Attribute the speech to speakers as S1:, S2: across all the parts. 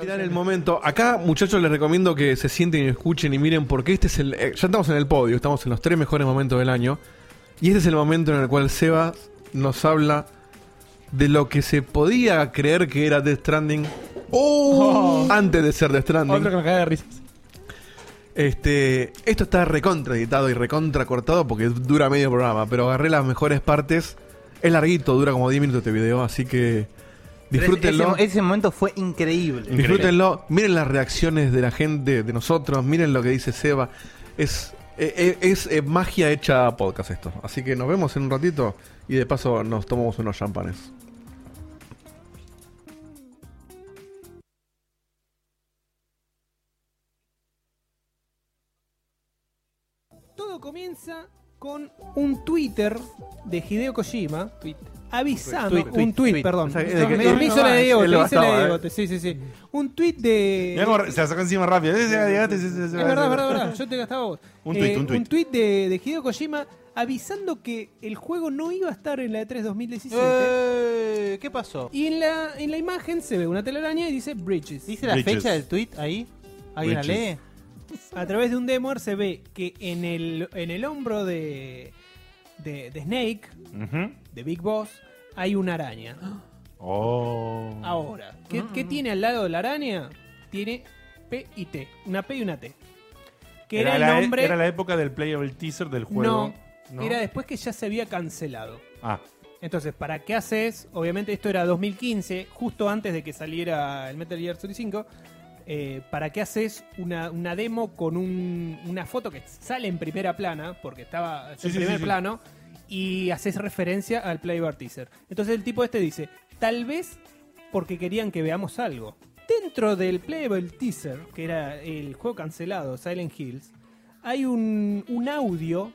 S1: tirar el momento. Acá, muchachos, les recomiendo que se sienten y escuchen y miren, porque este es el. eh, ya estamos en el podio, estamos en los tres mejores momentos del año. Y este es el momento en el cual Seba nos habla de lo que se podía creer que era Death Stranding antes de ser Death Stranding.
S2: Oh. Otro que me cae de risas.
S1: Este, esto está recontra editado y recontra cortado porque dura medio programa, pero agarré las mejores partes. Es larguito, dura como 10 minutos este video, así que disfrútenlo.
S3: Ese, ese momento fue increíble.
S1: Disfrútenlo, miren las reacciones de la gente, de nosotros, miren lo que dice Seba. Es, eh, eh, es, eh, magia hecha podcast esto. Así que nos vemos en un ratito y de paso nos tomamos unos champanes.
S4: Todo comienza con un Twitter de Hideo Kojima. Avisando,
S1: Tweet,
S4: un
S1: tweet,
S4: tweet,
S1: tweet.
S4: perdón.
S1: O sea, es de
S4: No,
S1: que-
S4: me- me hizo la de Diego,
S1: Él lo
S4: me hizo la de
S1: gastaba, eh.
S4: Diego, sí, sí, sí. Un tweet de.
S5: Mirá cómo se la sacó encima rápido. Es
S4: Es verdad, verdad, verdad. Yo te gastaba vos. Eh,
S5: Un tuit, un tuit.
S4: de, de Hideo Kojima avisando que el juego no iba a estar en la E E3 2017.
S3: Eh, ¿Qué pasó?
S4: Y en la, en la imagen se ve una telaraña y dice Bridges.
S3: ¿Dice la
S5: Bridges.
S3: fecha del tweet ahí? ¿Alguien la
S5: Bridges.
S3: lee?
S4: A través de un demoer se ve que en el, en el hombro de, de, de Snake, de Big Boss, hay una araña.
S5: Oh.
S4: Ahora, ¿qué, qué tiene al lado de la araña? Tiene P y T. Una P y una T. Que era,
S5: la, e,
S4: el nombre.
S5: Era la época del playable teaser del juego.
S4: no, era después que ya se había cancelado.
S5: Ah,
S4: Entonces, ¿para qué haces? Obviamente, esto era 2015, justo antes de que saliera el Metal Gear Solid 5. eh, ¿Para qué haces una, una demo con un- una foto que sale en primera plana? Porque estaba
S5: Sí,
S4: en
S5: sí,
S4: primer
S5: sí, sí.
S4: plano. Y haces referencia al Playboy Teaser. Entonces, el tipo este dice: Tal vez porque querían que veamos algo. Dentro del Playboy Teaser, que era el juego cancelado, Silent Hills, hay un, un audio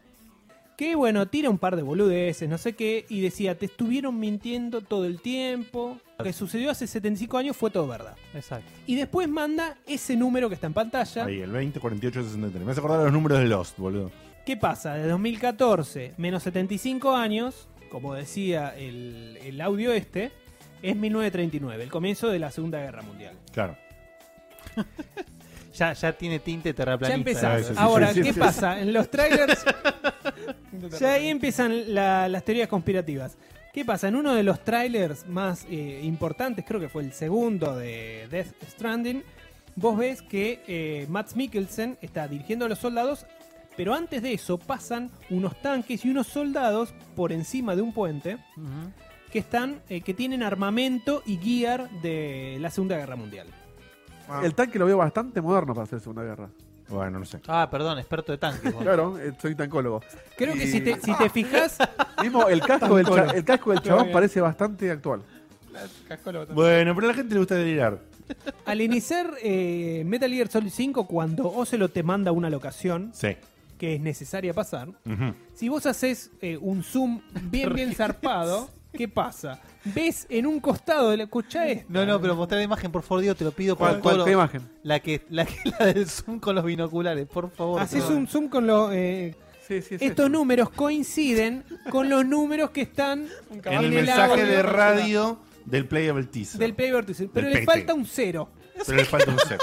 S4: que bueno, tira un par de boludeces, no sé qué, y decía, te estuvieron mintiendo todo el tiempo, lo que sucedió hace 75 años fue todo verdad.
S3: Exacto.
S4: Y después manda ese número que está en pantalla.
S5: ahí, el 20, 48, 63. Me hace acordar los números de Lost, boludo.
S4: ¿Qué pasa? De 2014, menos 75 años, como decía el, el audio este, es 1939, el comienzo de la Segunda Guerra Mundial.
S5: Claro.
S3: Ya, ya tiene tinte
S4: Ya
S3: terraplanista.
S5: Ah,
S4: empezás.
S5: eso sí,
S4: Ahora,
S5: sí, sí,
S4: ¿qué
S5: sí.
S4: pasa? En los trailers. ya ahí empiezan la- las teorías conspirativas. ¿Qué pasa? En uno de los trailers más eh, importantes, creo que fue el segundo de Death Stranding, vos ves que eh, Max Mikkelsen está dirigiendo a los soldados, pero antes de eso pasan unos tanques y unos soldados por encima de un puente
S3: Ujú.
S4: que están eh, que tienen armamento y gear de la Segunda Guerra Mundial.
S5: Ah.
S6: Ah. El tanque lo veo bastante moderno para hacer Segunda Guerra.
S5: Bueno, no sé.
S3: Ah, perdón, experto de tanques. vos.
S6: Claro, eh, soy tancólogo.
S4: Creo que
S6: Y-
S4: si te, si te fijas,
S6: Mismo el casco, del, cha-
S4: Tancólogo.
S6: el casco del
S4: Está
S6: chabón
S4: bien.
S6: parece bastante actual.
S5: Bueno, pero a la gente le gusta delirar.
S4: Al iniciar eh, Metal Gear Solid 5, cuando Ocelot te manda una locación
S5: Sí.
S4: que es necesaria pasar, si vos haces eh, un zoom bien, bien zarpado, ¿qué pasa? Ves en un costado de la escucha esta.
S3: No, no, pero mostrar la imagen, por favor, Dios, te lo pido. por
S6: ¿Cuál, cuál?
S3: todo
S6: ¿Qué
S3: lo-
S6: imagen?
S3: La, que, la, que- la del zoom con los binoculares, por favor.
S4: Haces
S3: Perdón.
S4: un zoom con los. eh,
S6: Sí, sí,
S4: estos números coinciden con los números que están
S5: En el mensaje
S4: audio
S5: de radio del playable teaser.
S4: del Play Vertice, Pero
S5: Del
S4: le
S5: PT.
S4: falta un cero.
S5: Pero le falta un set.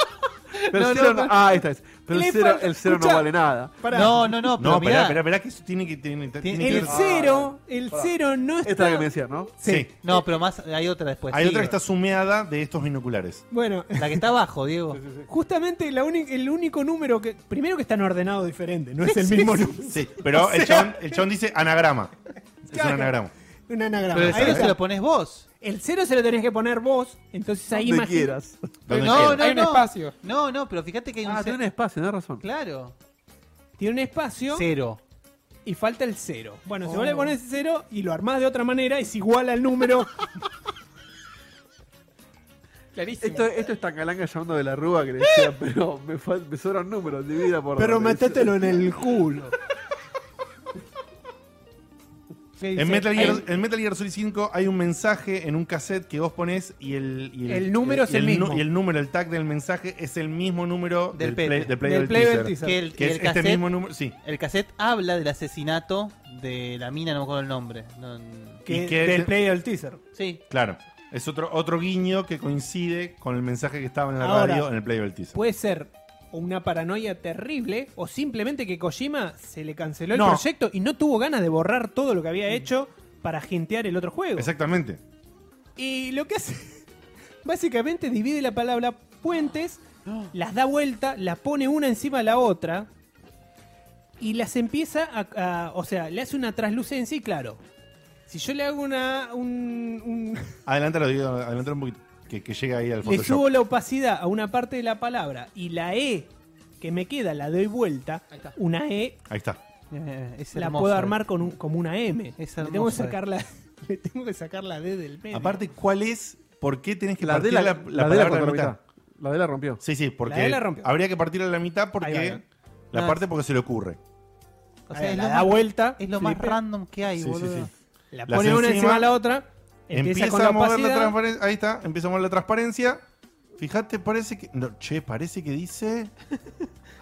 S6: Pero el cero no- ah, esta es. Pero
S4: Le
S6: el cero,
S4: falta-
S6: el cero no
S4: escuchá.
S6: vale nada.
S4: Pará.
S3: No, no, no, pero
S5: No,
S3: mirá.
S5: pero verá, verá que eso tiene que tiene, tiene que
S4: El
S5: ver- Ah.
S4: cero, el cero no
S6: Esta es la
S4: está.
S6: que me decían, ¿no?
S5: Sí.
S3: No, pero más, hay otra después.
S5: Hay
S3: sí.
S5: otra que está sumeada de estos binoculares.
S4: Bueno,
S3: La que está abajo, Diego.
S4: Justamente la uni- el único número que. Primero que están ordenados diferente, no es el mismo número.
S5: Sí. Pero el, chabón, el chabón dice anagrama. Es un
S4: Claro.
S5: anagrama.
S4: Un anagrama.
S3: Pero el
S4: Ahí
S3: cero
S4: está.
S3: se lo pones vos.
S4: El cero se lo tenés que poner vos, entonces ahí
S6: Donde
S4: imagina-
S6: quieras.
S5: Donde
S3: no,
S5: quiera.
S3: no,
S4: Hay un
S3: no.
S4: espacio.
S3: No, no, pero fíjate que hay un
S6: Ah,
S3: cero.
S6: tiene un espacio, tenés razón.
S3: Claro.
S4: Tiene un espacio
S3: Cero.
S4: y falta el cero. Bueno, si vos
S6: Oh.
S4: le pones cero y lo armás de otra manera, es igual al número.
S6: Clarísimo. Esto, esto es Tancalanga llamando de la rúa que le decía, pero me, fal- me sobran números, divida por dos.
S4: en el culo.
S5: En Metal, Gear, en Metal Gear Solid 5 hay un mensaje en un cassette que vos ponés y el, y
S4: El
S5: y
S4: número es el
S5: nu-
S4: mismo.
S5: Y el número, el tag del mensaje es el mismo número del,
S3: Del Pete.
S5: play, del play
S4: Del
S5: del
S4: Play
S5: teaser.
S4: del teaser.
S3: Que el,
S5: Que
S3: el
S5: es
S3: cassette,
S5: este mismo número, sí.
S3: el cassette habla del asesinato de la mina, no me acuerdo el nombre. No, n-
S4: Que
S5: ¿Y qué-
S4: del play al teaser.
S3: sí.
S5: Claro.
S7: Es otro, otro guiño que coincide con el mensaje que estaba en la
S4: Ahora,
S7: radio en el Playable Teaser.
S4: Puede ser una paranoia terrible o simplemente que Kojima se le canceló el
S7: No.
S4: proyecto y no tuvo ganas de borrar todo lo que había hecho para gentear el otro juego.
S7: Exactamente.
S4: Y lo que hace, básicamente divide la palabra puentes, las da vuelta, las pone una encima de la otra y las empieza a, a- o sea, le hace una traslucencia y claro, si yo le hago una, un- un,
S7: Adelántalo, Diego, adelántalo un poquito. Que, que llega ahí al
S4: Le subo
S7: Photoshop.
S4: la opacidad a una parte de la palabra y la E que me queda la doy vuelta.
S3: Ahí está.
S4: Una E
S7: Ahí está.
S3: Eh, es
S4: la
S3: hermoso.
S4: puedo armar con un, como una M.
S3: Es
S4: le, tengo que
S3: hermoso,
S4: sacar la, le tengo que sacar la D del medio.
S7: Aparte, ¿cuál es? ¿Por qué tenés que
S1: La de
S7: partir
S1: la,
S7: la,
S1: la
S7: la
S1: de la
S7: palabra a la
S1: contramitad.
S7: mitad?
S1: La de la rompió.
S7: Sí, sí, porque
S4: La de la rompió.
S7: habría que partirla a la mitad
S4: Ahí
S7: porque
S4: va, ahí
S7: la
S3: Ah.
S7: parte porque se le ocurre.
S3: O
S4: Ahí
S3: sea, es
S4: la
S3: lo,
S4: da
S3: más,
S4: vuelta.
S3: es lo más
S4: flipea,
S3: random que hay,
S7: Sí, sí,
S3: boludo.
S7: sí.
S4: La
S7: Las
S4: pone una
S7: encima,
S4: encima de la otra. Empieza,
S7: Empieza,
S4: con la
S7: a mover la
S4: opacidad.
S7: transparencia. Ahí está, empieza a mover la transparencia. Fíjate, parece que. no, che, parece que dice.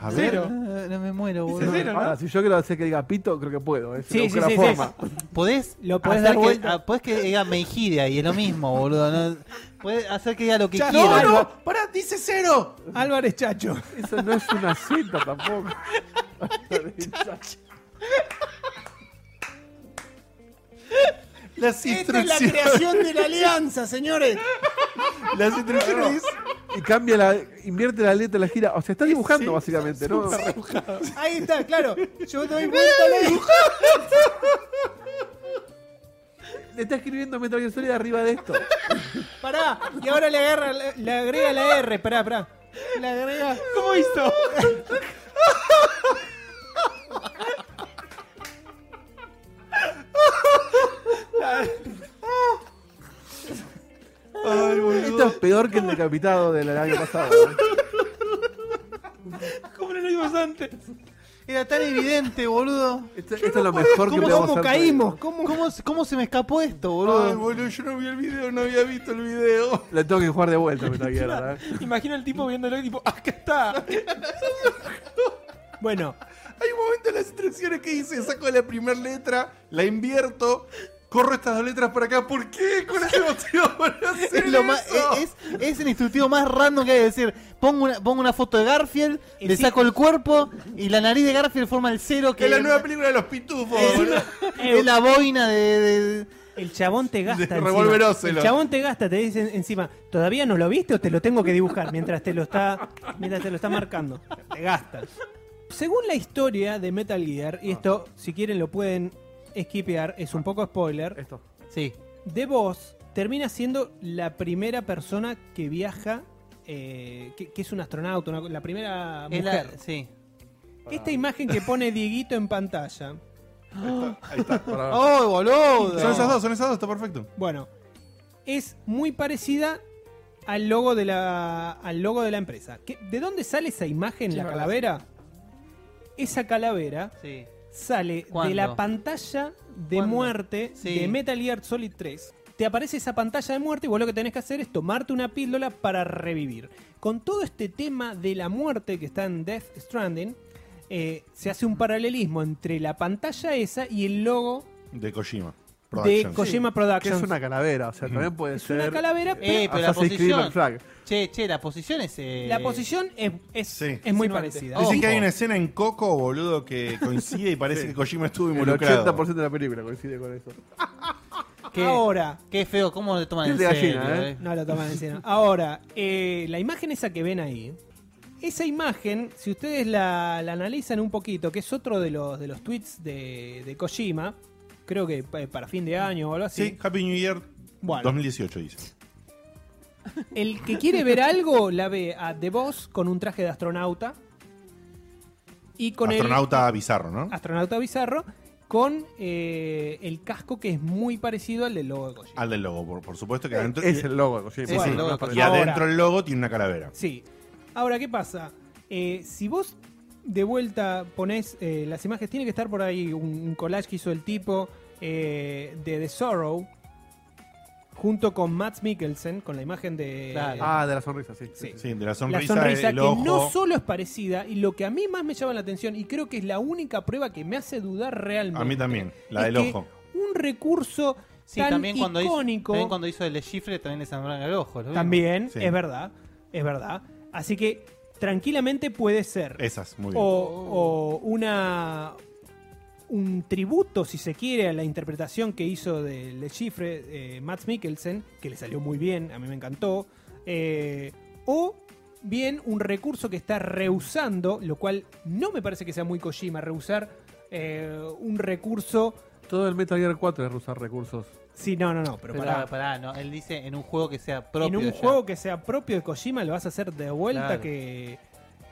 S7: A ver.
S4: Cero.
S3: Ah, no me muero, boludo.
S4: cero, ¿no?
S7: Ah,
S1: Ahora, si yo quiero hacer que diga pito, creo que puedo. ¿eh? Es
S4: Sí, sí,
S1: la
S4: sí, sí,
S1: forma.
S4: sí.
S3: Podés,
S4: Lo podés
S3: hacer
S4: dar
S3: que-
S4: vuelta.
S3: ah, podés que diga Mejide ahí, es lo mismo, boludo. ¿no? Podés hacer que diga lo que
S4: Ya,
S3: quiera.
S4: no, no.
S7: ¡Pará! ¡Dice cero!
S4: Álvarez Chacho.
S1: Eso no es una cita tampoco.
S7: Las
S4: Esta es la
S7: instrucciones.
S4: creación de la alianza, señores.
S7: las instrucciones.
S1: y cambia la. Invierte la letra de la gira. O sea, está dibujando, básicamente, ¿no?
S4: Ahí está, claro. Yo doy vuelta a la
S1: Le está escribiendo Metal Gear Solid arriba de esto.
S4: Pará, y ahora le, agarra, le, le agrega la R, pará, pará. Le agrega. ¿Cómo hizo?
S7: Ay,
S1: Esto es peor que el decapitado del año pasado. ¿eh?
S4: ¿Cómo lo vimos antes?
S3: Era tan evidente, boludo.
S1: Esto, esto es lo mejor que
S4: ¿Cómo,
S1: podemos
S4: cómo
S1: hacer.
S4: caímos? ¿Cómo?
S3: ¿Cómo, se- cómo se me escapó esto,
S7: Ay,
S3: boludo?
S7: boludo, yo no vi el video, no había visto el video.
S1: Le tengo que jugar de vuelta a Metal Gear, ¿verdad?
S4: Imagino al tipo viéndolo y tipo, "Ah, acá está. bueno,
S7: Hay un momento en las instrucciones que dice, saco la primera letra, la invierto, corro estas dos letras para acá. ¿Por qué? ¿Cuál es el motivo para hacer
S3: Es, lo más- e,
S7: eso?
S3: es, es- es el instructivo más random que hay. Es decir, pongo una, pongo una foto de Garfield, le
S4: Sí.
S3: saco el cuerpo y la nariz de Garfield forma el cero que
S7: Es la nueva película de los pitufos, boludo.
S3: es la boina de- de
S4: el chabón te gasta.
S7: De-
S4: encima.
S7: revolveróselo.
S4: El chabón te gasta, te dicen encima, ¿todavía no lo viste o te lo tengo que dibujar mientras te lo está, mientras te lo está marcando? Te gastas. Según la historia de Metal Gear, y esto, si quieren, lo pueden esquipear, es un poco spoiler.
S1: Esto.
S3: Sí.
S4: The Boss termina siendo la primera persona que viaja, eh, que, que es un astronauta, una- la primera
S3: Es
S4: mujer.
S3: la- sí.
S4: Esta imagen que pone Dieguito en pantalla.
S3: ¡Oh, boludo!
S7: Son esas dos, son esas dos, está perfecto.
S4: Bueno, es muy parecida al logo de la, al logo de la empresa. ¿Qué- ¿De dónde sale esa imagen,
S3: Sí,
S4: la
S3: me parece.
S4: calavera? Esa calavera
S3: Sí.
S4: sale de
S3: ¿Cuándo?
S4: la pantalla de
S3: ¿Cuándo?
S4: muerte
S3: Sí.
S4: de Metal Gear Solid 3. Te aparece esa pantalla de muerte y vos lo que tenés que hacer es tomarte una píldora para revivir. Con todo este tema de la muerte que está en Death Stranding, eh, se hace un paralelismo entre la pantalla esa y el logo
S7: De Kojima.
S4: de
S7: Productions.
S4: Kojima
S1: Que es
S4: Productions.
S1: una calavera, o sea, también puede
S4: Es
S1: ser.
S4: una calavera, pero
S3: Eh, pero la
S1: Assassin's Creed
S3: posición.
S1: Black Flag.
S3: Che, che, la posición es. eh,
S4: la posición es, es,
S7: Sí.
S4: es muy parecida.
S3: Oh.
S7: Dicen que hay
S3: Ojo.
S7: una escena en Coco, boludo, que coincide y parece
S1: Sí.
S7: que Kojima estuvo
S1: El
S7: involucrado.
S1: 80% de la película coincide con eso.
S3: Qué,
S4: Ahora,
S3: qué feo, ¿cómo le toman
S1: Piel
S3: en
S1: de
S3: serio?
S1: gallina, eh.
S3: eh?
S4: No lo toman en serio. Ahora, eh, la imagen esa que ven ahí, esa imagen, si ustedes la, la analizan un poquito, que es otro de los, de los tweets de, de Kojima, creo que pa- para fin de año o algo así,
S7: Sí, Happy New Year
S4: Bueno.
S7: 2018, dice.
S4: el que quiere ver algo la ve a The Boss con un traje de astronauta y con
S7: Astronauta bizarro, ¿no?
S4: el astronauta bizarro con eh, el casco que es muy parecido al del logo de Kojima.
S7: Al del logo, por, por supuesto que adentro.
S1: Eh, Es el logo de Kojima.
S3: Sí, sí, el logo de
S7: y
S3: Kojima.
S7: adentro el logo tiene una calavera.
S4: Sí. Ahora, ¿qué pasa? Eh, si vos de vuelta ponés eh, las imágenes, tiene que estar por ahí un, un collage que hizo el tipo eh, de The Sorrow junto con Matt Mikkelsen, con la imagen de...
S3: Claro.
S1: Ah, de la sonrisa, sí.
S4: Eh, Sí.
S7: Sí, de la
S4: La
S7: sonrisa,
S4: sonrisa
S7: el
S4: que
S7: ojo.
S4: no solo es parecida, y lo que a mí más me llama la atención, y creo que es la única prueba que me hace dudar realmente.
S7: A mí también, la
S4: es
S7: del
S4: que
S7: ojo.
S4: Un recurso
S3: Sí,
S4: tan
S3: también cuando, hizo,
S4: icónico.
S3: también cuando hizo el de Chifre también le sangraron el ojo. lo vimos.
S4: También,
S7: Sí.
S4: es verdad, es verdad. Así que tranquilamente puede ser
S7: Esas, muy bien.
S4: o, o una un tributo, si se quiere, a la interpretación que hizo de Le Chiffre eh, Max Mikkelsen, que le salió muy bien, a mí me encantó, eh, o bien un recurso que está rehusando, lo cual no me parece que sea muy Kojima, rehusar eh, un recurso...
S1: Todo el Metal Gear 4 es usar recursos.
S4: Sí, no, no, no, pero,
S3: Pero
S4: pará.
S3: pará, pará, no, él dice en un juego que sea propio.
S4: en un
S3: ya.
S4: juego que sea propio de Kojima lo vas a hacer de vuelta
S3: Claro.
S4: que,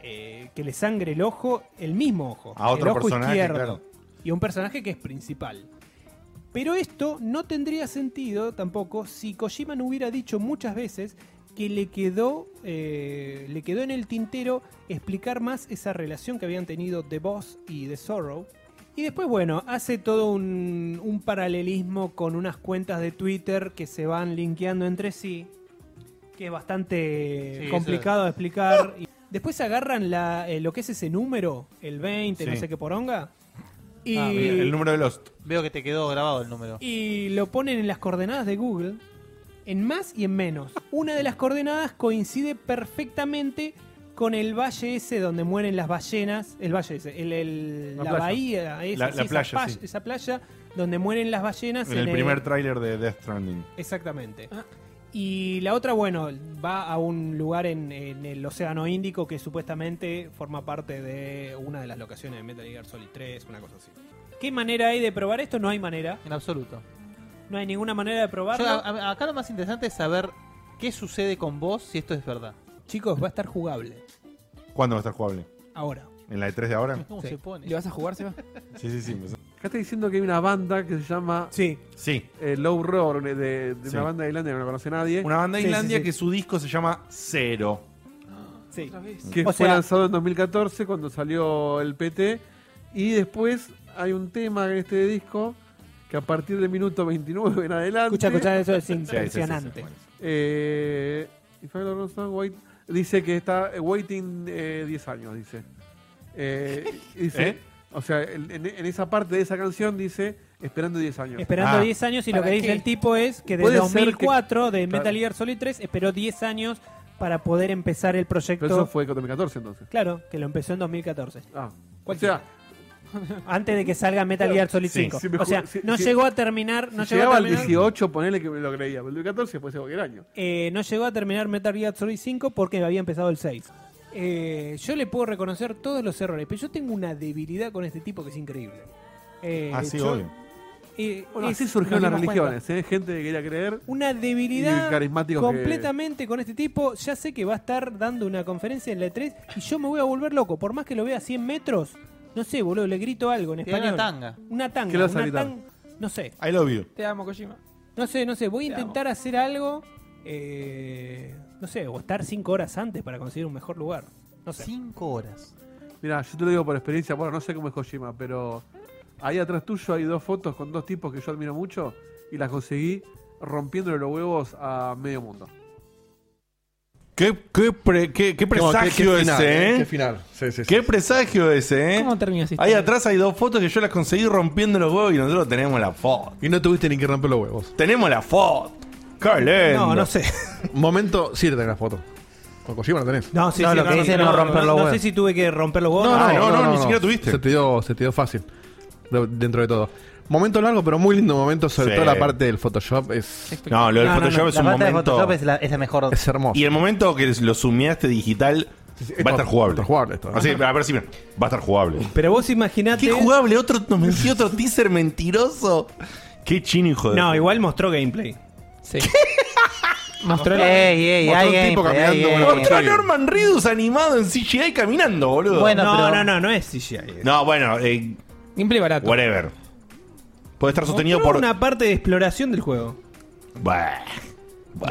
S4: eh, que le sangre el ojo, el mismo ojo.
S7: A otro
S4: el ojo
S7: personaje,
S4: izquierdo,
S7: claro.
S4: Y un personaje que es principal. Pero esto no tendría sentido tampoco si Kojima no hubiera dicho muchas veces que le quedó, eh, le quedó en el tintero explicar más esa relación que habían tenido The Boss y The Sorrow. Y después, bueno, hace todo un, un paralelismo con unas cuentas de Twitter que se van linkeando entre sí, que es bastante
S3: Sí,
S4: complicado de explicar. Y después agarran la, eh, lo que es ese número, el 20, no
S7: Sí.
S4: sé qué poronga, y,
S3: Ah,
S7: Bien, El número de Lost.
S3: Veo que te quedó grabado el número.
S4: y lo ponen en las coordenadas de Google, en más y en menos. Una de las coordenadas coincide perfectamente con el valle ese donde mueren las ballenas, el valle ese, el, el-
S1: La
S4: la,
S1: playa.
S4: bahía, esa,
S7: La- la
S4: esa
S7: playa,
S4: pa-
S7: sí.
S4: esa playa donde mueren las ballenas.
S7: En el primer tráiler de Death Stranding.
S4: Exactamente.
S3: Ah.
S4: Y la otra, bueno, va a un lugar en, en el Océano Índico que supuestamente forma parte de una de las locaciones de Metal Gear Solid 3, una cosa así. ¿Qué manera hay de probar esto? No hay manera.
S3: En absoluto.
S4: No hay ninguna manera de probarlo.
S3: Yo, a- a- acá lo más interesante es saber qué sucede con vos si esto es verdad.
S4: Chicos, va a estar jugable.
S7: ¿Cuándo va a estar jugable?
S4: Ahora.
S7: ¿En la E de 3 de ahora?
S3: ¿Cómo
S4: Sí.
S3: se pone?
S2: ¿Le vas a jugar, Seba?
S7: Sí, sí, sí.
S1: Acá está diciendo que hay una banda que se llama
S4: Sí.
S7: Sí.
S1: eh, Low Roar, de, de
S7: Sí.
S1: una banda de Islandia que no la conoce nadie,
S7: Una banda de
S4: Sí, sí,
S7: Islandia
S4: sí.
S7: que su disco se llama Cero.
S4: Sí.
S1: que
S4: o
S1: fue
S4: sea-
S1: lanzado en 2014 cuando salió el PT. Y después hay un tema en este disco que a partir del minuto 29 en adelante.
S4: Escucha, escucha, eso es
S7: Sí, sí, sí, sí,
S4: impresionante.
S7: bueno.
S1: Eh, if I don't understand why- dice que está eh, waiting eh, 10 años, dice. Eh, dice
S7: ¿Eh?
S1: O sea, en, en- en esa parte de esa canción dice esperando 10 años.
S4: Esperando
S7: Ah.
S4: 10 años y lo
S2: ¿Para
S4: que dice
S2: qué?
S4: el tipo es que
S1: Puede
S4: desde
S1: ser
S4: 2004 de
S1: Claro.
S4: Metal Gear Solid 3 esperó 10 años para poder empezar el proyecto.
S1: Pero eso fue en 2014 entonces.
S4: Claro, que lo empezó en 2014.
S1: Ah. O
S4: Cualquiera.
S1: sea,
S4: Antes de que salga Metal Gear Solid
S7: Sí,
S4: 5.
S1: si me
S4: o
S1: ju-
S4: sea,
S1: si-
S4: no
S1: si-
S4: llegó a terminar. No
S1: si
S4: llegó, a
S1: llegaba al
S4: terminar
S1: 18, ponele que me lo creía. Pero el 14 puede ser cualquier año.
S4: eh, no llegó a terminar Metal Gear Solid 5 porque había empezado el 6. Eh, yo le puedo reconocer todos los errores, pero yo tengo una debilidad con este tipo que es increíble. Eh,
S7: Ah, sí,
S4: yo-
S7: obvio.
S4: eh,
S1: Bueno,
S4: es-
S1: así
S4: nos
S1: surgieron las
S4: dimos cuenta.
S1: religiones, ¿eh? Gente que quería creer.
S4: Una
S1: Y
S4: debilidad
S1: carismáticos que-
S4: completamente con este tipo. Ya sé que va a estar dando una conferencia en la E3 y yo me voy a volver loco. Por más que lo vea a 100 metros, no sé, boludo, le grito algo en
S3: Te da
S4: español.
S3: una tanga.
S4: Una tanga.
S1: ¿Qué le vas a
S4: una
S1: gritar?
S4: tan- No sé.
S7: I love you.
S2: Te amo, Kojima.
S4: No sé, no sé, voy a
S2: Te
S4: intentar hacer algo, eh, no sé, o estar cinco horas antes para conseguir un mejor lugar. No sé.
S3: Cinco horas.
S1: Mira, yo te lo digo por experiencia. Bueno, no sé cómo es Kojima, pero ahí atrás tuyo hay dos fotos con dos tipos que yo admiro mucho y las conseguí rompiéndole los huevos a medio mundo.
S7: ¿Qué, qué, pre- qué- qué
S8: No, qué- qué
S7: presagio
S8: final,
S7: ese,
S8: Qué
S7: eh?
S8: final. Sí, sí, sí.
S7: ¿Qué presagio ese, eh?
S2: ¿Cómo terminas esto?
S7: Ahí atrás hay dos fotos que yo las conseguí rompiendo los huevos y nosotros tenemos la foto.
S8: Y no tuviste ni que romper los huevos.
S7: Tenemos la foto. ¡Qué lindo!
S4: No, no sé.
S8: Momento, sí, tenés la foto. Con Kojima la tenés.
S4: No, sí,
S2: No,
S4: sí,
S2: lo que dice no romper los
S4: no,
S2: huevos.
S4: sé si tuve que romper los huevos.
S7: No,
S1: Ah,
S4: Ah, no.
S7: no, ni siquiera tuviste.
S8: Se te dio, se te dio fácil. de- dentro de todo. Momento largo, pero muy lindo momento, sobre
S7: Sí.
S8: todo la parte del Photoshop. Es,
S7: No, lo del
S4: No, no,
S7: Photoshop
S4: no,
S7: es un momento.
S3: la, es la mejor.
S8: es hermoso.
S7: Y el momento que lo sumiaste digital va a estar jugable.
S8: Va a estar jugable esto.
S7: Así, a ver si me- va a estar jugable.
S4: Pero vos imaginate.
S7: Qué jugable, otro nos metió otro teaser mentiroso. Qué chino, hijo de.
S4: No, igual mostró gameplay.
S2: Sí. Mostró la-
S3: Ey, ey,
S8: Mostró
S3: hay
S8: un tipo
S3: gameplay, hay
S8: caminando con la
S3: gameplay.
S7: Otro Norman Reedus animado en CGI caminando, boludo.
S3: Bueno,
S4: no,
S3: pero-
S4: no, no, no es CGI.
S7: No, bueno, eh,
S2: Gameplay barato.
S7: whatever. Puede estar sostenido
S4: Mostró
S7: por.
S4: una parte de exploración del juego.
S7: Bah.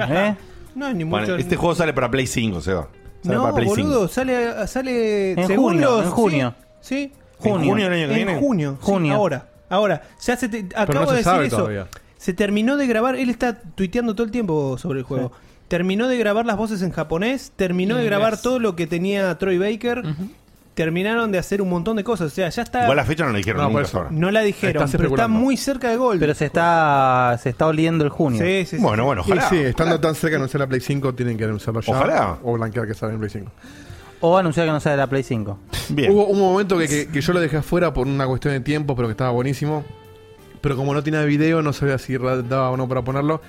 S3: ¿Eh?
S4: No es ni
S7: Bueno,
S4: mucho.
S7: este juego sale para Play 5, Seba. Sale
S4: no,
S7: para Play
S4: boludo, sale, sale
S3: En
S4: según
S3: junio,
S4: los-
S3: en junio.
S4: Sí. sí.
S3: Junio.
S7: junio del año que
S4: en
S7: viene?
S4: junio, sí,
S3: Junio.
S4: ahora, ahora. Ya se te- acabo
S8: no se
S4: de decir
S8: sabe
S4: eso.
S8: todavía.
S4: Se terminó de grabar, él está tuiteando todo el tiempo sobre el juego. Terminó de grabar las voces en japonés, terminó de
S2: Inglés.
S4: grabar todo lo que tenía Troy Baker. terminaron de hacer un montón de cosas. O sea, ya está.
S7: Igual la fecha no la dijeron
S1: No, por
S7: nunca
S1: eso.
S7: hasta ahora.
S4: No la dijeron,
S1: Estás
S4: pero está
S1: especulando.
S4: muy cerca de Gold.
S9: Pero se está, se está oliendo el junio.
S4: Sí, sí, sí.
S7: Bueno, bueno,
S1: Y
S7: ojalá.
S1: sí, estando tan cerca de anunciar la Play 5, tienen que anunciarlo ya.
S7: Ojalá.
S1: O blanquear que sale en Play 5.
S9: O anunciar que no sale la Play 5.
S7: Bien.
S1: Hubo un momento que, que- que yo lo dejé afuera por una cuestión de tiempo, pero que estaba buenísimo. Pero como no tenía video, no sabía si ra- daba o no para ponerlo.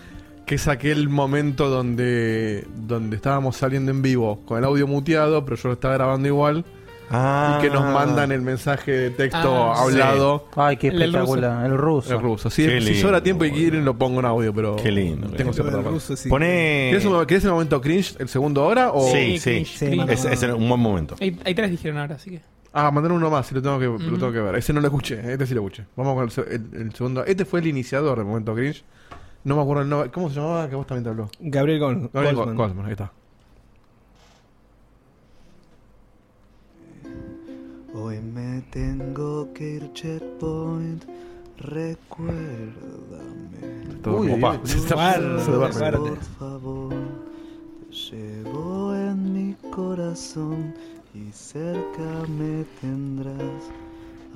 S1: Que es aquel momento donde, donde estábamos saliendo en vivo, con el audio muteado, pero yo lo estaba grabando igual.
S7: Ah.
S1: Y que nos mandan el mensaje de texto
S2: Ah,
S1: hablado
S9: Ay, qué
S2: El del
S9: espectacular. El ruso.
S1: en ruso. Si,
S7: Qué
S1: si
S7: lindo,
S1: sobra tiempo y
S7: boludo.
S1: quieren, lo pongo en audio, pero.
S7: Qué lindo, qué
S1: Tengo
S7: lindo.
S1: esa otra parte.
S7: Poné.
S1: ¿Querés, un- querés el momento cringe, el segundo ahora? O...
S7: Sí, sí.
S2: cringe, cringe.
S7: Es, es un buen momento.
S2: Hay, hay tres dijeron ahora, así que.
S1: Ah, mandar uno más, si lo tengo que, lo
S2: Ujú.
S1: tengo que ver. Ese no lo escuché, este sí lo escuché. Vamos con el se- el, el segundo. Este fue el iniciador del momento cringe. No me acuerdo el nombre. ¿Cómo se llamaba? Que vos también te habló.
S4: Gabriel Gold.
S1: Gabriel
S4: Goldman.
S1: Go- Goldman, ahí está.
S8: Hoy me tengo que ir checkpoint, recuérdame.
S1: Todo
S6: Uy,
S1: como pa.
S6: Dios.
S1: Se está-
S4: Guarda,
S1: se duerme,
S4: guarda.
S1: espérate.
S8: Por favor, te llevo en mi corazón y cerca me tendrás.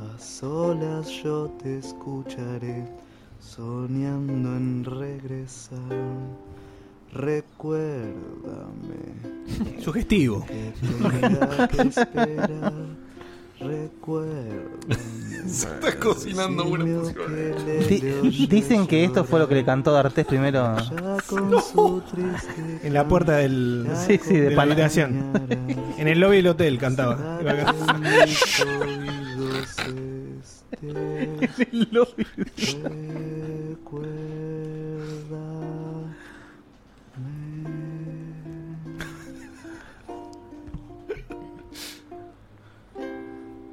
S8: A solas yo te escucharé, soñando en regresar. Recuérdame.
S4: Sugestivo.
S8: que tendrá que esperar. Recuérdame.
S5: Se está cocinando una
S8: Decime
S5: fusión.
S8: que le
S9: Di-
S8: leo
S9: dicen que esto fue lo que le
S8: llorar,
S9: cantó D'Artés primero.
S8: ya con su triste
S4: En la puerta del.
S8: cara
S9: Sí, sí, de
S4: de la
S9: pana.
S4: habitación.
S8: acompañará.
S4: En el lobby del hotel cantaba.
S8: Será que en mis oídos estés. este Recuérdame.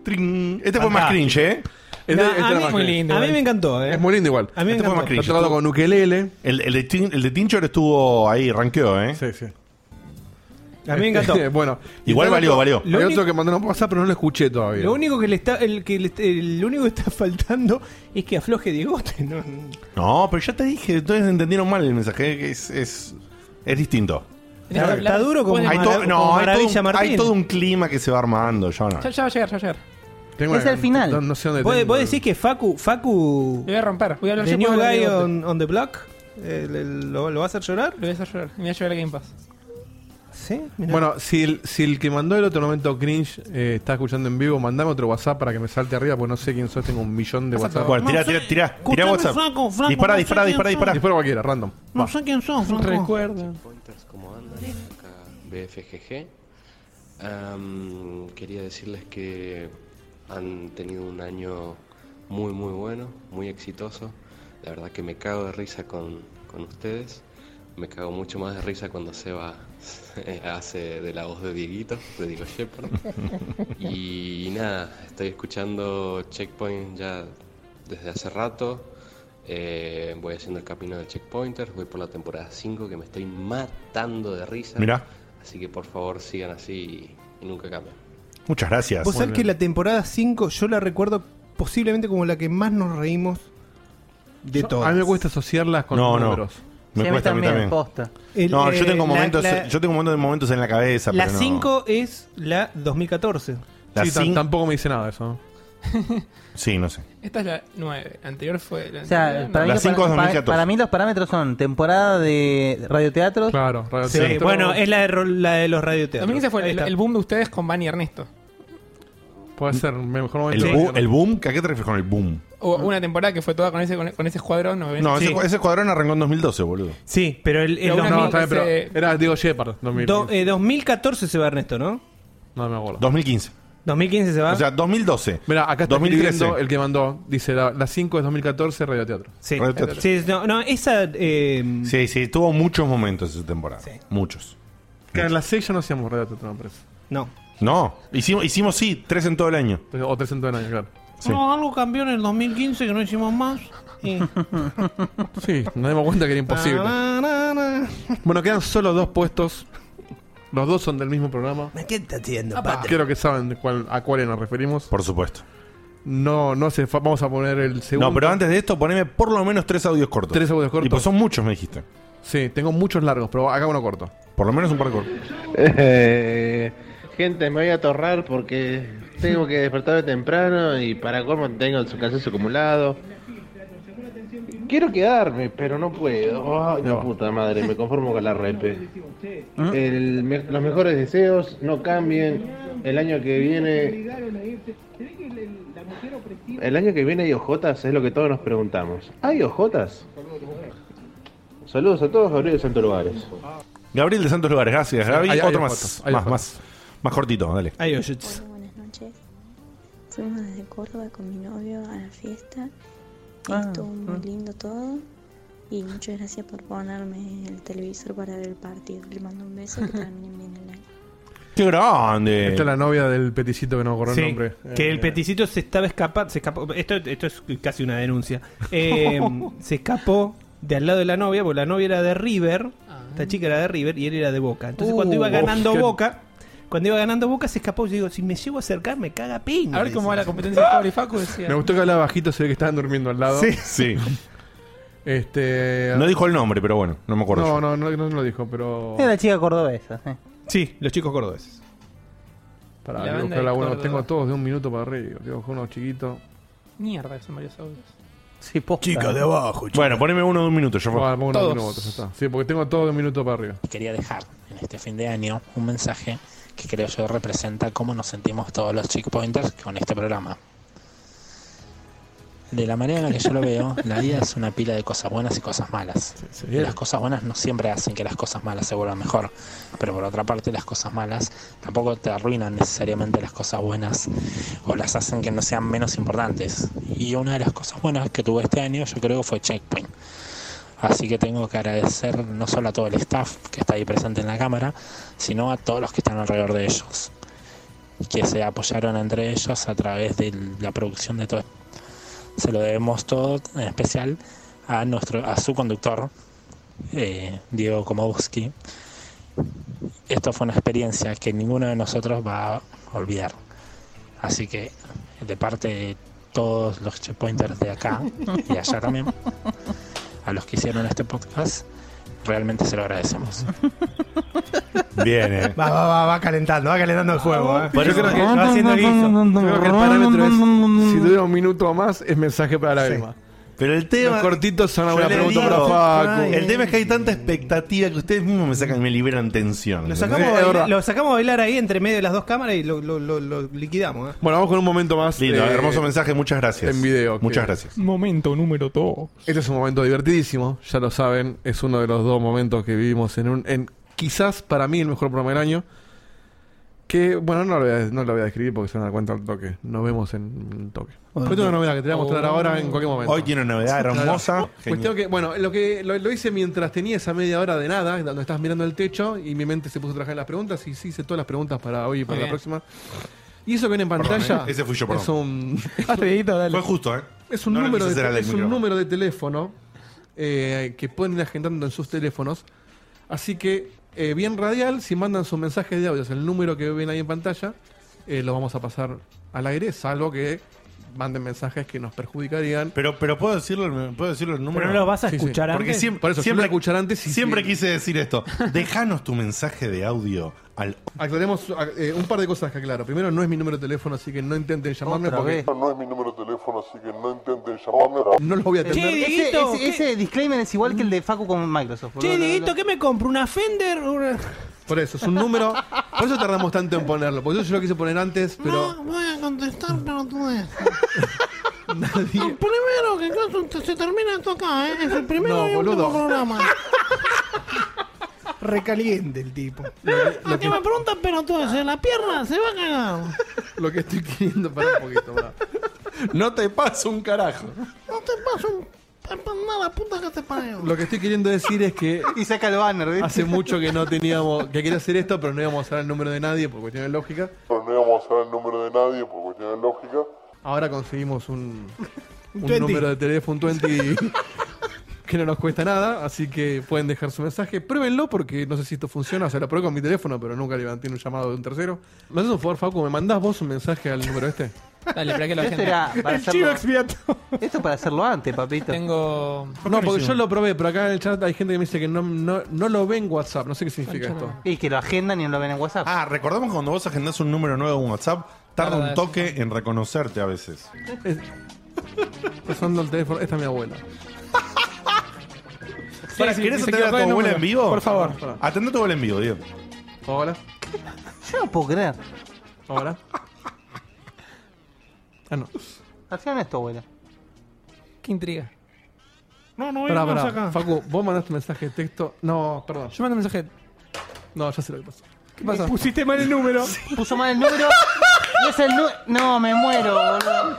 S7: Tring. Este
S4: Ah,
S7: fue más cringe, ¿eh?
S1: Este-
S4: Nah,
S1: este
S4: a,
S1: era
S4: mí,
S1: más
S2: muy
S1: cringe.
S2: lindo,
S4: a mí
S2: eh.
S4: me encantó, ¿eh?
S1: Es muy lindo igual.
S4: A mí me
S7: Este fue
S4: encantó.
S7: más
S1: Está
S7: cringe.
S1: tocado con ukelele.
S7: El, el, de Tin- el de Tinchor estuvo ahí, ranqueó, ¿eh?
S1: Sí, sí.
S4: A mí me encantó.
S1: bueno.
S7: Igual
S1: y
S7: valió,
S1: otro-
S7: valió.
S1: Hay
S4: Lo
S1: otro que mandó no pasar, pero no lo escuché todavía.
S4: Lo único que le está, el que le está- el único que está faltando es que afloje Diegote. ¿no?
S7: No, pero ya te dije, ustedes entendieron mal el mensaje. ¿eh? que Es, es, es distinto.
S2: Tenés que
S4: Está,
S2: hablar.
S4: duro como,
S2: Bueno,
S7: Hay,
S4: Mara-
S7: to-
S4: como
S7: no, hay, todo
S4: Maravilla
S7: un,
S4: Martín.
S7: hay todo un clima que se va armando, yo no.
S2: Ya, ya va a llegar, ya va a llegar.
S1: Tengo
S9: Es
S1: una-
S9: el final.
S1: No, no sé dónde
S4: ¿Vos,
S1: tengo
S4: vos
S1: el-
S4: decís que Facu, Facu,
S2: Lo voy a romper. Voy a hablar
S4: The
S2: yo
S4: New
S2: puedo hablar
S4: Guy
S2: de Diegote.
S4: on, on the Block, eh, le- lo, lo va a hacer llorar?
S2: Lo voy a hacer llorar. Me voy a llevar a Game Pass.
S4: Sí, mirá.
S1: Bueno, si el, si el que mandó el otro momento cringe eh, está escuchando en vivo, mandame otro WhatsApp para que me salte arriba, porque no sé quién sos, tengo un millón de WhatsApp.
S7: Bueno, tira, tira, tira, tira WhatsApp. dispara, dispara, dispara, dispara.
S1: Disparo cualquiera, random. Va.
S2: Recuerda.
S10: Pointers, ¿cómo andan? Acá BFGG. Am, quería decirles que han tenido un año muy, muy bueno, muy exitoso. La verdad que me cago de risa con, con ustedes. Me cago mucho más de risa cuando Seba eh, hace de la voz de Dieguito, de Diego Shepard. Y nada, estoy escuchando Checkpoint ya desde hace rato. Eh, voy haciendo el camino del Checkpointer. Voy por la temporada 5 que me estoy matando de risa.
S7: Mirá,
S10: Así que por favor sigan así y nunca cambien.
S7: muchas gracias.
S4: Vos sabés que la temporada 5 yo la recuerdo posiblemente como la que más nos reímos de
S1: Yo-
S4: todas.
S1: A mí me cuesta asociarlas con
S7: No,
S1: los
S7: no.
S1: números.
S7: Me
S9: Sí, a mí
S7: cuesta a mí también.
S9: posta.
S4: El,
S7: No,
S4: eh,
S7: yo tengo
S4: la-
S7: momentos,
S4: la-
S7: yo tengo momentos, momentos en la cabeza.
S4: La
S7: pero no.
S4: 5 es la 2014.
S7: La
S1: Sí, tan-
S7: cin-
S1: tampoco me dice nada Ah, eso.
S7: Sí, no sé.
S2: Esta es la 9. La anterior fue. La
S9: O sea,
S2: anterior,
S9: para,
S7: La
S9: mí,
S7: cinco es
S9: para-
S7: 2014.
S9: para mí los parámetros son temporada de radioteatros.
S1: Claro, radio-
S4: Sí,
S1: sí.
S4: bueno, es la de, ro- la de los radioteatros.
S2: 2015 fue
S4: Ahí
S2: el,
S4: está.
S2: el boom de ustedes con Van y Ernesto.
S1: Puede ser el mejor
S7: El,
S1: momento.
S7: bu- el boom, ¿a qué te refieres con el boom?
S2: Hubo una temporada que fue toda con ese, con, con ese escuadrón. ¿no ven?
S7: No,
S4: Sí.
S7: ese, ese cuadrón arrancó en 2012, boludo.
S4: Sí, pero el, el
S2: La
S4: dos-
S2: una
S1: No,
S2: mil-
S1: está bien, pero
S2: ese-
S1: era Diego Shepard. 2000.
S4: do- eh, 2014 se va Ernesto, ¿no?
S1: no me acuerdo.
S7: 2015.
S4: 2015 se va.
S7: O sea, 2012.
S1: Mira, acá está
S7: 2013.
S1: escribiendo el que mandó. Dice, la, la 5 es 2014, Radio Teatro.
S4: sí.
S7: Radioteatro.
S4: eh, Sí, no, no, esa. eh,
S7: Sí, sí, tuvo muchos momentos esa temporada.
S4: Sí.
S7: Muchos.
S1: Que en la 6 ya no hacíamos Radio Teatro, me parece.
S4: No.
S7: No, hicimos, hicimos sí, tres en todo el año.
S1: O 300 años, claro.
S7: Sí.
S4: No, algo cambió en el 2015 que no hicimos más.
S1: Sí, nos dimos cuenta que era imposible.
S4: Ah.
S1: Bueno, quedan solo dos puestos. Los dos son del mismo programa. Ah,
S4: ¿Qué está haciendo,
S1: Creo que saben de cuál- a cuáles nos referimos.
S7: Por supuesto.
S1: No, no sé, fa- vamos a poner el segundo.
S7: No, pero antes de esto, poneme por lo menos tres audios cortos.
S1: Tres audios cortos.
S7: Y pues son muchos, me dijiste.
S1: Sí, tengo muchos largos, pero acá uno corto.
S7: Por lo menos un par de cortos.
S11: Eh, Gente, me voy a atorrar porque tengo que despertarme temprano y para cómo tengo el cansancio acumulado. Quiero quedarme, pero no puedo. Ay, la puta madre, me conformo con la repe. El me- los mejores deseos no cambien. El año que viene, el año que viene hay ojotas, es lo que todos nos preguntamos. ¿Hay ojotas? Saludos a todos, Gabriel de Santos Lugares.
S7: Gabriel de Santos Lugares, gracias,
S11: Sí,
S7: Gaby.
S11: hay- hay
S7: Otro
S11: fotos,
S7: más.
S11: hay
S7: Más,
S11: fotos.
S7: más. Más cortito, dale.
S2: Ay,
S12: Buenas noches. Fuimos desde Córdoba con mi novio a la fiesta.
S9: Ah,
S12: Estuvo muy
S9: ah.
S12: lindo todo. Y muchas gracias por ponerme el televisor para ver el partido. Le mando un beso que terminen bien el año.
S7: ¡Qué grande!
S1: Esta es la novia del peticito que no corrió
S4: Sí,
S1: el nombre.
S4: Que el
S1: Eh,
S4: peticito se estaba escapando. Se escapó, esto, esto es casi una denuncia. Eh, se escapó de al lado de la novia, porque la novia era de River.
S2: Ah.
S4: Esta chica era de River y él era de Boca. Entonces,
S2: Uh,
S4: cuando iba ganando
S2: qué-
S4: Boca, cuando iba ganando Boca, se escapó. Yo digo, si me llego a acercar, me caga piña.
S2: A ver cómo va la competencia de Pablo y Facu, decía.
S1: Me gustó que hablaba bajito, se ve que estaban durmiendo al lado.
S7: Sí. Sí.
S1: Este.
S7: No dijo el nombre, pero bueno, no me acuerdo.
S1: No,
S7: yo.
S1: no, no, no lo dijo, pero.
S9: Era la chica cordobesa. eh.
S4: Sí, los chicos cordobeses.
S1: Para
S2: La
S1: la
S2: banda de
S1: bueno,
S2: Córdoba.
S1: tengo a todos de un minuto para arriba. Que bajó unos chiquitos.
S2: Mierda, son varios audios.
S9: Sí, posta.
S1: Chica de abajo,
S7: Bueno, poneme uno de un minuto, yo
S1: Bueno, pongo uno de un
S13: Todos.
S1: minuto, ya está. Sí, porque tengo a todos de un minuto para arriba.
S13: Y quería dejar en este fin de año un mensaje que creo yo representa cómo nos sentimos todos los checkpointers con este programa. De la manera en la que yo lo veo, la vida es una pila de cosas buenas y cosas malas. Y las cosas buenas no siempre hacen que las cosas malas se vuelvan mejor, pero por otra parte las cosas malas tampoco te arruinan necesariamente las cosas buenas o las hacen que no sean menos importantes. Y una de las cosas buenas que tuve este año yo creo fue Checkpoint. Así que tengo que agradecer no solo a todo el staff que está ahí presente en la cámara, sino a todos los que están alrededor de ellos, que se apoyaron entre ellos a través de la producción de todo. Se lo debemos todo, en especial a nuestro, a su conductor, eh, Diego Komowski. Esto fue una experiencia que ninguno de nosotros va a olvidar. Así que de parte de todos los checkpointers de acá y allá también, a los que hicieron este podcast, realmente se lo agradecemos.
S7: Bien, eh.
S14: Va, va, va, va calentando, va calentando el
S2: Ah,
S14: juego. ¿eh?
S1: Yo creo que,
S14: va haciendo el guiso.
S1: Yo creo que el parámetro es si dura un minuto o más, es mensaje para la víctima.
S7: Pero el tema.
S1: Los cortitos son
S7: Yo
S1: una
S7: le
S1: pregunta
S7: digo,
S1: para Facu.
S7: El tema es que hay tanta expectativa que ustedes mismos me sacan y me liberan tensión.
S4: Lo
S7: ¿entendés?
S4: sacamos, a
S7: Es
S4: bailar,
S7: verdad.
S4: lo sacamos a bailar ahí entre medio de las dos cámaras y lo, lo- lo- lo liquidamos. eh.
S1: Bueno, vamos con un momento más.
S7: Lindo,
S1: eh,
S7: hermoso mensaje, muchas gracias.
S1: En video.
S7: Muchas
S1: que-
S7: gracias.
S2: Momento número 2.
S1: Este es un momento divertidísimo, ya lo saben, es uno de los dos momentos que vivimos en un en quizás para mí el mejor programa del año. Que bueno, no lo voy a, no lo voy a describir porque se van a dar cuenta al toque. Nos vemos en un toque. Hoy tengo una novedad que te voy a mostrar ahora en cualquier momento.
S7: Hoy tiene una novedad hermosa.
S1: Cuestión que, bueno, lo que lo, lo hice mientras tenía esa media hora de nada, donde estás mirando el techo y mi mente se puso a trabajar en las preguntas y sí hice todas las preguntas para hoy y para la
S7: Muy bien.
S1: próxima. Y eso que ven en pantalla.
S7: Perdón, ¿eh? Ese fui yo, perdón.
S1: Es un, Ah,
S7: Fue justo, ¿eh?
S1: es un,
S7: No lo
S1: número,
S7: quise hacer al
S1: de,
S7: del
S1: es un
S7: micrófono.
S1: número de teléfono eh, que pueden ir agendando en sus teléfonos. Así que, eh, bien radial, si mandan sus mensajes de audio, el número que ven ahí en pantalla, eh, lo vamos a pasar al aire, salvo que manden mensajes que nos perjudicarían.
S7: Pero, pero puedo decirlo, puedo decirlo el número.
S1: Sí, sí.
S7: Porque siempre,
S1: Por eso,
S7: siempre,
S1: yo lo escucharé antes y-
S7: siempre quise decir esto. Dejanos tu mensaje de audio al.
S1: Aclaremos eh, un par de cosas que aclaro. Primero, no es mi número de teléfono, así que no intenten llamarme porque
S15: No es mi número de teléfono, así que no intenten llamarme.
S1: no los voy a atender.
S9: Ese, ese- ese disclaimer es igual que el de Facu con Microsoft.
S4: Che,
S9: boludo.
S4: Dieguito, ¿qué me compro? ¿Una Fender? o una-
S1: Por eso, es un número. Por eso tardamos tanto en ponerlo. Por eso yo lo quise poner antes, pero.
S16: Voy a contestar, pero tú ves. El primero que caso se termina esto acá, ¿eh? Es el primero
S1: No,
S16: y último
S1: boludo.
S16: programa.
S4: Recaliente el tipo.
S16: A que me preguntan, pero tú ves, ¿eh? la pierna se va a cagar.
S1: Lo que estoy queriendo para un poquito, pará. No te paso un carajo.
S16: No te pasa un... Nada, puta que te parió.
S1: Lo que estoy queriendo decir es que.
S9: Y saca el banner, ¿viste?
S1: Hace mucho que no teníamos. que quería hacer esto, pero no íbamos a dar el número de nadie por cuestiones lógicas.
S15: Pero no íbamos a saber el número de nadie por cuestiones lógicas.
S1: Ahora conseguimos un. un
S15: 20.
S1: número de teléfono, un 20. Que no nos cuesta nada, así que pueden dejar su mensaje. Pruébenlo porque no sé si esto funciona. O sea, lo probé con mi teléfono, pero nunca levanté un llamado de un tercero. ¿Me haces un favor, Facu? ¿Me mandás vos un mensaje al número este?
S2: Dale, para que la
S3: Esto
S2: gente-
S3: era para
S2: El
S3: hacerlo-
S2: chivo
S3: Esto es para hacerlo antes, papito.
S2: Tengo.
S1: No, porque yo lo probé, pero acá en el chat hay gente que me dice que no, no, no lo ve en WhatsApp. No sé qué significa esto.
S3: Y que lo agendan y no lo ven en WhatsApp.
S7: Ah, recordemos que cuando vos agendás un número nuevo en WhatsApp, tarda
S1: Tarda
S7: un toque en reconocerte a veces.
S1: Está sonando el teléfono. Esta es mi abuela.
S7: Pará,
S1: sí,
S7: ¿Querés
S1: se
S7: atender a
S1: equivocó
S7: tu
S1: de
S7: abuela
S1: número.
S7: en vivo?
S1: Por favor.
S7: Atende a tu abuela en vivo, Diego.
S1: Hola.
S3: Yo no puedo creer.
S1: Hola. Ah, no.
S3: Hacían esto, abuela.
S2: Qué intriga.
S17: No, no,
S1: Pará,
S17: no
S1: pará.
S17: saca.
S1: Facu, vos mandaste mensaje de texto. No, perdón. Yo
S2: mandé mensaje.
S1: No, ya sé lo que pasó. ¿Qué
S3: pasa?
S1: pasó?
S3: Pusiste
S2: mal el número.
S3: Puso mal el número. y es el nu- No, me muero, boludo.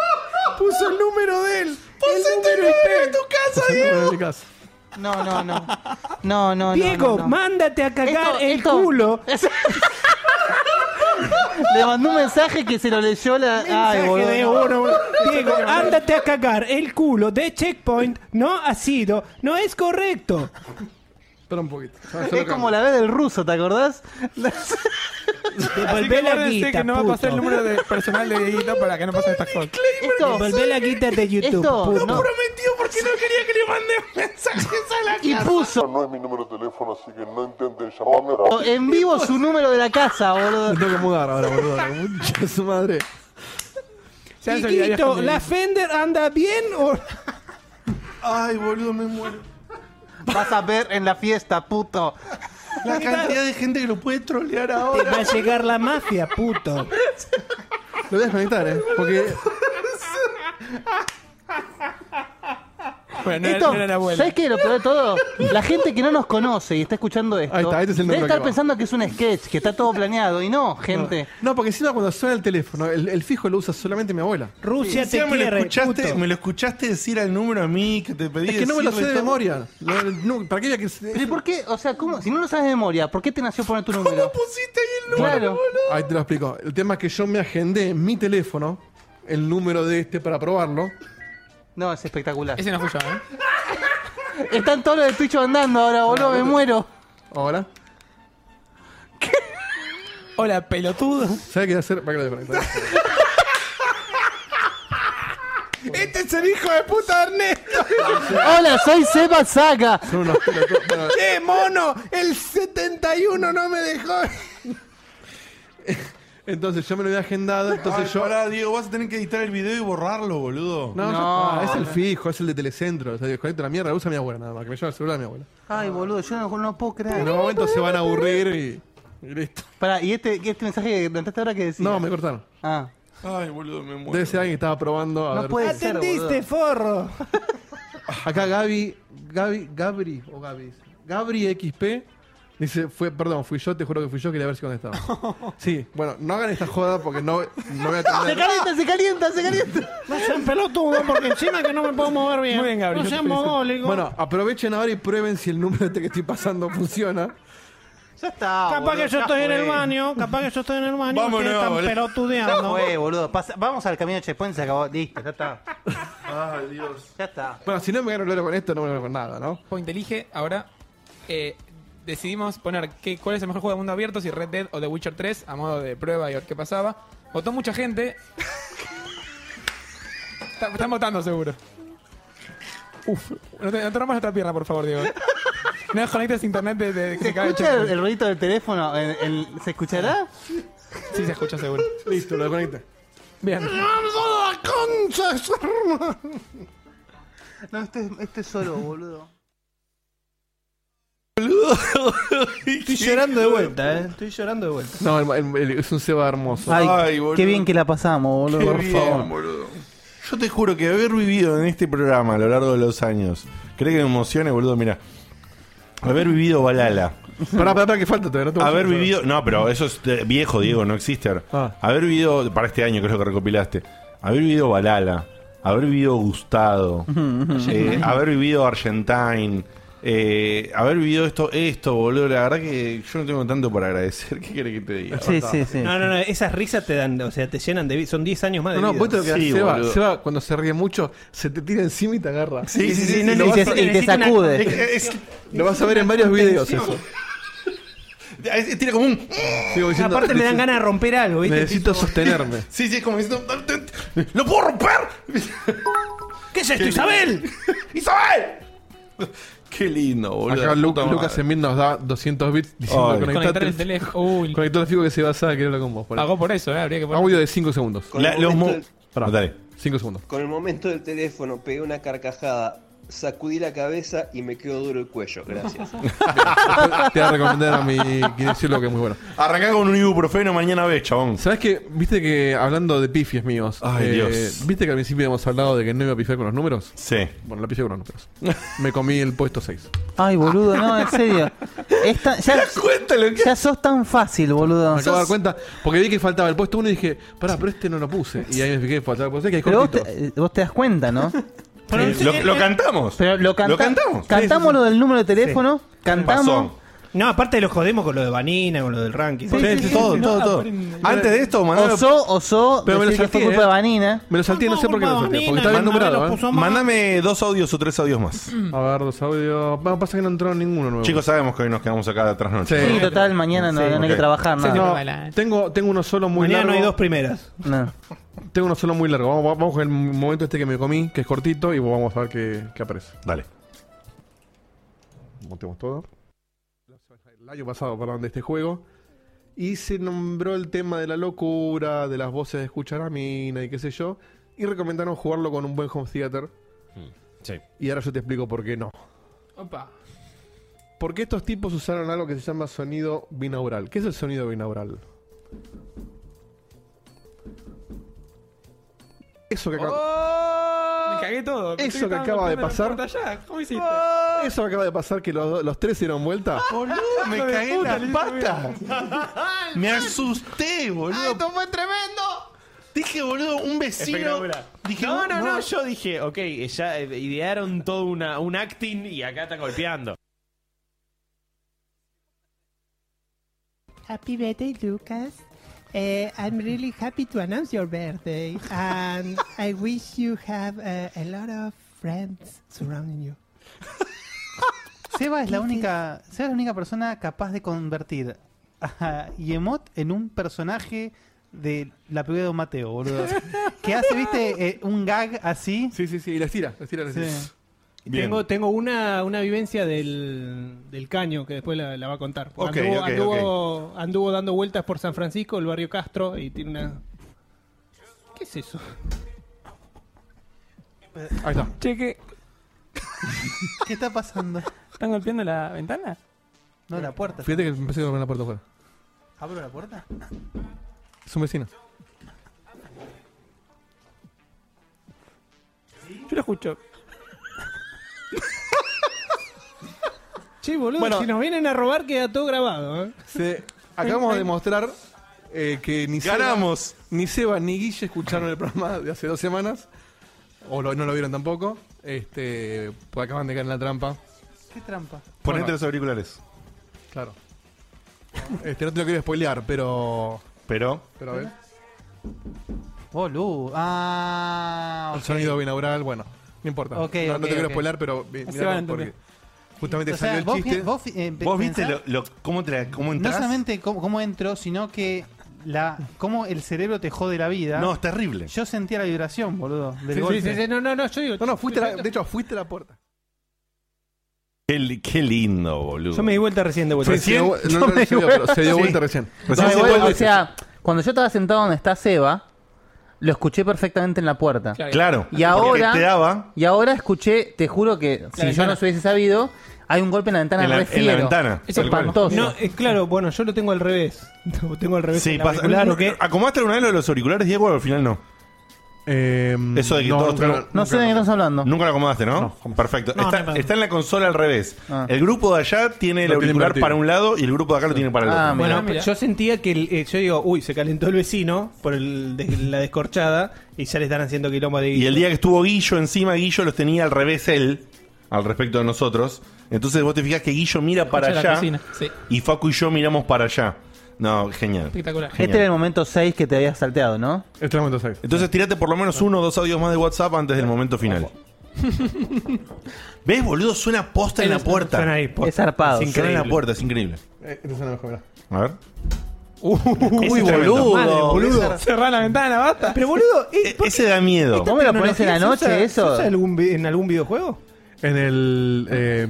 S1: Puso el número de él.
S3: Pusiste el número de tu casa, Diego. No, no, no. No, no, no,
S4: Diego,
S3: no, no.
S4: mándate a cagar
S3: Esto-
S4: el
S3: esto-
S4: culo.
S3: Le mandó un mensaje que se lo leyó la. Ay, boludo.
S4: Diego, ándate a cagar el culo de checkpoint. No ha sido, no es correcto.
S1: Espera un poquito.
S3: Es como la vez del ruso, ¿te acordás?
S2: Así que acuérdense que no va a pasar el número de personal de Dieguito para que no pasen estas cosas.
S3: Esto- Volvé la guita de YouTube, Esto- puto. no.
S9: prometió porque no quería que le mande mensajes a la
S3: Y casa. puso-
S9: No es mi número de teléfono, así que no intenten llamarme.
S1: Oh, em-
S3: En vivo su número de la casa, boludo.
S1: tengo que mudar ahora, boludo. Mucha su madre.
S4: Chiquito, ¿la Fender anda bien o.?
S7: Ay, boludo, me muero.
S3: Vas a ver en la fiesta, puto.
S7: La cantidad de gente que lo puede trolear
S4: Te va
S7: ahora.
S4: a llegar la mafia, puto.
S1: Lo voy a desconectar, eh. Porque.
S2: Bueno, no era-
S3: Esto,
S2: no era la abuela.
S3: ¿Sabes qué? Lo peor de todo, la gente que no nos conoce y está escuchando esto,
S1: Ahí está, este es el
S3: debe
S1: número
S3: estar
S1: que va.
S3: pensando que es un sketch, que está todo planeado. Y no, gente.
S1: No, porque encima cuando suena el teléfono, el, el fijo lo usa solamente mi abuela.
S7: Rusia te me, lo escuchaste, me lo escuchaste decir al número a mí que te pedí.
S1: Es que no me lo sé
S7: decirle
S1: de
S7: todo.
S1: memoria. Lo- no, ¿Para qué voy a que.?
S3: Pero ¿y por qué? O sea, ¿cómo? si no lo sabes de memoria, ¿por qué te nació poner tu número?
S7: pusiste ahí el
S1: Bueno, ahí te lo explico. El tema es que yo me agendé en mi teléfono el número de este para probarlo.
S3: No, es espectacular.
S2: Ese no fui yo, ¿eh?
S3: Están todos los de Twitch andando ahora, boludo, me muero.
S1: Hola.
S2: Hola, pelotudo.
S1: ¿Sabes qué voy a hacer? Para que lo desconecte.
S17: Este es el hijo de puta Ernesto.
S3: Hola, soy Seba Saga.
S1: Son unos pelotudos. Bueno,
S17: ¡Qué mono! El 71 no me dejó.
S1: Entonces yo me lo había agendado, entonces
S7: Ay,
S1: yo.
S7: pará, Diego, vas a tener que editar el video y borrarlo, boludo.
S1: No, ya está, es el fijo, es el de Telecentro. O sea, desconecto la mierda, usa mi abuela nada más, que me lleva el celular de mi abuela.
S3: Ay, boludo, yo no, no puedo creer.
S1: En un momento se van a aburrir y. y listo.
S3: Pará, ¿y este, este mensaje que plantaste ahora qué decía?
S1: No, me cortaron.
S3: Ah.
S7: Ay, boludo, me muero.
S1: Debe ser alguien que estaba probando. A
S3: No
S1: ver.
S3: puede ser,
S4: Atendiste, forro.
S1: Acá Gaby, Gaby, Gabri, o Gaby, dice. Gabri XP, dice, fue, perdón, fui yo, te juro que fui yo, quería ver si contestaba. sí, bueno, no hagan esta joda porque no, no voy a
S3: Se
S1: atender.
S3: calienta, se calienta, se calienta.
S17: No sean pelotudos porque encima que no me puedo mover bien.
S2: Muy bien, Gabriel.
S17: No sean mogólicos.
S1: Bueno, aprovechen ahora y prueben si el número este que estoy pasando funciona.
S3: Ya está.
S17: capaz
S3: boludo,
S17: que yo
S3: ya
S17: estoy en
S3: fue.
S17: el baño, capaz que yo estoy en el baño.
S3: Vámonos,
S17: ustedes están
S3: boludo. Ya
S17: pelotudeando.
S3: fue, boludo. Pasa- vamos al camino de checkpoint, se acabó. Listo, ya está.
S7: Ay, Dios.
S3: Ya está.
S1: Bueno, si no me gano el oro con esto, no me gano con nada, ¿no?
S2: Point elige, ahora eh, decidimos poner qué, cuál es el mejor juego de mundo abierto, si Red Dead o The Witcher 3, a modo de prueba y a ver qué pasaba. Votó mucha gente. Está- están votando seguro. Uf, no te, no te rompas otra pierna, por favor, Diego. No desconectes internet de, de que
S3: ¿Se
S2: se cae
S3: escucha el, el ruido del teléfono? ¿El- el- ¿Se escuchará?
S2: Sí, se escucha seguro.
S1: Listo, lo desconecté.
S2: Bien.
S17: ¡Vamos a la concha! de su hermana!
S3: No, este, es- este es solo, boludo.
S18: Estoy llorando de vuelta, eh. Estoy llorando de vuelta.
S1: No, el- el- el- es un ceba hermoso.
S3: Ay, qué bien que la pasamos, boludo.
S7: Qué
S3: Por
S7: bien,
S3: favor.
S7: boludo. Yo te juro que haber vivido en este programa a lo largo de los años. ¿Crees que me emocione, boludo? Mira. Haber vivido Balala.
S1: Pará, pará, pará, que falta todavía. no te
S7: Haber
S1: vas a-
S7: vivido. No, pero eso es eh, viejo, Diego, no existe ahora.
S1: Ah.
S7: Haber vivido. Para este año, que es lo que recopilaste. Haber vivido Balala. Haber vivido Gustado. eh, haber vivido Argentine. eh, haber vivido esto, esto, boludo. La verdad que yo no tengo tanto para agradecer. ¿Qué querés que te diga?
S18: No, no, no. Esas risas te dan, o sea, te llenan de vida. Son 10 años más de
S1: No, no,
S18: vida.
S1: vos te lo que hace Seba, Seba, cuando se ríe mucho, se te tira encima y te agarra.
S18: Sí, sí, sí, sí, no,
S1: lo
S18: y
S1: vas
S18: te-
S1: a-
S18: y te sacude.
S1: Es- es- Lo vas a ver en varios videos eso.
S7: Ah, Tiene como un.
S1: Sigo diciendo-
S18: Aparte me dan ganas de romper algo, ¿viste?
S1: Necesito sostenerme.
S7: Sí, sí, es como diciendo.
S5: ¡Lo puedo romper!
S15: ¿Qué es
S5: Qué
S15: esto, Isabel?
S5: ¡Isabel! Qué lindo, boludo.
S1: Acá
S5: la
S1: Lu-
S5: puta madre.
S1: Lucas Emil nos da 200 bits diciendo
S5: Ay.
S1: conectar
S2: Conectar
S1: el
S2: el teléfono. Uy,
S1: Conectó el fijo que se basaba a quererlo con vos.
S2: pagó por eso, eh, habría que poner.
S1: Audio de 5 segundos.
S2: Con La- el los momento
S1: mo-
S2: mo- del-
S1: Pará, 5 segundos.
S19: Con el momento del teléfono pegué una carcajada, sacudí la cabeza y me quedó duro el cuello. Gracias.
S1: Te voy a recomendar a mi kinesiólogo que es muy bueno.
S7: Arrancá con un ibuprofeno mañana ves, chabón.
S1: ¿Sabes qué? Viste que hablando de pifies míos. eh,
S7: Ay, Dios.
S1: ¿Viste que al principio hemos hablado de que no iba a pifiar con los números?
S7: Sí.
S1: Bueno, la pifié con los números. Me comí el puesto 6.
S3: Ay, boludo, no, en serio. Es tan- ya, ya sos tan fácil, boludo.
S1: Me acabo de dar cuenta, porque vi que faltaba el puesto 1 y dije, pará, pero este no lo puse. Y ahí me fijé, faltaba el puesto 6, que hay
S3: Pero vos
S1: cortito.
S3: te, eh, vos te das cuenta, ¿no?
S1: Sí. Lo- lo
S7: cantamos.
S3: Pero lo, canta-
S1: Lo cantamos.
S3: Cantamos lo del número de teléfono. Cantamos.
S14: No, aparte los jodemos con lo de Vanina, con lo del ranking.
S3: Sí, sí, sí,
S14: todo,
S3: sí,
S14: todo,
S3: no
S14: todo.
S3: aprende.
S14: Antes de esto, mandame.
S3: Osó, osó.
S14: Pero me
S3: decir
S14: lo
S3: que fue
S14: salteé,
S3: culpa
S14: eh.
S3: de Vanina.
S1: Me lo salté, no sé por qué me lo salté. Porque está bien numerado, ¿eh?
S7: Mándame dos audios o tres audios más.
S1: A ver, los audios. Bueno, pasa que no entró ninguno nuevo.
S7: Chicos, sabemos que hoy nos quedamos acá de atrás noche.
S1: Sí, total, mañana
S3: no- no hay que trabajar, nada.
S1: No, tengo, tengo uno solo muy
S14: eh. Mañana
S1: largo.
S14: no hay dos primeras.
S3: No.
S1: Tengo uno solo muy largo. Vamos, vamos con el momento este que me comí, que es cortito, y vamos a ver qué, qué aparece.
S7: Dale.
S1: Montemos todo. El año pasado, perdón, de este juego. Y se nombró el tema de la locura, de las voces de escuchar a mina y qué sé yo. Y recomendaron jugarlo con un buen home theater.
S7: Sí.
S1: Y ahora yo te explico por qué no.
S2: Opa.
S1: Porque estos tipos usaron algo que se llama sonido binaural. ¿Qué es el sonido binaural? Eso que acaba,
S2: Me cagué todo. Pensé
S1: Eso que
S2: estaban
S1: acaba de
S2: golpeando la
S1: pasar.
S2: puerta allá. Oh. ¿Cómo hiciste?
S1: Oh. eso que acaba de pasar, que los, los tres se dieron vuelta.
S5: me
S2: Hijo de
S5: cagué
S2: puta,
S5: en
S2: le
S5: la
S2: hizo bien.
S5: pata. Me asusté, boludo.
S15: ¡Esto fue tremendo!
S5: Dije, boludo, un vecino. Dije,
S15: no, no, no,
S5: no.
S15: yo dije, ok, ya eh, idearon todo una, un acting y acá están golpeando.
S20: Happy birthday, Lucas. Eh, I'm really happy to announce your birthday, and I wish you have uh, a lot of friends surrounding you.
S3: Seba es la única, Seba es la única persona capaz de convertir a Yemot en un personaje de la película de Don Mateo, boludo. que hace, viste, eh, un gag así.
S1: Sí, sí, sí, y la estira, la estira, la estira. Bien.
S4: Tengo, tengo una, una vivencia del, del caño que después la, la va a contar.
S1: Ok,
S4: anduvo,
S1: ok,
S4: anduvo, anduvo dando vueltas por San Francisco, el barrio Castro, y tiene una. ¿Qué es eso?
S1: Ahí está.
S2: Che, ¿qué?
S3: ¿Qué está pasando?
S2: ¿Están golpeando la ventana?
S3: No, la puerta.
S1: Fíjate que empecé a dormir la puerta afuera.
S3: ¿Abro la puerta?
S1: Es un vecino.
S2: Yo lo escucho.
S4: Che, boludo,
S1: Bueno.
S4: si nos vienen a robar queda todo grabado, ¿eh?
S1: Se-
S2: eh.
S1: acabamos de demostrar eh, que ni
S7: Ganamos.
S1: Seba, ni Seba ni Guille escucharon el programa de hace dos semanas. O lo- no lo vieron tampoco. Este, pues acaban de caer en la trampa.
S3: ¿Qué trampa?
S7: Ponete
S1: Bueno.
S7: los auriculares.
S1: Claro. Este, no te lo quiero spoilear, pero.
S7: Pero.
S1: Pero a ver.
S3: Boludo. Oh, Ah.
S1: El sonido binaural, bueno, no importa.
S3: Ok,
S1: no, no
S3: ok,
S1: te quiero
S3: ok.
S1: spoilear, pero vi-
S3: Se
S1: mirá
S3: van a
S1: porque
S3: entender.
S1: Justamente
S3: O sea,
S1: salió el
S3: vos vi-
S1: chiste.
S3: vos fi- eh, pe-
S7: ¿Vos viste
S3: pensá-
S7: lo- lo- cómo, te la- cómo
S3: No
S7: entras?
S3: solamente cómo, cómo entro, sino que la cómo el cerebro te jode la vida.
S7: No, es terrible.
S3: Yo sentía la vibración, boludo. Del
S7: Sí,
S3: golpe.
S7: sí, sí, sí,
S4: no, no, no, yo digo.
S1: No, no, fuiste a la- de hecho, fuiste a la puerta.
S7: Qué, li- qué lindo, boludo.
S14: Yo me di vuelta recién de vuelta.
S7: Recién.
S1: No, no, no, se dio- pero se dio vuelta recién.
S7: Recién
S3: No,
S7: se
S3: igual,
S7: dio
S3: o sea, cuando yo estaba sentado donde está Seba, lo escuché perfectamente en la puerta.
S7: Claro.
S3: Y
S7: Porque
S3: ahora,
S7: te daba-
S3: y ahora escuché, te juro que si yo
S4: ventana.
S3: no se hubiese sabido, hay un golpe en la ventana
S7: En la-
S3: re
S7: en la
S3: fiero.
S7: ventana.
S3: Es
S7: Tal cual.
S3: espantoso.
S4: No, es claro, bueno, yo lo tengo al revés. Lo tengo al revés.
S7: Sí,
S4: el
S7: pasa-
S4: auricular, ¿o qué?
S7: ¿Acomodaste alguna vez lo de los auriculares, Diego, o al final no? Eso de que
S1: no,
S7: todos
S1: nunca
S7: traen-
S1: lo- No sé de
S3: qué estás hablando.
S7: Nunca lo acomodaste, ¿no? Perfecto.
S1: No,
S7: está,
S1: no, no.
S7: está en la consola al revés.
S1: Ah.
S7: El grupo de allá tiene el
S1: Lo tiene
S7: auricular
S1: invertido.
S7: para un lado y el grupo de acá lo tiene
S1: Ah,
S7: para el otro.
S14: bueno, yo sentía que el- eh, yo digo, uy, se calentó el vecino por el de- la descorchada y ya le están haciendo quilombo de
S7: Y el día que estuvo Guillo encima, Guillo los tenía al revés él, al respecto de nosotros. Entonces vos te fijas que Guillo mira para
S2: Escucha la
S7: allá
S2: cocina, sí.
S7: y Facu y yo miramos para allá. No, genial.
S2: Espectacular.
S3: Este era el momento 6 que te habías salteado, ¿no?
S1: Este es el momento 6.
S7: Entonces tirate por lo menos uno o dos audios más de WhatsApp antes del momento final. ¿Ves, boludo? Suena posta en la puerta.
S1: Suena ahí, posta. Es zarpado.
S7: Suena en la
S1: Increíble.
S7: puerta, es increíble.
S1: Eh, este es una mejor, mirá.
S7: A ver. Uy, boludo, boludo.
S2: Cerrá la ventana, basta.
S14: Pero boludo, eh, ¿por
S7: E, Ese da miedo.
S14: ¿Esta
S7: ¿Vos me lo
S14: tecnología
S7: ponés en la
S14: se
S7: noche,
S14: usa-
S7: eso?
S14: se usa en algún vi- en algún videojuego?
S1: En el eh,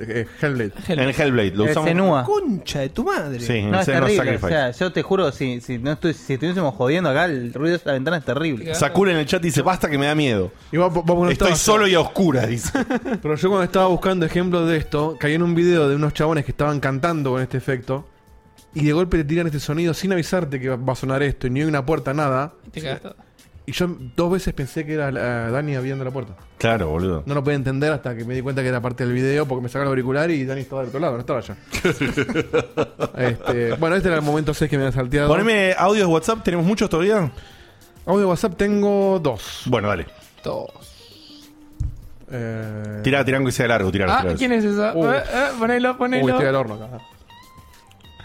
S1: eh, Hellblade.
S7: En el Hellblade, lo
S4: Eh,
S17: El
S7: usamos.
S17: Senua.
S14: Concha de tu madre.
S7: Sí, en
S17: no,
S7: el
S17: es
S7: Senua
S17: terrible. O
S7: Sacrifice.
S17: sea, yo te juro, si, si, no estu- si estuviésemos jodiendo acá, el ruido de la ventana es terrible.
S7: Sakura en el chat dice, basta que me da miedo. Estoy solo y a oscuras, dice.
S1: Pero yo cuando estaba buscando ejemplos de esto, caí en un video de unos chabones que estaban cantando con este efecto. Y de golpe te tiran este sonido sin avisarte que va- va a sonar esto. Y ni hay una puerta, nada.
S2: Te cagas todo.
S1: Y yo dos veces pensé que era la- Dani abriendo la puerta.
S7: Claro, boludo.
S1: No lo pude entender hasta que me di cuenta que era parte del video porque me sacaron el auricular y Dani estaba del otro lado, no estaba allá. Este, bueno, este era el momento 6 que me había salteado.
S7: Poneme audios WhatsApp, ¿tenemos muchos todavía?
S1: Audio WhatsApp tengo dos.
S7: Bueno, dale.
S2: Dos.
S1: Eh...
S7: Tirá, tirá aunque sea largo, tirá.
S2: Ah,
S7: tirá.
S2: ¿quién es esa?
S1: Uh.
S2: Eh, eh, ponelo, ponelo.
S1: Uy, estoy al horno acá.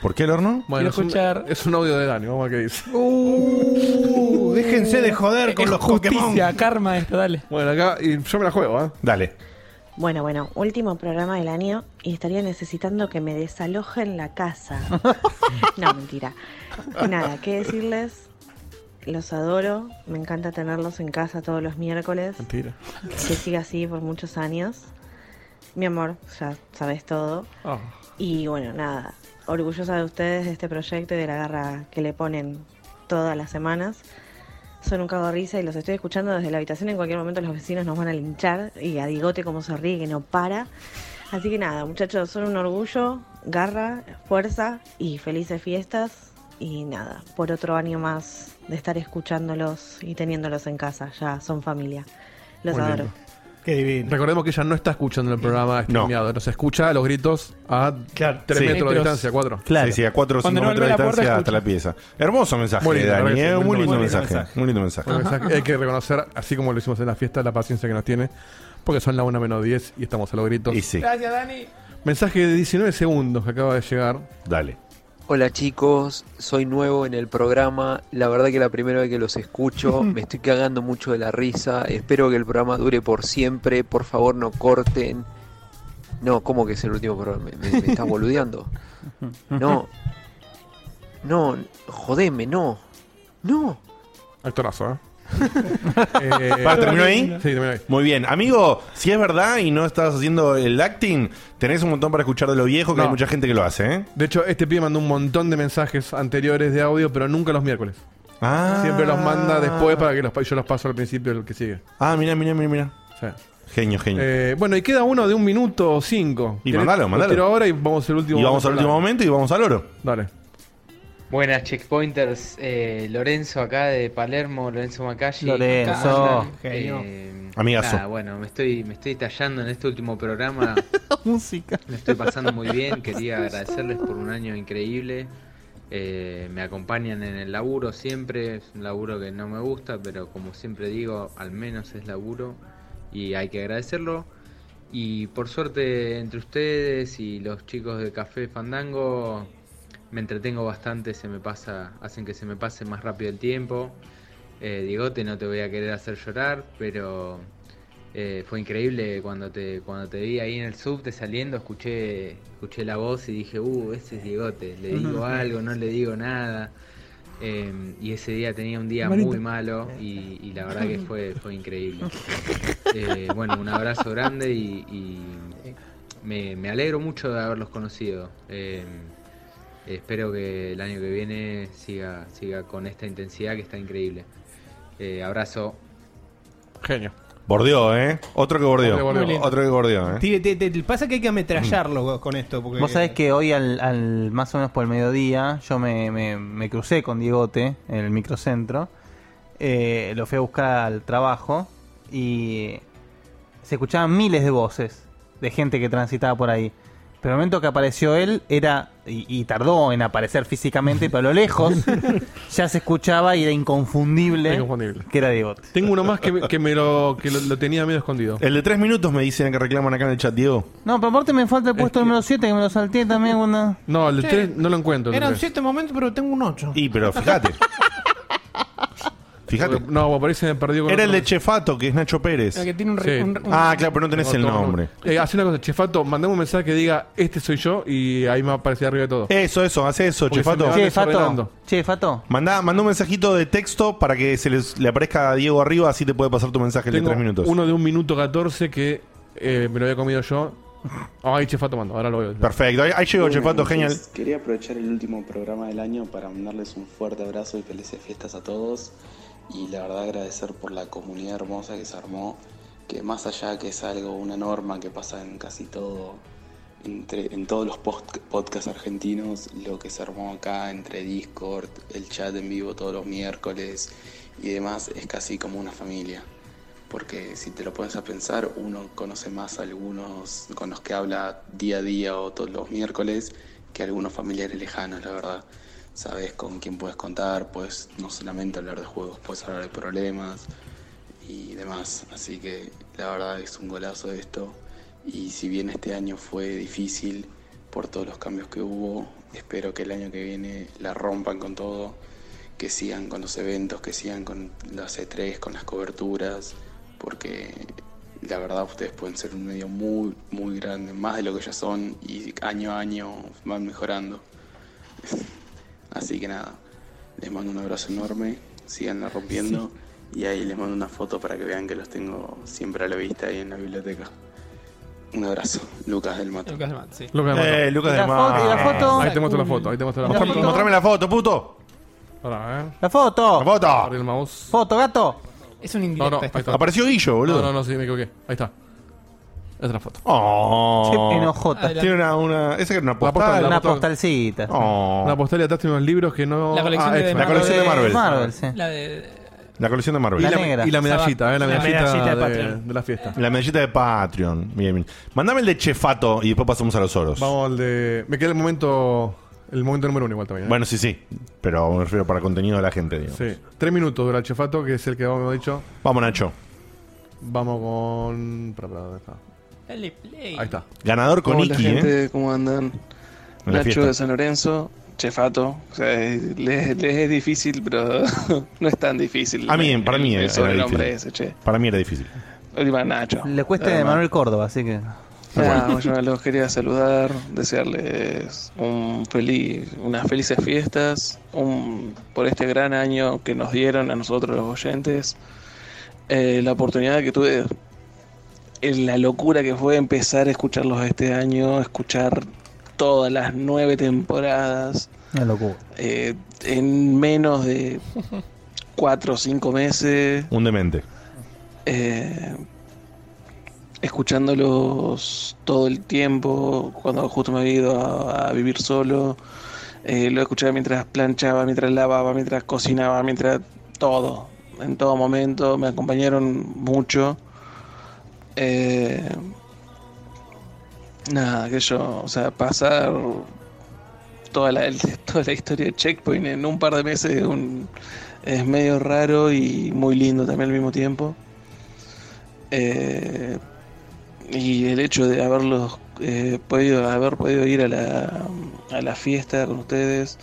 S7: ¿Por qué el horno?
S1: Bueno, es un,
S2: escuchar.
S1: es un audio de Dani, vamos a ver qué dice.
S2: Uh,
S14: déjense de joder con
S2: es
S14: los
S2: justicia,
S14: Pokémon.
S2: karma esto, dale.
S1: Bueno, acá y yo me la juego, ¿eh?
S7: Dale.
S21: Bueno, bueno, último programa del año y estaría necesitando que me desalojen la casa. No, mentira. Nada, ¿qué decirles? Los adoro, me encanta tenerlos en casa todos los miércoles.
S1: Mentira.
S21: Que siga así por muchos años. Mi amor, ya sabes todo.
S1: Ah.
S21: Y bueno, nada, orgullosa de ustedes, de este proyecto y de la garra que le ponen todas las semanas. Son un cago de risa y los estoy escuchando desde la habitación. En cualquier momento los vecinos nos van a linchar y a Digote como se ríe, que no para. Así que nada, muchachos, son un orgullo, garra, fuerza y felices fiestas. Y nada, por otro año más de estar escuchándolos y teniéndolos en casa. Ya son familia. Los
S1: Muy
S21: adoro.
S1: lindo.
S14: Qué divino.
S1: Recordemos que ella no está escuchando el programa streameado. Nos escucha a los gritos a 3
S7: Sí.
S1: metros de distancia, 4.
S7: Sí, sí, a 4 o 5
S1: Cuando no
S7: metros
S1: abre
S7: de
S1: la puerta,
S7: distancia hasta
S1: escucha.
S7: la pieza. Hermoso mensaje,
S1: Muy lindo,
S7: Dani.
S1: parece,
S7: eh,
S1: muy
S7: Muy lindo
S1: lindo
S7: mensaje.
S1: mensaje.
S7: Muy lindo mensaje.
S1: Buen mensaje. Hay que reconocer, así como lo hicimos en la fiesta, la paciencia que nos tiene. Porque son las 1 menos 10 y estamos a los gritos.
S2: Gracias, Dani.
S1: Mensaje de 19 segundos que acaba de llegar.
S7: Dale.
S22: Hola chicos, soy nuevo en el programa. La verdad que la primera vez que los escucho, me estoy cagando mucho de la risa. Espero que el programa dure por siempre. Por favor, no corten. No, ¿cómo que es el último programa? ¿Me, me- me estás boludeando? No. No, jodeme, no. No.
S1: Actorazo, ¿eh?
S7: Para, ¿terminó ahí?
S1: Sí, terminó ahí.
S7: Muy bien. Amigo, si es verdad y no estás haciendo el acting, tenés un montón para escuchar de lo viejo, que
S1: No.
S7: hay mucha gente que lo hace, ¿eh?
S1: De hecho, este pibe mandó un montón de mensajes anteriores de audio, pero nunca los miércoles.
S7: Ah.
S1: Siempre los manda después para que los, pa- yo los paso al principio del que sigue.
S7: Ah, mira, mira, mira, mira. Genio, genio.
S1: Eh, bueno, y queda uno de un minuto o cinco.
S7: Y
S1: ¿Querés-
S7: mandalo,
S1: lo
S7: mandalo.
S1: tiro ahora y vamos al último
S7: y vamos al
S1: momento.
S7: último momento y vamos al oro.
S1: Dale.
S23: Buenas checkpointers, eh, Lorenzo acá de Palermo, Lorenzo Macalli.
S17: Lorenzo,
S23: Acá andan,
S17: genio.
S23: eh,
S17: Amigazo.
S23: nada, bueno, me estoy, me estoy tallando en este último programa.
S14: Música.
S23: Me estoy pasando muy bien, quería agradecerles por un año increíble. Eh, me acompañan en el laburo siempre, es un laburo que no me gusta, pero como siempre digo, al menos es laburo y hay que agradecerlo. Y por suerte entre ustedes y los chicos de Café Fandango me entretengo bastante, se me pasa, hacen que se me pase más rápido el tiempo. Eh, Digote, no te voy a querer hacer llorar, pero eh, fue increíble cuando te, cuando te vi ahí en el subte saliendo, escuché, escuché la voz y dije, uh, ese es Diegote, le digo
S14: Ujú.
S23: algo, no le digo nada. Eh, y ese día tenía un día
S14: Marito.
S23: muy malo y, y la verdad que fue, fue increíble. Eh, bueno, un abrazo grande y, y me, me alegro mucho de haberlos conocido. Eh, espero que el año que viene siga, siga con esta intensidad que está increíble. Eh, abrazo.
S1: Genio.
S7: Bordeó, ¿eh? Otro que bordeó.
S14: Otro que bordeó.
S7: Otro que bordeó, ¿eh?
S14: Te- te- te- pasa que hay que ametrallarlo
S1: Mm.
S14: con esto. Porque
S17: Vos sabés que hoy al, al- más o menos por el mediodía yo me, me- me crucé con Diegote en el microcentro, eh, lo fui a buscar al trabajo y se escuchaban miles de voces de gente que transitaba por ahí. Pero el momento que apareció él era, y, y tardó en aparecer físicamente, pero a lo lejos ya se escuchaba y era inconfundible,
S1: Inconfundible.
S17: que era Diegote.
S1: Tengo uno más que, me- que me lo, que lo, lo tenía medio escondido.
S7: El de tres minutos me dicen que reclaman acá en el chat, Diego.
S17: No, pero aparte me falta el puesto número 7 que me lo salté también. Cuando...
S1: No, el de
S17: Sí.
S1: tres no lo encuentro. el de
S17: Era un
S1: tres.
S17: siete-
S14: En este momento, pero tengo un 8.
S7: Y pero fíjate. Fíjate.
S1: No, bueno, parece que me perdió con
S7: Era el
S1: otro.
S7: de Chefato, que es Nacho Pérez.
S1: El que tiene un re- un- un-
S7: ah, claro, pero no tenés el
S1: Otro
S7: nombre.
S1: Eh, hace una cosa, Chefato, mandame un mensaje que diga, este soy yo, y ahí me va a aparecer arriba de todo.
S7: Eso, eso, hace eso,
S1: Porque se me
S7: Chefato.
S1: van desordenando.
S17: Che, Fato.
S7: Mandá, mandá un mensajito de texto para que se les- le aparezca a Diego arriba, así te puede pasar tu mensaje el de
S1: Tengo
S7: tres minutos.
S1: uno de un minuto 14 que eh, me lo había comido yo. Ay, Chefato mando, ahora lo veo.
S7: Perfecto, ahí, ahí llegó
S6: Buenas
S7: Chefato,
S6: noches.
S7: genial.
S6: Quería aprovechar el último programa del año para mandarles un fuerte abrazo y felices fiestas a todos. Y la verdad agradecer por la comunidad hermosa que se armó, que más allá que es algo, una norma que pasa en casi todo, entre, en todos los post- podcasts argentinos, lo que se armó acá entre Discord, el chat en vivo todos los miércoles y demás, es casi como una familia. Porque si te lo pones a pensar, uno conoce más a algunos con los que habla día a día o todos los miércoles que algunos familiares lejanos, la verdad. Sabes con quién puedes contar, puedes no solamente hablar de juegos, puedes hablar de problemas y demás. Así que la verdad es un golazo esto. Y si bien este año fue difícil por todos los cambios que hubo, espero que el año que viene la rompan con todo, que sigan con los eventos, que sigan con las E3, con las coberturas, porque la verdad ustedes pueden ser un medio muy, muy grande, más de lo que ya son, y año a año van mejorando. Así que nada, les mando un abrazo enorme, sigan rompiendo, y ahí les mando una foto para que vean que los tengo siempre a la vista ahí en la biblioteca. Un abrazo, Lucas del Mato.
S2: Lucas del Mato, sí.
S1: Lucas del Mato.
S7: Eh, Lucas del Mato.
S1: Ahí te muestro la foto, ahí te muestro la
S7: Mostrame-
S1: foto.
S7: Mostrame la foto, puto.
S1: Pará, eh.
S17: La foto. La
S7: foto.
S1: Abrí el mouse.
S17: Foto, gato.
S2: Es un
S1: No, no, ahí está.
S7: Apareció Guillo, boludo.
S1: No, no, no, sí, me equivoqué. Ahí está. Esa es la foto.
S7: Oh.
S1: Che, enojota.
S7: Tiene una, una. Esa que era una
S1: La
S7: postal.
S1: postal, la Una postal.
S17: postalcita.
S7: Oh.
S1: Una postal y atrás tiene unos libros que no. Ah,
S7: La colección de
S1: X-Men.
S7: Marvel. La colección de Marvel.
S17: Marvel, sí.
S2: La de.
S7: La colección de Marvel.
S1: Y la- La negra. y la medallita, eh, la La medallita medallita de de- Patreon.
S7: la fiesta. La medallita de Patreon. Bien, bien. Mandame el de Chefato y después pasamos a los oros.
S1: Vamos al de. Me queda el momento. El momento número uno igual también. ¿eh?
S7: Bueno, sí, sí. Pero me refiero para contenido de la gente, digo.
S1: Sí. Tres minutos dura el chefato, que es el que habíamos dicho.
S7: Vamos, Nacho.
S1: Vamos con. pará, pará, ¿dónde está?
S2: Dale play.
S1: Ahí está.
S7: Ganador con
S1: Hola,
S7: Iki, ¿eh?
S6: gente, ¿cómo andan?
S7: En la
S6: Nacho
S7: fiesta.
S6: de San Lorenzo, Chefato. O sea, es- les, les es difícil, pero no es tan difícil.
S7: A mí,
S6: El-
S7: para mí
S6: el,
S7: era
S6: sobrenombre
S7: difícil.
S6: ese, che.
S7: Para mí era difícil.
S6: Última Nacho.
S17: Le
S3: Este
S17: cuesta
S6: Nada
S17: de
S6: más.
S17: Manuel Córdoba, así que.
S6: Nada, yo los quería saludar, desearles un feliz, unas felices fiestas, un, por este gran año que nos dieron a nosotros los oyentes, Eh, la oportunidad que tuve, en la locura que fue empezar a escucharlos este año, escuchar todas las nueve temporadas
S17: Una locura.
S6: eh, en menos de cuatro o cinco meses,
S7: Un demente.
S6: eh, escuchándolos todo el tiempo, cuando justo me había ido a, a vivir solo. Eh, lo escuchaba mientras planchaba, mientras lavaba, mientras cocinaba, mientras todo. En todo momento me acompañaron mucho. Eh, nada, que yo, o sea, pasar toda la, toda la historia de Checkpoint en un par de meses es un- es medio raro y muy lindo también al mismo tiempo. Eh, y el hecho de haberlos eh, podido haber podido ir a la, a la fiesta con ustedes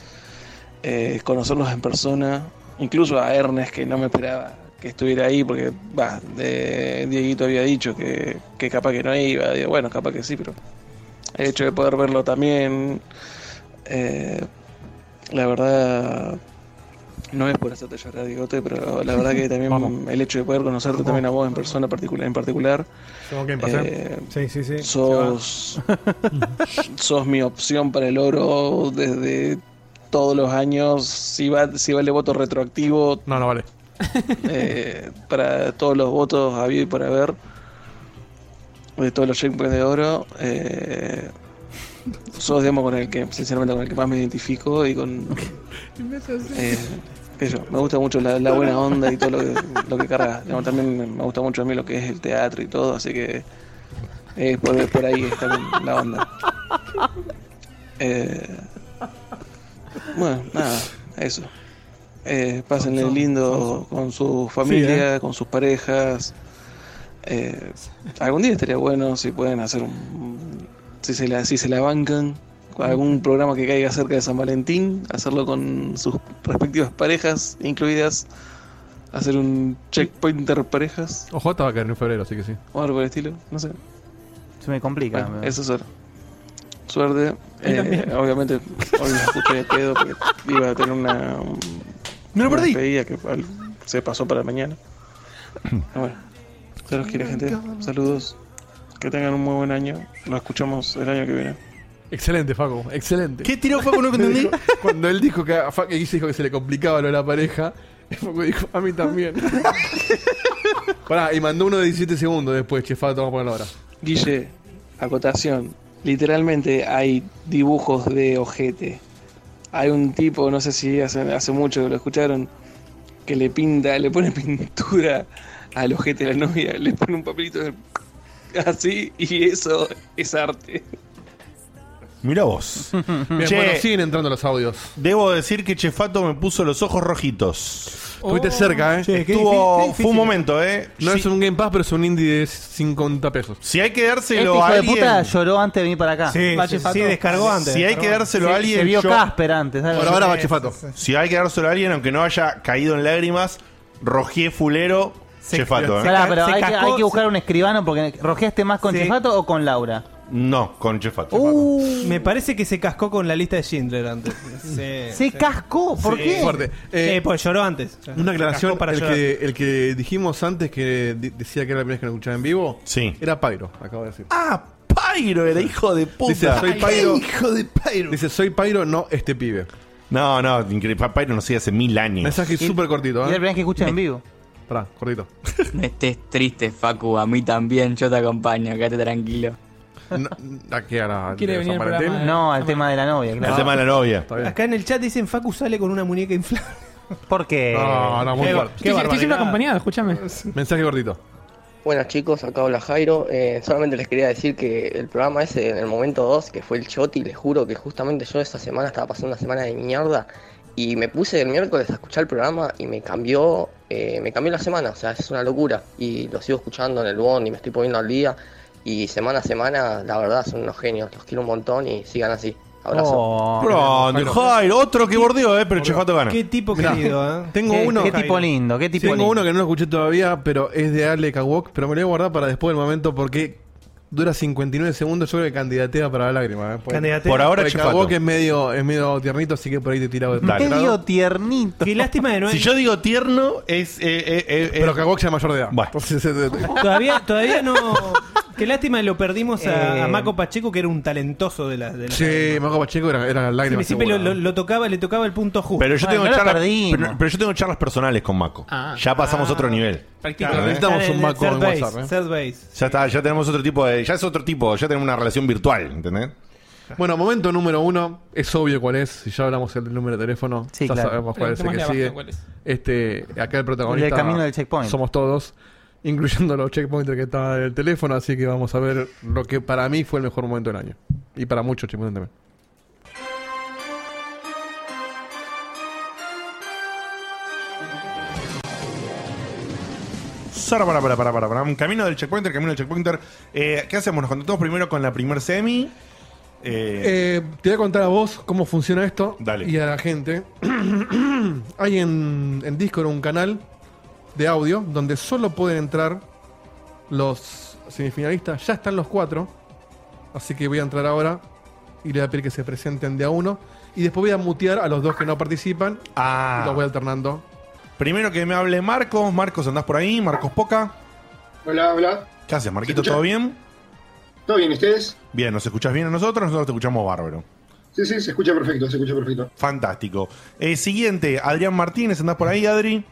S6: eh, conocerlos en persona incluso a Ernest que no me esperaba que estuviera ahí porque va de- Dieguito había dicho que, que capaz que no iba digo, bueno capaz que sí pero el hecho de poder verlo también eh, la verdad no es por hacerte llorar, Digote, pero la verdad que también el hecho de poder conocerte también a vos en persona particular, en particular,
S1: Tengo que pasar.
S6: eh,
S14: Sí, sí, sí.
S6: sos, sos mi opción para el oro desde todos los años. Si, va, si vale voto retroactivo. eh,
S1: No, no vale.
S7: Eh.
S6: para todos los votos habido y por haber. De todos los checkpoints de oro. eh, sos, digamos, con el que, sinceramente, con el que más me identifico y con. eh, qué sé yo, me gusta mucho la, la buena onda y todo lo que, lo que cargas. Digamos, también me gusta mucho a mí lo que es el teatro y todo, así que. Eh, por, por ahí está con la onda. Eh, bueno, nada, eso. Eh, pásenle lindo con su familia, con sus parejas. Eh, algún día estaría bueno si pueden hacer un. Si se la, si se la bancan, con algún programa que caiga cerca de San Valentín, hacerlo con sus respectivas parejas incluidas. hacer un checkpoint entre parejas
S1: OJ va a caer en febrero, así que sí.
S6: o algo por el estilo, no sé.
S3: Se me complica.
S6: Bueno,
S3: me-
S6: eso es hora. Suerte.
S3: Ahí
S6: Eh,
S3: también.
S6: obviamente, hoy me escuché de pedo porque iba a tener una.
S24: ¡Me lo perdí!
S6: Pedía que al- se pasó para mañana. Ah, bueno, se los quiere, gente. Saludos. Que tengan un muy buen año. Nos escuchamos el año que viene.
S1: Excelente, Facu, excelente.
S6: ¿Qué tiró Facu? No entendí.
S1: Dijo- Cuando él dijo que a Facu dijo que se le complicaba lo de la pareja, Facu dijo, a mí también. Pará, y mandó uno de 17 segundos después, che, Facu, te vamos a poner ahora.
S6: Guille, acotación. Literalmente hay dibujos de ojete. Hay un tipo, no sé si hace, hace mucho que lo escucharon, que le pinta, le pone pintura al ojete de la novia, le pone un papelito de- así y eso es arte.
S7: Mira vos.
S1: Bien, bueno, siguen entrando los audios.
S7: Debo decir que Chefato me puso los ojos rojitos.
S3: Oh.
S1: Estuviste cerca, ¿eh?
S7: Che, qué Estuvo- difícil, qué fue un difícil. momento, ¿eh?
S1: No
S7: Sí.
S1: es un Game Pass, pero es un indie de 50 pesos.
S7: Si hay que
S3: Este
S7: dárselo
S3: hijo
S7: a
S3: de
S7: alguien.
S3: puta lloró antes de venir para acá.
S7: Sí, sí, sí, descargó antes. Si hay que dárselo a
S3: Se-
S7: alguien,
S3: Se vio
S7: yo-
S3: Casper antes. ¿sabes?
S7: Si hay que dárselo a alguien, aunque no haya caído en lágrimas, rojié fulero, Chefato. ¿eh?
S3: Pará, pero hay, que, hay que buscar un escribano porque ¿rojeaste más con Chefato o con Laura? Uh,
S7: No, con Chefato.
S4: Me parece que se cascó con la lista de Schindler antes. Sí,
S3: Se
S4: sí.
S3: cascó, ¿por
S4: Sí.
S3: qué?
S1: Fuerte. Eh,
S4: Eh, pues lloró antes.
S1: Una aclaración
S4: Cascó para
S1: el,
S4: llorar.
S1: que, el que dijimos antes que di- decía que era la primera vez que lo escuchaba en vivo.
S7: Sí.
S1: Era Pyro, acabo de decir.
S7: Ah, Pyro era hijo de puta.
S1: Dice, soy Pyro.
S7: Hijo de Pyro.
S1: Dice, soy Pyro, no este pibe.
S7: No, no, increíble. Papá Pyro no sé hace mil años.
S1: Mensaje súper cortito, ¿eh?
S3: que escucha en vivo.
S1: Pará, cortito.
S23: No estés triste, Facu. A mí también. Yo te acompaño. Quédate tranquilo.
S1: ¿A qué hará?
S4: ¿Quiere venir al
S1: Valentín?
S4: programa?
S3: No, al tema de la novia, claro.
S7: tema de la novia.
S4: Acá en el chat dicen Facu sale con una muñeca inflable.
S3: ¿Por qué?
S1: No, no, muy
S4: Qué-
S1: fuerte.
S4: qué Estoy- estoy siempre
S25: acompañado, escúchame.
S1: Mensaje cortito.
S26: Buenas chicos, acá habla Jairo. Eh, solamente les quería decir que el programa ese en el momento 2, que fue el Choti, les juro que justamente yo esta semana estaba pasando una semana de mierda y me puse el miércoles a escuchar el programa y me cambió, eh, me cambió la semana, o sea, es una locura. Y lo sigo escuchando en el Bond y me estoy poniendo al día. Y semana a semana, la verdad, son unos genios, los quiero un montón y sigan así. Abrazo.
S7: Pronto, Jairo, otro que bordeó, ¿eh? Pero Chefato gana.
S1: Mirá, Tengo uno. eh. Tengo uno que no lo escuché todavía, pero es de Ale Kawok, pero me lo voy a guardar para después del momento porque dura 59 segundos. Yo creo que candidatea para la lágrima. ¿eh? Por-
S4: Candidatea.
S1: Por ahora,
S4: Chefato.
S1: Kawok es medio, es medio tiernito, así que por ahí te tira de
S3: Medio tiernito.
S4: Qué lástima de no.
S7: Si yo digo tierno,
S1: eh,
S7: es.
S1: Pero Kawok sea mayor de edad. Entonces, eh, eh,
S4: Todavía, todavía no. Qué lástima lo perdimos a,
S1: Eh.
S4: a Maco Pacheco, que era un talentoso de la. De la
S1: Sí, Mago Pacheco era, era
S4: Sí,
S1: lágrima.
S4: siempre lo,
S1: segura.
S4: lo- lo tocaba, le tocaba el punto justo.
S7: Pero yo, tengo charlas, pero, pero yo tengo charlas personales con Maco.
S4: Ah.
S7: ya pasamos a otro nivel.
S4: Practica.
S7: ¿Eh?
S4: Está en el third base,
S1: ¿eh?
S4: third base.
S7: Ya está, ya tenemos otro tipo de. Ya es otro tipo, ya tenemos una relación virtual, ¿entendés?
S1: Bueno, momento número uno. Es obvio cuál es. Si ya hablamos del número de teléfono,
S7: Sí,
S1: ya
S7: claro.
S1: sabemos cuál es el que
S7: Preguntémosle
S1: sigue.
S7: abajo cuál es.
S1: Este, acá el protagonista.
S3: El del camino del checkpoint.
S1: Somos todos, incluyendo los checkpointers que estaban en el teléfono. Así que vamos a ver lo que para mí fue el mejor momento del año. Y para muchos checkpointers también.
S7: Sara, para, para, para, para, para. Un Camino del checkpointer, camino del checkpointer. Eh, ¿Qué hacemos? Nos contamos primero con la primer semi. Eh,
S1: Eh, te voy a contar a vos cómo funciona esto
S7: Dale.
S1: y a la gente. Hay en, en Discord un canal de audio donde solo pueden entrar los semifinalistas. Ya están los cuatro. Así que voy a entrar ahora y le voy a pedir que se presenten de a uno. Y después voy a mutear a los dos que no participan.
S7: Ah.
S1: Y los voy alternando.
S7: Primero que me hable Marcos. Marcos, andás por ahí. Marcos Poca.
S17: Hola, hola.
S7: ¿Qué haces, Marquito?
S17: escucha?
S7: ¿Todo bien?
S17: ¿Todo bien ustedes?
S7: Bien, ¿nos escuchás bien a nosotros? Nosotros te escuchamos bárbaro.
S17: Sí, sí, se escucha perfecto, se escucha perfecto.
S7: Fantástico. Eh, siguiente, Adrián Martínez, ¿andás por ahí, Adri?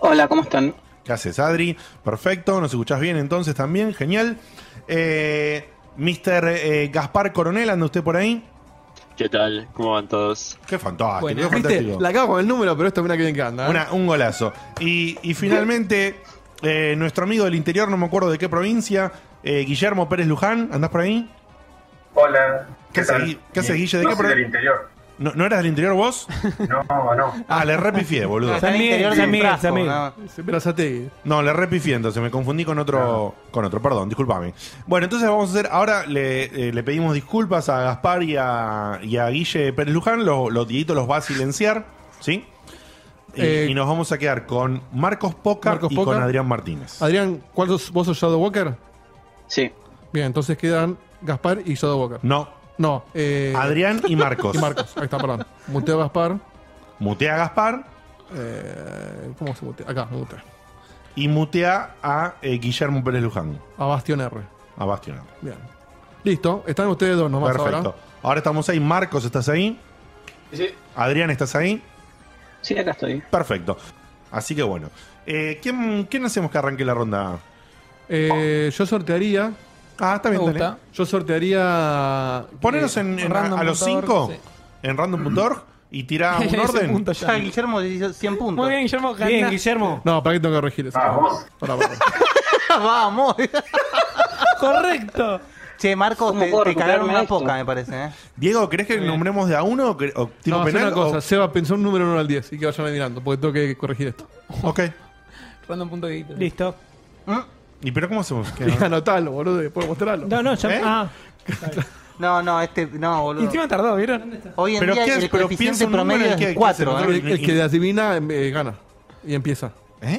S17: Hola, ¿cómo están?
S7: ¿Qué haces, Adri? Perfecto, nos escuchás bien entonces también, genial. Eh, Mr. eh, Gaspar Coronel, ¿anda usted por ahí?
S2: ¿Qué tal? ¿Cómo van todos?
S7: Qué fantástico,
S1: Bueno,
S7: qué
S1: ¿viste?
S7: fantástico.
S1: La cago con el número, pero esto mira que bien que anda. ¿eh?
S7: Una- un golazo. Y, y finalmente, eh, nuestro amigo del interior, no me acuerdo de qué provincia, eh, Guillermo Pérez Luján, ¿andás por ahí?
S27: Hola.
S7: ¿Qué haces, Gui- qué haces, Guille? ¿De qué pro-
S27: interior.
S7: ¿No, no eras del interior vos?
S27: No, no.
S7: Ah, le repifié, boludo.
S1: San Miguel, San Miguel, San Miguel.
S7: No, le repifié, entonces me confundí con otro, con otro, perdón, discúlpame. Bueno, entonces vamos a hacer, ahora le, eh, le pedimos disculpas a Gaspar y a, y a Guille Pérez Luján, los, los Dieguito los va a silenciar, ¿sí? Y,
S1: Eh,
S7: y nos vamos a quedar con Marcos Poca
S1: Marcos
S7: y
S1: Poca.
S7: con Adrián Martínez.
S1: Adrián, ¿cuál sos- ¿vos sos Shadow Walker?
S28: Sí.
S1: Bien, entonces quedan Gaspar y Shadow Walker.
S7: No.
S1: No. eh,
S7: Adrián y Marcos.
S1: Y Marcos, ahí está, perdón. Muteo a Gaspar. eh,
S7: Mutea a Gaspar.
S1: ¿Cómo se mutea? Acá, me mutea.
S7: Y mutea a eh, Guillermo Pérez Luján.
S1: A Bastión R.
S7: A Bastión R.
S1: Bien. Listo, están ustedes dos nomás
S7: Perfecto.
S1: ahora.
S7: Ahora. estamos ahí. Marcos, ¿estás ahí?
S29: Sí.
S7: Adrián, ¿estás ahí?
S28: Sí, acá estoy.
S7: Perfecto. Así que bueno. Eh, ¿quién, quién hacemos que arranque la ronda?
S1: Eh, yo sortearía.
S7: Ah, está
S1: bien,
S7: dale.
S1: Yo sortearía.
S7: Poneros en, en- a, a los cinco en random.org y tirá un orden.
S1: Guillermo 100 puntos. Muy bien,
S2: Guillermo.
S7: Bien, gana. Guillermo.
S1: No, para que tengo que corregir eso.
S7: Vamos.
S1: Pará, pará.
S17: Vamos.
S4: Correcto.
S17: Che, Marcos,
S1: ¿Cómo
S17: te,
S1: puedo
S17: te cagaron
S1: recuperarme de
S17: una
S1: esto?
S17: poca, me parece. ¿eh?
S7: Diego, ¿crees que nombremos de a uno o cre- o tiro
S1: no,
S7: penal?
S1: penal, una cosa,
S7: o-
S1: Seba pensó un número 1 al 10 y que vayan mirando, porque tengo que corregir esto.
S7: Ok.
S2: Random.edit.
S4: Listo.
S7: ¿Y pero cómo hacemos? ¿Qué?
S1: Y anotalo, boludo, después mostrarlo.
S4: No, no, ya. Ah.
S17: No, no, este. No, boludo.
S4: Encima tardó, ¿vieron?
S17: Hoy en día el coeficiente promedio es ¿eh? 4.
S1: El, el que adivina eh, gana y empieza.
S7: ¿Eh?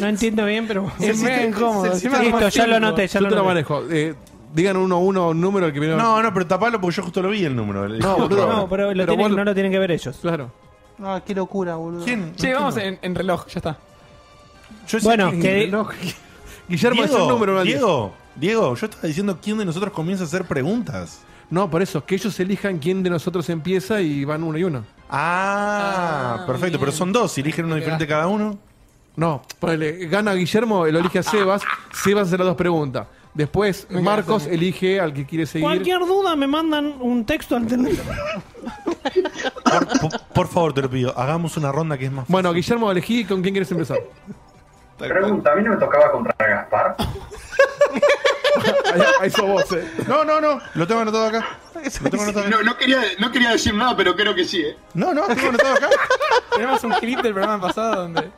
S4: No entiendo bien, pero.
S1: Se
S4: Es medio
S1: siente-
S4: incómodo.
S1: se siente
S4: Listo,
S1: más
S4: ya lo
S1: tiempo.
S4: anoté, ya
S1: Yo te
S4: lo
S1: lo
S4: anoté.
S1: manejo. Eh, digan uno a uno un número el que primero.
S7: No, no, pero tapalo porque yo justo lo vi el número.
S1: No, boludo.
S4: No, pero, lo
S1: Pero
S4: tienen-
S1: vos-
S4: no lo tienen que ver ellos.
S1: Claro.
S17: Ah, qué locura, boludo.
S2: Che, vamos en, en reloj, ya está.
S4: Bueno, que-
S1: Guillermo, es
S7: Diego,
S1: el número uno al diez.
S7: Diego, Diego, yo estaba diciendo quién de nosotros comienza a hacer preguntas.
S1: No, por eso, que ellos elijan quién de nosotros empieza y van uno y uno.
S7: Ah, perfecto, pero son dos, eligen uno diferente cada uno.
S1: No, ponele, gana Guillermo, lo elige a Sebas, Sebas hace las dos preguntas. Después
S4: Me
S1: Marcos
S4: quedaste a
S1: elige al que quiere seguir.
S4: Cualquier duda me mandan un texto al teléfono.
S7: Por favor, te lo pido, hagamos una ronda que es más
S1: Bueno, Guillermo, elegí con quién quieres empezar.
S30: Pregunta, ¿a mí no me tocaba comprar a Gaspar?
S1: Ahí, ahí sos vos, eh.
S7: No, no, no, lo tengo anotado acá.
S29: No, no quería, no quería decir nada, pero creo que sí, ¿eh?
S7: No, no, tengo anotado acá.
S2: Tenemos un clip del programa pasado donde.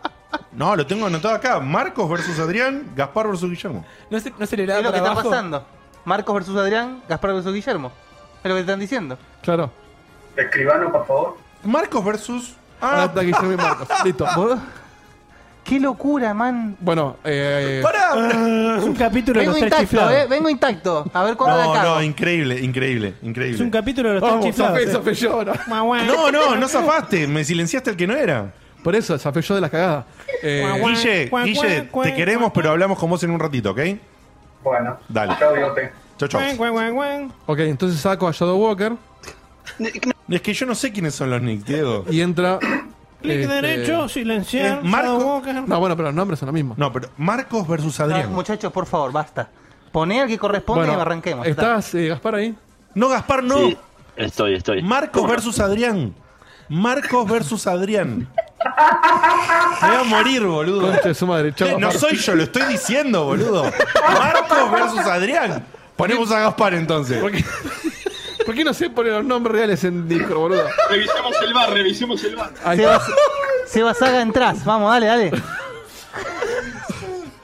S7: No, lo tengo anotado acá. Marcos versus Adrián, Gaspar versus Guillermo.
S2: No se, no se le
S17: Es
S2: da
S17: lo que está
S2: trabajo.
S17: pasando. Marcos versus Adrián, Gaspar versus Guillermo. Es lo que te están diciendo.
S1: Claro.
S30: Escribano, por favor.
S7: Marcos versus.
S1: Ah, está Guillermo y Marcos. Listo.
S17: Qué locura, man.
S1: Bueno, eh.
S17: ¡Para!
S4: Es un capítulo de
S17: Vengo
S4: los tres
S17: intacto,
S4: chiflados.
S17: eh. Vengo intacto. A ver cuándo la
S7: Ah. No,
S17: cago.
S7: no, increíble, increíble,
S4: Es un
S7: increíble.
S4: capítulo de los tres chiflados. eh. Mua, mua.
S7: No, no, no zafaste, me silenciaste el que no era.
S1: Por eso, zafé yo de las cagadas.
S7: Eh, Guille, Guille, te queremos, pero hablamos con vos en un ratito, ¿ok?
S30: Bueno.
S7: Dale.
S30: Chao, bigote.
S7: Chau, chau.
S4: Guan, guan, guan, guan.
S1: Ok, entonces saco a Shadow Walker
S7: Es que yo no sé quiénes son los Knicks, Diego.
S1: y entra.
S4: Clic
S1: este, eh,
S4: derecho, silenciar.
S7: Marco-
S4: Shadow Walker.
S1: No, bueno, pero los nombres son los mismos.
S7: No, pero Marcos versus
S17: No, muchachos, por favor, basta. Poné al que corresponde y arranquemos.
S1: ¿Estás, eh, Gaspar, ahí?
S7: No, Gaspar, no.
S28: Sí, estoy, estoy.
S7: Marcos versus Adrián. Marcos versus Adrián. Me voy a morir, boludo.
S1: Concha de su madre, chau,
S7: Eh, No
S1: Gaspar.
S7: soy yo, lo estoy diciendo, boludo. Marcos versus Adrián. Ponemos a Gaspar entonces.
S1: ¿Por qué, por qué no se ponen los nombres reales en Discord, boludo?
S29: Revisemos el bar, revisemos el bar.
S1: Ahí
S17: Sebas,
S1: está.
S17: Sebas Saga, entrás. Vamos, dale, dale.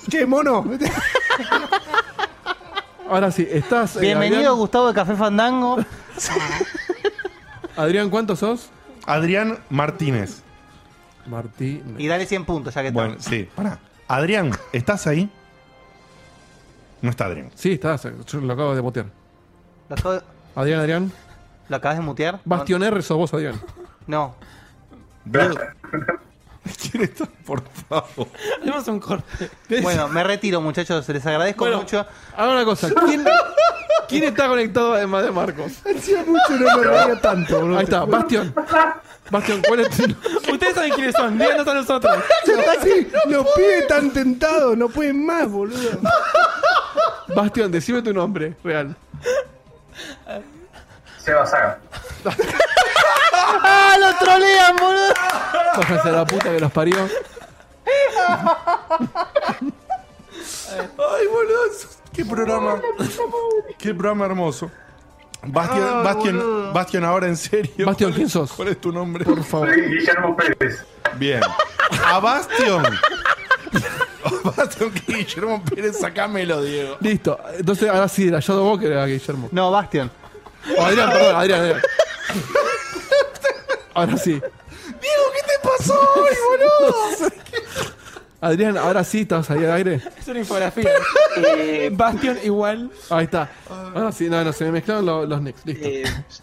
S1: Che, mono. Ahora sí, estás. eh,
S17: Bienvenido,
S1: Adrián,
S17: Gustavo de Café Fandango.
S1: Adrián, ¿cuántos sos?
S7: Adrián Martínez.
S1: Martín.
S17: Y dale 100 puntos, ya que
S7: Bueno,
S17: estamos.
S7: sí, pará. Adrián, ¿estás ahí? No está Adrián.
S1: Sí, estás. Yo lo acabo de botear.
S17: Lo, acabo de-
S1: Adrián, Adrián.
S17: ¿lo acabas de mutear?
S1: Bastión R sos vos, Adrián.
S17: No.
S7: ¿Quién está? Por favor.
S2: Hacemos un corte.
S17: Bueno, me retiro, muchachos. Les agradezco
S1: Bueno,
S17: mucho.
S1: Ahora una cosa. ¿Quién, quién está conectado además de Marcos?
S9: Hacía mucho no me reía tanto, boludo.
S1: Ahí está, Bastión. Bastión, ¿cuál es tu
S2: Ustedes saben quiénes son, díganos a nosotros.
S9: Sí, los pibes están tentados, no pueden más, boludo.
S1: Bastión, decime tu nombre real.
S30: Seba Saga.
S17: ¡Ah, lo trolean, boludo!
S1: Váyanse a la puta que los parió.
S7: Ay, boludo, qué programa. Qué programa hermoso. Bastian,
S30: Ay,
S7: Bastian,
S30: boludo.
S7: Bastian, ahora en serio.
S1: Bastian,
S7: ¿Cuál
S1: ¿quién
S7: es-
S1: sos?
S7: ¿Cuál es tu nombre?
S1: Por favor.
S30: Soy Guillermo Pérez.
S7: Bien. A Bastian. A Bastian que Guillermo Pérez, sacámelo, Diego.
S1: Listo. Entonces, ahora sí, era Shadow Walker era Guillermo.
S17: No, Bastión.
S1: Adrián, perdón, Adrián, Adrián. Ahora sí.
S5: Diego, ¿qué te pasó hoy, boludo?
S1: Adrián, ahora sí estás ahí al aire.
S2: Es una infografía. Bastion igual.
S1: Ahí está. Ahora sí, no, no, se me mezclaron lo- los Knicks. Listo.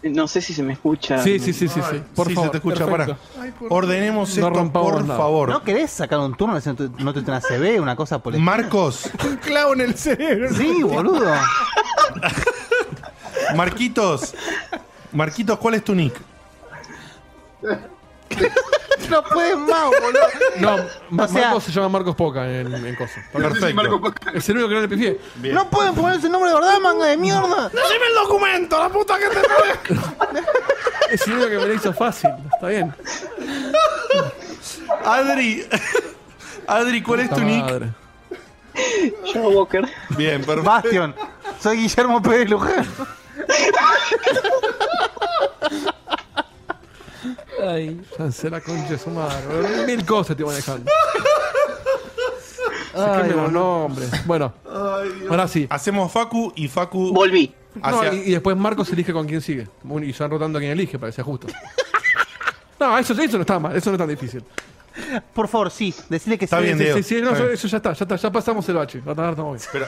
S28: No sé si se me escucha.
S1: Sí, sí, sí, sí, sí. Por
S7: Sí, se
S1: favor.
S7: te escucha,
S1: Perfecto.
S7: pará. Ay, por- Ordenemos esto, por favor.
S17: ¿No querés sacar un turno? No te- no te una CB, una cosa por el
S7: Marcos.
S9: Un clavo en el cerebro.
S17: Sí, boludo.
S7: Marquitos. Marquitos, ¿cuál es tu nick?
S17: No puedes más, boludo.
S1: No, Ma-
S17: O sea-
S1: Marcos se llama Marcos Poca en, en Coso.
S7: Perfecto. Marcos
S1: Es el único que no le pifié.
S17: No pueden poner ese nombre de verdad, manga de mierda.
S9: ¡Dame el documento, la puta que te
S1: Es el único que me lo hizo fácil. Está bien.
S7: Adri. Adri, ¿cuál es tu nick?
S28: Yo, Walker.
S7: Bien, perfecto.
S17: Bastion. Soy Guillermo Pérez Luján.
S1: Ay. la concha de su madre. boludo. Mil cosas te manejando. Se
S7: Ay,
S1: cambian los
S7: boludo.
S1: nombres. Bueno, ahora sí.
S7: Hacemos Facu y Facu.
S28: Volví.
S7: Hacia-
S1: No, y, y después Marcos elige con quién sigue. Un- Y se van rotando a quién elige para que sea justo. No, eso, eso no está mal, eso no es tan difícil.
S17: Por favor, sí, decirle que
S7: Está
S1: Sí,
S7: bien,
S1: sí,
S7: Diego.
S1: sí, sí, no,
S7: Está bien.
S1: eso ya está, ya está, ya pasamos el bache. No, no, estamos bien.
S7: Pero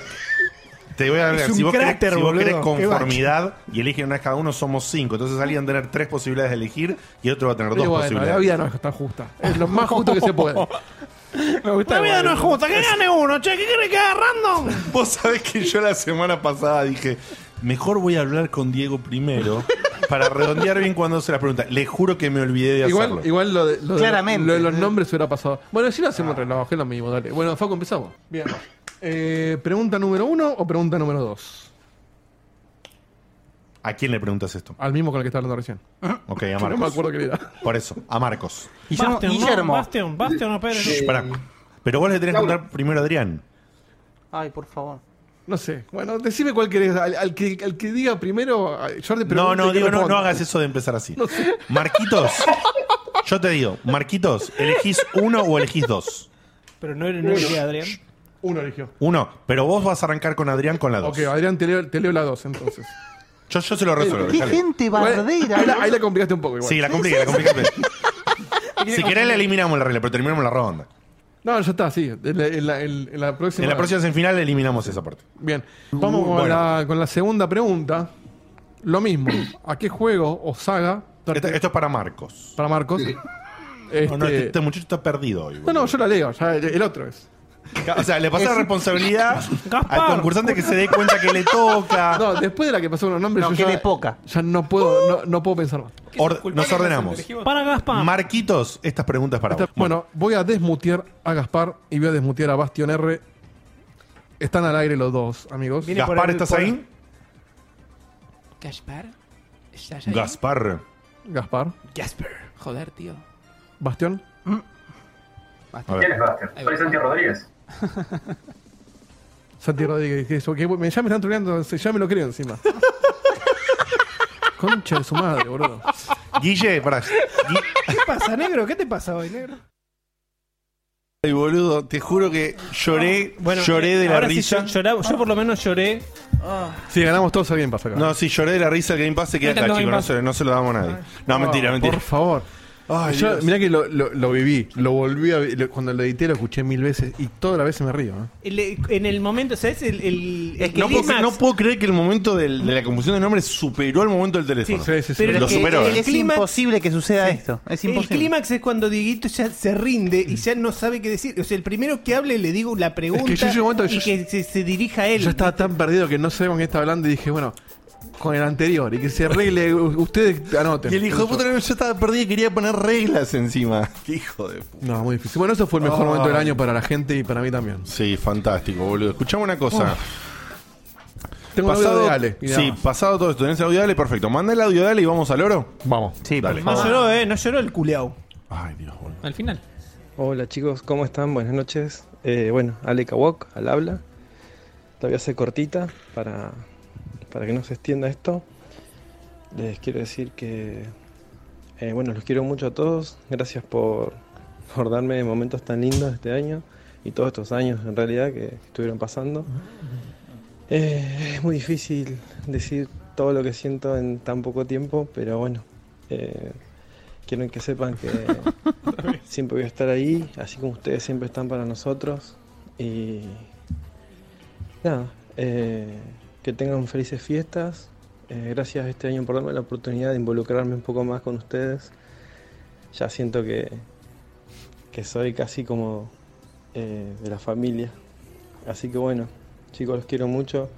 S7: Te voy a
S1: Es
S7: dar,
S1: un
S7: si vos,
S1: cráter,
S7: querés, si vos
S1: boludo.
S7: querés
S1: Qué bache.
S7: conformidad y eligen una vez cada uno, somos cinco. Entonces alguien va a tener tres posibilidades de elegir y el otro va a tener
S1: Y
S7: dos
S1: bueno,
S7: posibilidades.
S1: la vida no es tan justa. Es lo más justo que se puede. Me gusta
S7: La
S1: igual,
S7: vida no es
S1: boludo.
S7: justa, que
S9: gane uno, che, ¿qué quiere que haga random?
S7: Vos sabés que yo la semana pasada dije, mejor voy a hablar con Diego primero para redondear bien cuando se la pregunta. Le juro que me olvidé de
S1: Igual,
S7: hacerlo.
S1: igual lo, de, lo de-
S7: Claramente.
S1: lo de los nombres hubiera pasado. Bueno, si no
S7: Ah.
S1: hacemos reloj, es lo mismo, dale. Bueno, Facu, empezamos. Bien. Eh, ¿Pregunta número uno o pregunta número dos?
S7: ¿A quién le preguntas esto?
S1: Al mismo con el que estaba hablando recién.
S7: Ok, a
S1: No
S7: Marcos.
S1: me acuerdo quién era.
S7: Por eso, a Marcos.
S14: Guillermo- Bastion, no, Guillermo. Bastion, Bastion o Pérez.
S7: Shh, pará.
S1: Eh,
S7: Pero vos le tenés que preguntar primero a Adrián.
S17: Ay, por favor.
S1: No sé. Bueno, decime cuál querés. Al, al que, al que diga primero, a- yo le pregunto
S7: No,
S1: y
S7: no,
S1: que
S7: digo, no,
S1: responda.
S7: no hagas eso de empezar así. Marquitos, yo te digo, Marquitos, ¿elegís uno o elegís dos?
S14: Pero no, no elegí a Adrián.
S1: Uno eligió.
S7: Uno, pero vos vas a arrancar con Adrián con la dos.
S1: Ok, Adrián, te leo, te leo la dos entonces.
S7: Yo, yo se lo resuelvo.
S1: ¿Qué
S7: dejale.
S1: gente
S17: bardera,
S1: Ahí la,
S17: ¿no?
S1: ahí la complicaste un poco igual.
S7: Sí, la complica, la complicaste. si querés le eliminamos la regla, pero terminamos la ronda.
S1: No, ya está, sí. En la, en la- en- en la próxima.
S7: En la próxima semifinal eliminamos esa parte.
S1: Bien. Vamos con,
S7: Bueno.
S1: la, con la segunda pregunta. Lo mismo. ¿A qué juego o saga?
S7: Esto, esto es para Marcos.
S1: Para Marcos.
S7: No, no,
S1: Este-
S7: este, este muchacho está perdido hoy.
S1: No, no, yo la leo. ya, el el otro es.
S7: O sea, le pasé la responsabilidad al concursante que se dé cuenta que le toca.
S1: No, después de la que pasó con los nombres,
S7: No,
S1: yo
S7: que
S1: ya,
S7: le poca.
S1: ya no puedo, no, no puedo pensar más.
S7: Or- nos ordenamos.
S14: Para Gaspar.
S7: Marquitos, estas preguntas para vos.
S1: Bueno, voy a desmutear a Gaspar y voy a desmutear a Bastion R. Están al aire los dos, amigos.
S14: Viene por Gaspar, el- ¿estás por- ahí?
S2: Gaspar. ¿Estás ahí?
S7: Gaspar.
S1: Gaspar.
S2: Gaspar. Joder, tío.
S1: Bastión.
S7: A ver.
S30: ¿Quién es Bastian? Soy Santi Rodríguez.
S1: Santi Rodríguez, que eso, que me- ya me están troleando, se- ya me lo creo encima. Concha de su madre, boludo.
S7: Guille, pará.
S14: ¿Qué pasa, negro? ¿Qué te pasa hoy, negro?
S7: Ay, boludo, te juro que lloré,
S14: Bueno, eh,
S7: lloré de la
S14: ahora sí
S7: risa.
S14: yo, lloraba- yo por lo menos lloré.
S1: Si Ah. ganamos todos, alguien pasa acá.
S7: No, sí, lloré de la risa, el Game Pass se queda
S14: Vete
S7: acá,
S14: al
S7: chicos,
S14: Game
S7: no
S14: Pass.
S7: se, no se lo damos a nadie. No, mentira, mentira.
S1: Ah, Por favor.
S7: Ay,
S1: Yo,
S7: Dios.
S1: mirá que lo, lo- lo viví, lo volví a vi- lo- cuando lo edité lo escuché mil veces y todas las veces me río. ¿eh?
S14: El- en el momento, ¿sabes? El, el, el
S7: no, puedo,
S14: clímax-
S7: no puedo creer que el momento del- de la confusión de nombres superó el momento del teléfono. Lo superó.
S17: Es,
S7: ¿eh?
S14: clímax-
S17: imposible que suceda esto. Es
S14: El
S17: imposible.
S14: clímax es cuando Dieguito ya se rinde y ya no sabe qué decir. O sea, el primero que hable le digo la pregunta
S1: yo llego a un momento que
S14: y
S1: yo-
S14: que se, se dirija a él.
S1: Yo estaba tan perdido que no sé con qué estaba hablando y dije, bueno, con el anterior y que se arregle, u- ustedes anoten.
S7: Y el hijo de puta yo estaba perdido y quería poner reglas encima. Hijo de Ah. puta.
S1: No, muy difícil. Bueno, eso fue el mejor
S7: Ay.
S1: momento del año para la gente y para mí también.
S7: Sí, fantástico, boludo. Escuchame una cosa.
S1: Tengo un audio de Ale, y nada
S7: Sí,
S1: más.
S7: pasado todo esto. ¿Tenés audio de Ale? Perfecto. Manda el audio de Ale y vamos al oro.
S1: Vamos.
S7: Sí, dale.
S14: No lloró, eh, no lloró el culeao.
S7: Ay, Dios, boludo.
S2: Al final.
S11: Hola chicos, ¿cómo están? Buenas noches. Eh, bueno, Ale Kawok, al habla. La voy a hacer cortita para, para que no se extienda esto. Les quiero decir que, eh, bueno, los quiero mucho a todos. Gracias por, por darme momentos tan lindos este año y todos estos años en realidad que estuvieron pasando. Eh, es muy difícil decir todo lo que siento en tan poco tiempo, pero bueno. eh, Quieren que sepan que siempre voy a estar ahí, así como ustedes siempre están para nosotros. Y nada, eh, que tengan felices fiestas. Eh, gracias este año por darme la oportunidad de involucrarme un poco más con ustedes. Ya siento que, que soy casi como eh, de la familia. Así que bueno, chicos, los quiero mucho.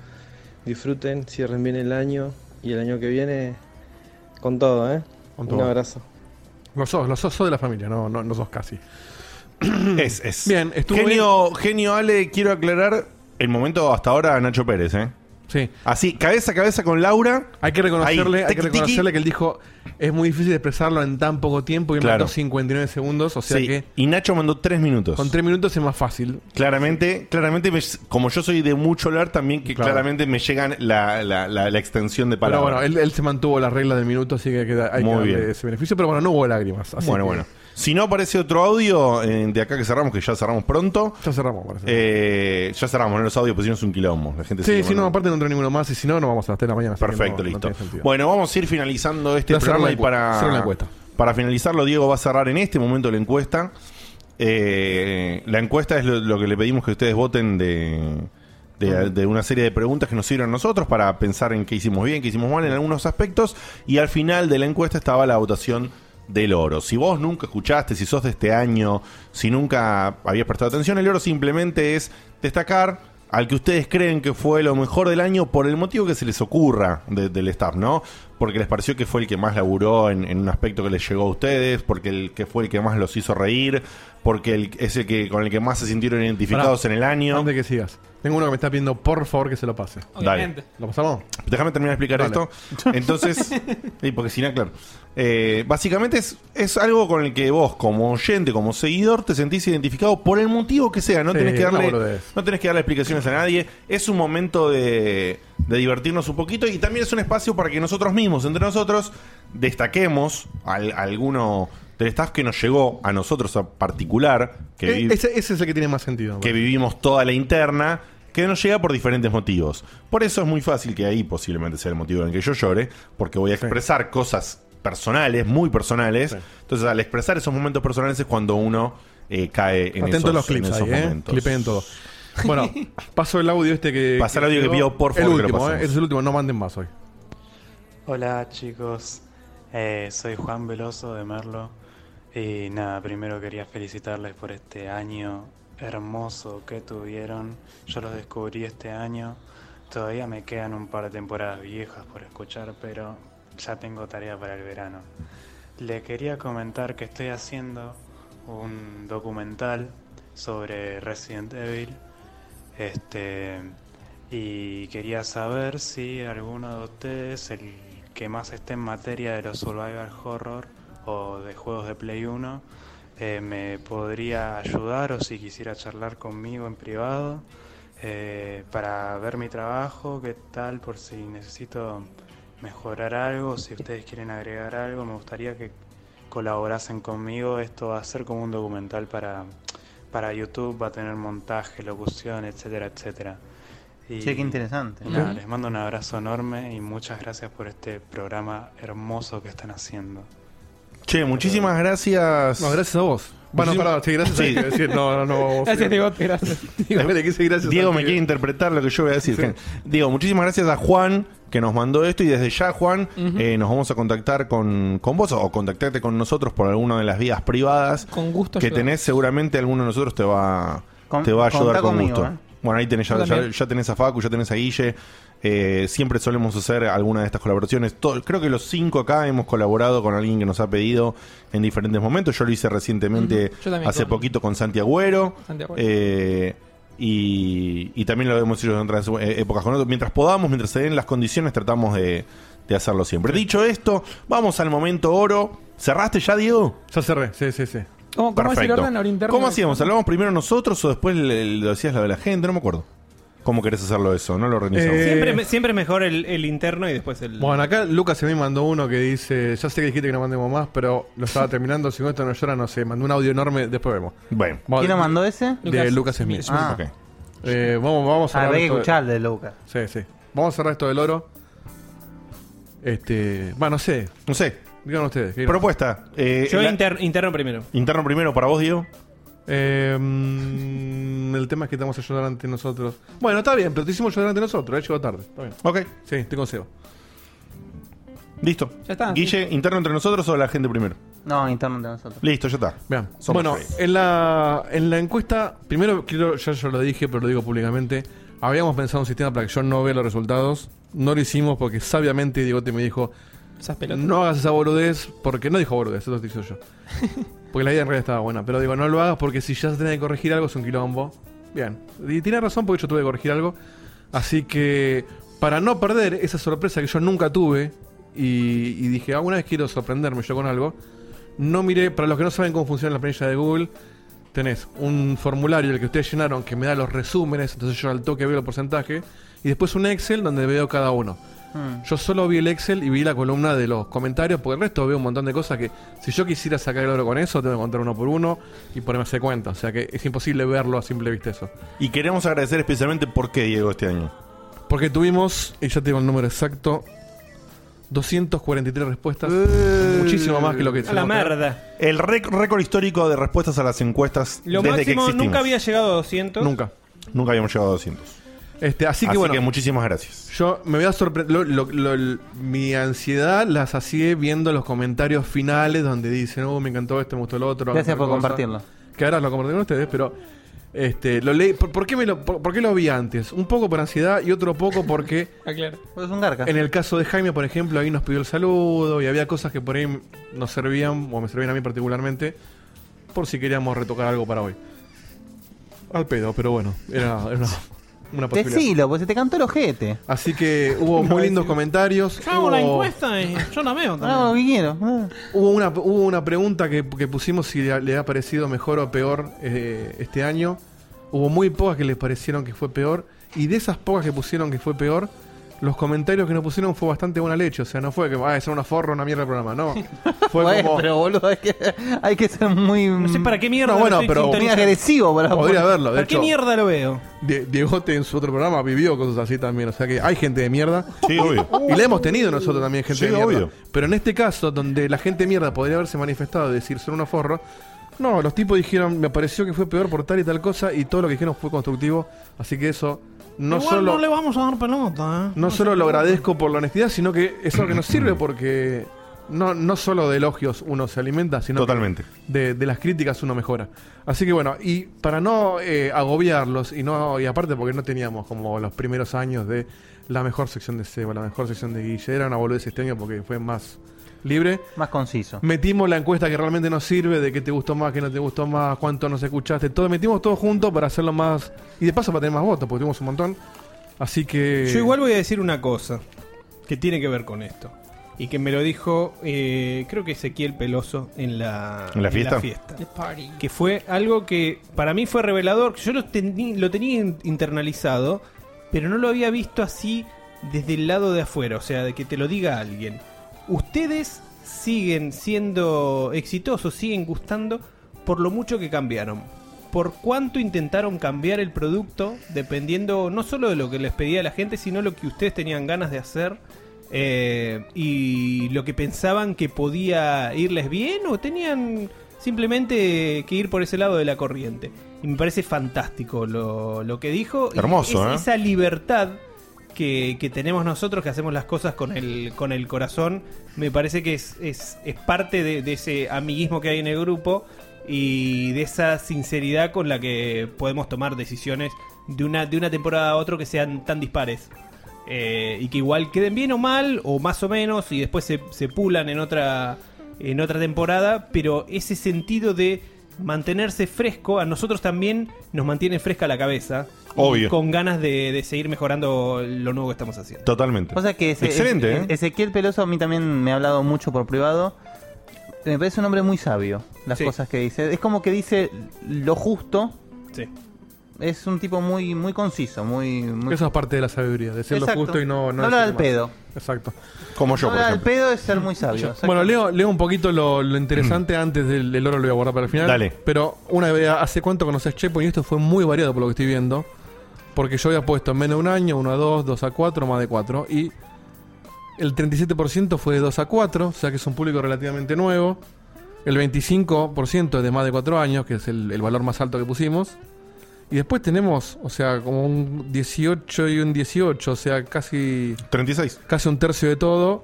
S11: Disfruten, cierren bien el año y el año que viene con todo, ¿eh?
S1: Con
S11: Un
S1: todo.
S11: abrazo.
S1: No sos, no sos, sos de la familia, no, no, no sos casi.
S7: Es, es.
S1: Bien, estuvo
S7: genio, genio Ale, quiero aclarar el momento hasta ahora a Nacho Pérez, ¿eh?
S1: Sí.
S7: Así, cabeza a cabeza con Laura.
S1: Hay que reconocerle,
S7: Ahí,
S1: hay que
S7: tiqui,
S1: reconocerle que
S7: tiqui.
S1: él dijo, es muy difícil expresarlo en tan poco tiempo y en
S7: Claro.
S1: 59 segundos, o sea
S7: Sí,
S1: que
S7: Y Nacho mandó tres minutos.
S1: con 3 minutos es más fácil.
S7: Claramente, claramente me- como yo soy de mucho hablar, también que
S1: Claro.
S7: claramente me llegan la, la- la- la extensión de
S1: Pero
S7: palabras.
S1: bueno, él, él se mantuvo la regla del minuto, así que queda- hay
S7: Muy
S1: que darle
S7: bien.
S1: ese beneficio, pero bueno, no hubo lágrimas. así
S7: bueno,
S1: que-
S7: bueno. Si no aparece otro audio eh, de acá que cerramos, que ya cerramos pronto.
S1: Ya cerramos,
S7: Eh, ya cerramos, ¿no? los audios pusimos un quilombo. La gente
S1: Sí,
S7: sigue
S1: si no,
S7: mandando.
S1: aparte no entró ninguno más y si no, no vamos a las 3 de la mañana. así que
S7: Perfecto,
S1: no- no
S7: listo.
S1: tiene sentido.
S7: bueno, vamos a ir finalizando este
S1: Voy a cerrar
S7: programa
S1: la
S7: y
S1: encu-
S7: para,
S1: cerrar la encuesta.
S7: para finalizarlo, Diego va a cerrar en este momento la encuesta. Eh, la encuesta es lo, lo que le pedimos que ustedes voten de, de, de una serie de preguntas que nos sirven a nosotros para pensar en qué hicimos bien, qué hicimos mal en algunos aspectos. Y al final de la encuesta estaba la votación del oro. Si vos nunca escuchaste, si sos de este año, si nunca habías prestado atención, el oro simplemente es destacar al que ustedes creen que fue lo mejor del año por el motivo que se les ocurra de- del staff, ¿no? Porque les pareció que fue el que más laburó en, en un aspecto que les llegó a ustedes, porque el que fue el que más los hizo reír, porque el, es el que con el que más se sintieron identificados
S1: Pará,
S7: en el año.
S1: Antes que sigas. Tengo uno que me está pidiendo, por favor, que se lo pase.
S7: Obviamente.
S1: ¿Lo pasamos?
S7: Déjame terminar de explicar
S1: Dale.
S7: esto. Entonces, sí, porque si no, claro. Eh, básicamente es, es algo con el que vos, como oyente, como seguidor, te sentís identificado por el motivo que sea. No
S1: Sí,
S7: tenés que
S1: una
S7: darle,
S1: boludez.
S7: no tenés que darle explicaciones a nadie. Es un momento de, de divertirnos un poquito y también es un espacio para que nosotros mismos, entre nosotros, destaquemos al- alguno del staff que nos llegó a nosotros a particular. Que
S1: E-
S7: vivi-
S1: ese, ese es el que tiene más sentido.
S7: que vivimos toda la interna, que nos llega por diferentes motivos. Por eso es muy fácil que ahí posiblemente sea el motivo en el que yo llore, porque voy a expresar cosas personales, muy personales. Entonces, al expresar esos momentos personales es cuando uno eh, cae en
S1: Atento
S7: esos,
S1: a los clips
S7: en esos
S1: ahí, ¿eh?
S7: momentos.
S1: Clipen todo. Bueno, paso el audio este que.
S7: Pasa el audio que
S1: llegó.
S7: pidió, por
S1: El
S7: favor, que lo
S1: último, ¿eh?
S7: pasemos.
S1: Este es el último, no manden más hoy.
S12: Hola chicos, Eh, soy Juan Veloso de Merlo y nada, primero quería felicitarles por este año hermoso que tuvieron. Yo los descubrí este año, todavía me quedan un par de temporadas viejas por escuchar, pero ya tengo tarea para el verano. Le quería comentar que estoy haciendo un documental sobre Resident Evil. Este, y quería saber si alguno de ustedes, el que más esté en materia de los survival horror o de juegos de Play 1, eh, me podría ayudar o si quisiera charlar conmigo en privado eh, para ver mi trabajo, qué tal, por si necesito mejorar algo, si ustedes quieren agregar algo, me gustaría que colaborasen conmigo. Esto va a ser como un documental para, para YouTube, va a tener montaje, locución, etcétera, etcétera. Y
S17: Che, qué interesante.
S12: nada,
S17: Ok.
S12: les mando un abrazo enorme y muchas gracias por este programa hermoso que están haciendo.
S7: Che, muchísimas gracias.
S1: No, gracias a vos. Bueno,
S7: Muchísimas-
S1: perdón, sí, gracias a
S7: Sí.
S1: hay que decir, No, no, no. vos-
S2: gracias.
S7: Diego me quiere interpretar lo que yo voy a decir. Diego, muchísimas gracias a Juan que nos mandó esto y desde ya, Juan,
S2: Ujú.
S7: eh, nos vamos a contactar con, con vos o contactarte con nosotros por alguna de las vías privadas
S2: Con gusto
S7: que
S2: ayudamos.
S7: tenés. Seguramente alguno de nosotros te va,
S2: Con-
S7: te va a ayudar
S2: contá
S7: con
S2: conmigo,
S7: gusto.
S2: eh.
S7: Bueno, ahí tenés, ya,
S2: Yo
S7: ya,
S2: también.
S7: ya tenés a Facu, ya tenés a Guille. Eh, siempre solemos hacer alguna de estas colaboraciones. Todo- creo que los cinco acá hemos colaborado con alguien que nos ha pedido en diferentes momentos. Yo lo hice recientemente,
S2: Ujú. Yo también
S7: hace
S2: con-
S7: poquito con Santi Agüero.
S2: Santiago.
S7: Eh, y, y también lo hemos hecho en otras eh, épocas con otros. Mientras podamos, mientras se den las condiciones, tratamos de, de hacerlo siempre. Dicho esto, vamos al momento oro. ¿Cerraste ya, Diego?
S1: Ya cerré, sí, sí, sí.
S2: ¿Cómo, cómo es el
S7: Perfecto.
S2: orden oriental?
S7: ¿Cómo hacíamos? ¿Hablábamos primero nosotros o después le- le- lo decías la de la gente? No me acuerdo. ¿Cómo querés hacerlo eso? No lo organizamos.
S1: Eh,
S14: Siempre, me- siempre es mejor el, el interno y después el.
S1: Bueno, acá Lucas a mí mandó uno que dice: Ya sé que dijiste que no mandemos más, pero lo estaba terminando. Si con esto no llora, no sé. Mandó un audio enorme, después vemos.
S7: Bueno.
S17: ¿Quién lo mandó ese?
S1: De Lucas Smith.
S17: Ah.
S1: Eh, vamos, vamos a
S17: Ah,
S1: cerrar
S17: había que
S1: esto de-
S17: escuchar el de Lucas.
S1: Sí, sí. Vamos a cerrar esto del oro. Este. Bueno, no sé.
S7: No sé.
S1: Digan ustedes. ¿qué dirán?
S7: Propuesta. eh,
S1: Yo
S7: la-
S1: inter-
S4: interno primero.
S7: Interno primero para vos, Diego.
S1: Em, el tema es que estamos a llorar ante nosotros. Bueno, está bien, pero te hicimos llorar ante nosotros, eh, llegó tarde. Está bien.
S7: Ok.
S1: Sí, te concedo.
S7: Listo.
S1: Ya está,
S7: Guille, ¿interno entre nosotros o la gente primero?
S3: No, interno de nosotros.
S7: Listo, ya está.
S1: Bien.
S7: Somos
S1: bueno,
S7: tres.
S1: en la, en la encuesta, primero quiero, ya yo lo dije, pero lo digo públicamente. Habíamos pensado un sistema para que yo no vea los resultados. No lo hicimos porque sabiamente Diego te me dijo: No hagas esa boludez, porque no dijo boludez, eso lo dije yo. Porque la idea en realidad estaba buena, pero digo, no lo hagas porque si ya se tiene que corregir algo es un quilombo. Bien, y tiene razón porque yo tuve que corregir algo. Así que, para no perder esa sorpresa que yo nunca tuve, y, y dije, alguna vez quiero sorprenderme yo con algo, no miré, para los que no saben cómo funciona la planilla de Google, tenés un formulario el que ustedes llenaron que me da los resúmenes, entonces yo al toque veo el porcentaje, y después un Excel donde veo cada uno.
S3: Mm.
S1: Yo solo vi el Excel y vi la columna de los comentarios, porque el resto veo un montón de cosas que si yo quisiera sacar el oro con eso, tengo que contar uno por uno y ponerme a hacer cuenta. O sea que es imposible verlo a simple vista eso.
S7: Y queremos agradecer especialmente por qué Diego este año.
S1: Porque tuvimos, y ya te digo el número exacto, 243 respuestas. Muchísimo más que lo que...
S4: Eh. la
S1: tenemos que-
S4: merda.
S7: El rec- récord histórico de respuestas a las encuestas
S4: Lo
S7: desde que
S4: máximo
S7: existimos.
S4: nunca había llegado a 200.
S1: Nunca.
S7: Nunca habíamos llegado a 200.
S1: Este, así que
S7: Así
S1: bueno.
S7: que muchísimas gracias.
S1: Yo me voy a sorprender. mi ansiedad la sacié viendo los comentarios finales donde dicen, oh, me encantó esto, me gustó lo otro.
S3: Gracias por
S1: otra cosa".
S3: compartirlo.
S1: Que ahora lo compartí con ustedes, pero. Este, lo leí. ¿Por, por qué me lo, por, por qué lo vi antes? Un poco por ansiedad y otro poco porque.
S3: Pues es un garca.
S1: En el caso de Jaime, por ejemplo, ahí nos pidió el saludo y había cosas que por ahí nos servían, o me servían a mí particularmente, por si queríamos retocar algo para hoy. Al pedo, pero bueno, era, era una, una posibilidad.
S3: Decilo, pues se te cantó el ojete.
S1: Así que hubo muy lindos comentarios.
S4: Hago la
S1: hubo-
S4: encuesta y yo la veo también.
S1: No,
S3: quiero.
S1: Hubo una, hubo una pregunta que, que pusimos si le, le ha parecido mejor o peor eh, este año. Hubo muy pocas que les parecieron que fue peor. Y de esas pocas que pusieron que fue peor, los comentarios que nos pusieron fue bastante buena leche. O sea, no fue que, ah, es una forra, una mierda el programa. No. Fue
S3: Bueno,
S1: como.
S3: pero boludo, hay que, hay que ser muy. No sé
S4: para qué mierda
S1: No, bueno, pero.
S3: muy agresivo para
S1: Podría
S3: poder-
S1: verlo.
S3: ¿Para qué mierda
S4: lo veo?
S1: Diegote en su otro programa vivió cosas así también. O sea que hay gente de mierda.
S7: Sí, obvio.
S1: Y la hemos tenido nosotros también, gente de
S7: Sí,
S1: mierda.
S7: obvio.
S1: Pero en este caso, donde la gente de mierda podría haberse manifestado y decir son unos forros. No, los tipos dijeron, me pareció que fue peor por tal y tal cosa, y todo lo que dijeron fue constructivo. Así que eso, no
S4: Igual
S1: solo.
S4: no le vamos a dar pelota, ¿eh?
S1: No solo lo agradezco por la honestidad, sino que es algo que nos sirve porque no, no solo de elogios uno se alimenta, sino
S7: Totalmente.
S1: que de, de las críticas uno mejora. Así que bueno, y para no eh, agobiarlos, y no y aparte porque no teníamos como los primeros años de la mejor sección de Seba, la mejor sección de Guille, era una boludez este año porque fue más libre.
S3: Más conciso.
S1: Metimos la encuesta que realmente nos sirve, de qué te gustó más, qué no te gustó más, cuánto nos escuchaste, todo, metimos todo junto para hacerlo más... Y de paso para tener más votos, porque tuvimos un montón. Así que...
S4: Yo igual voy a decir una cosa que tiene que ver con esto. Y que me lo dijo, eh, creo que Ezequiel Peloso en la,
S7: ¿En la fiesta?
S4: Que fue algo que para mí fue revelador. Yo lo, tení- lo tenía in- internalizado, pero no lo había visto así desde el lado de afuera. O sea, de que te lo diga alguien. Ustedes siguen siendo exitosos, siguen gustando por lo mucho que cambiaron por cuánto intentaron cambiar el producto, dependiendo no solo de lo que les pedía la gente, sino lo que ustedes tenían ganas de hacer eh, y lo que pensaban que podía irles bien o tenían simplemente que ir por ese lado de la corriente. Y me parece fantástico lo, lo que dijo. Y
S7: Hermoso,
S4: es-
S7: ¿eh?
S4: Esa libertad que, que tenemos nosotros, que hacemos las cosas con el, con el corazón, me parece que es, es, es parte de, de ese amiguismo que hay en el grupo y de esa sinceridad con la que podemos tomar decisiones de una, de una temporada a otra que sean tan dispares. Eh, y que igual queden bien o mal, o más o menos, y después se, se pulan en otra, en otra temporada, pero ese sentido de mantenerse fresco a nosotros también nos mantiene fresca la cabeza. y
S7: Obvio.
S4: Con ganas de, de seguir mejorando lo nuevo que estamos haciendo.
S7: Totalmente.
S3: O sea que ese-
S7: Excelente,
S3: ese-
S7: ¿eh?
S3: Ezequiel Peloso a mí también me ha hablado mucho por privado. Me parece un hombre muy sabio, las cosas que dice. Es como que dice lo justo.
S4: Sí.
S3: Es un tipo muy muy conciso, muy... muy...
S1: Eso es parte de la sabiduría, decir lo
S3: Exacto.
S1: justo y no...
S3: No hablar al
S1: decir más.
S3: pedo.
S1: Exacto.
S7: Como yo,
S3: No hablar al pedo es ser muy sabio. exacto.
S1: Bueno, leo, leo un poquito lo, lo interesante antes del, del oro, lo voy a guardar para el final.
S7: Mm. Dale.
S1: Pero una idea, ¿hace cuánto conoces Checkpoint? Y esto fue muy variado por lo que estoy viendo. Porque yo había puesto menos de un año, uno a dos, dos a cuatro, más de cuatro. Y El 37% fue de 2 a 4, o sea que es un público relativamente nuevo. El 25% es de más de 4 años, que es el, el valor más alto que pusimos. Y después tenemos, o sea, como un 18 y un 18, o sea, casi.
S7: 36.
S1: Casi un tercio de todo,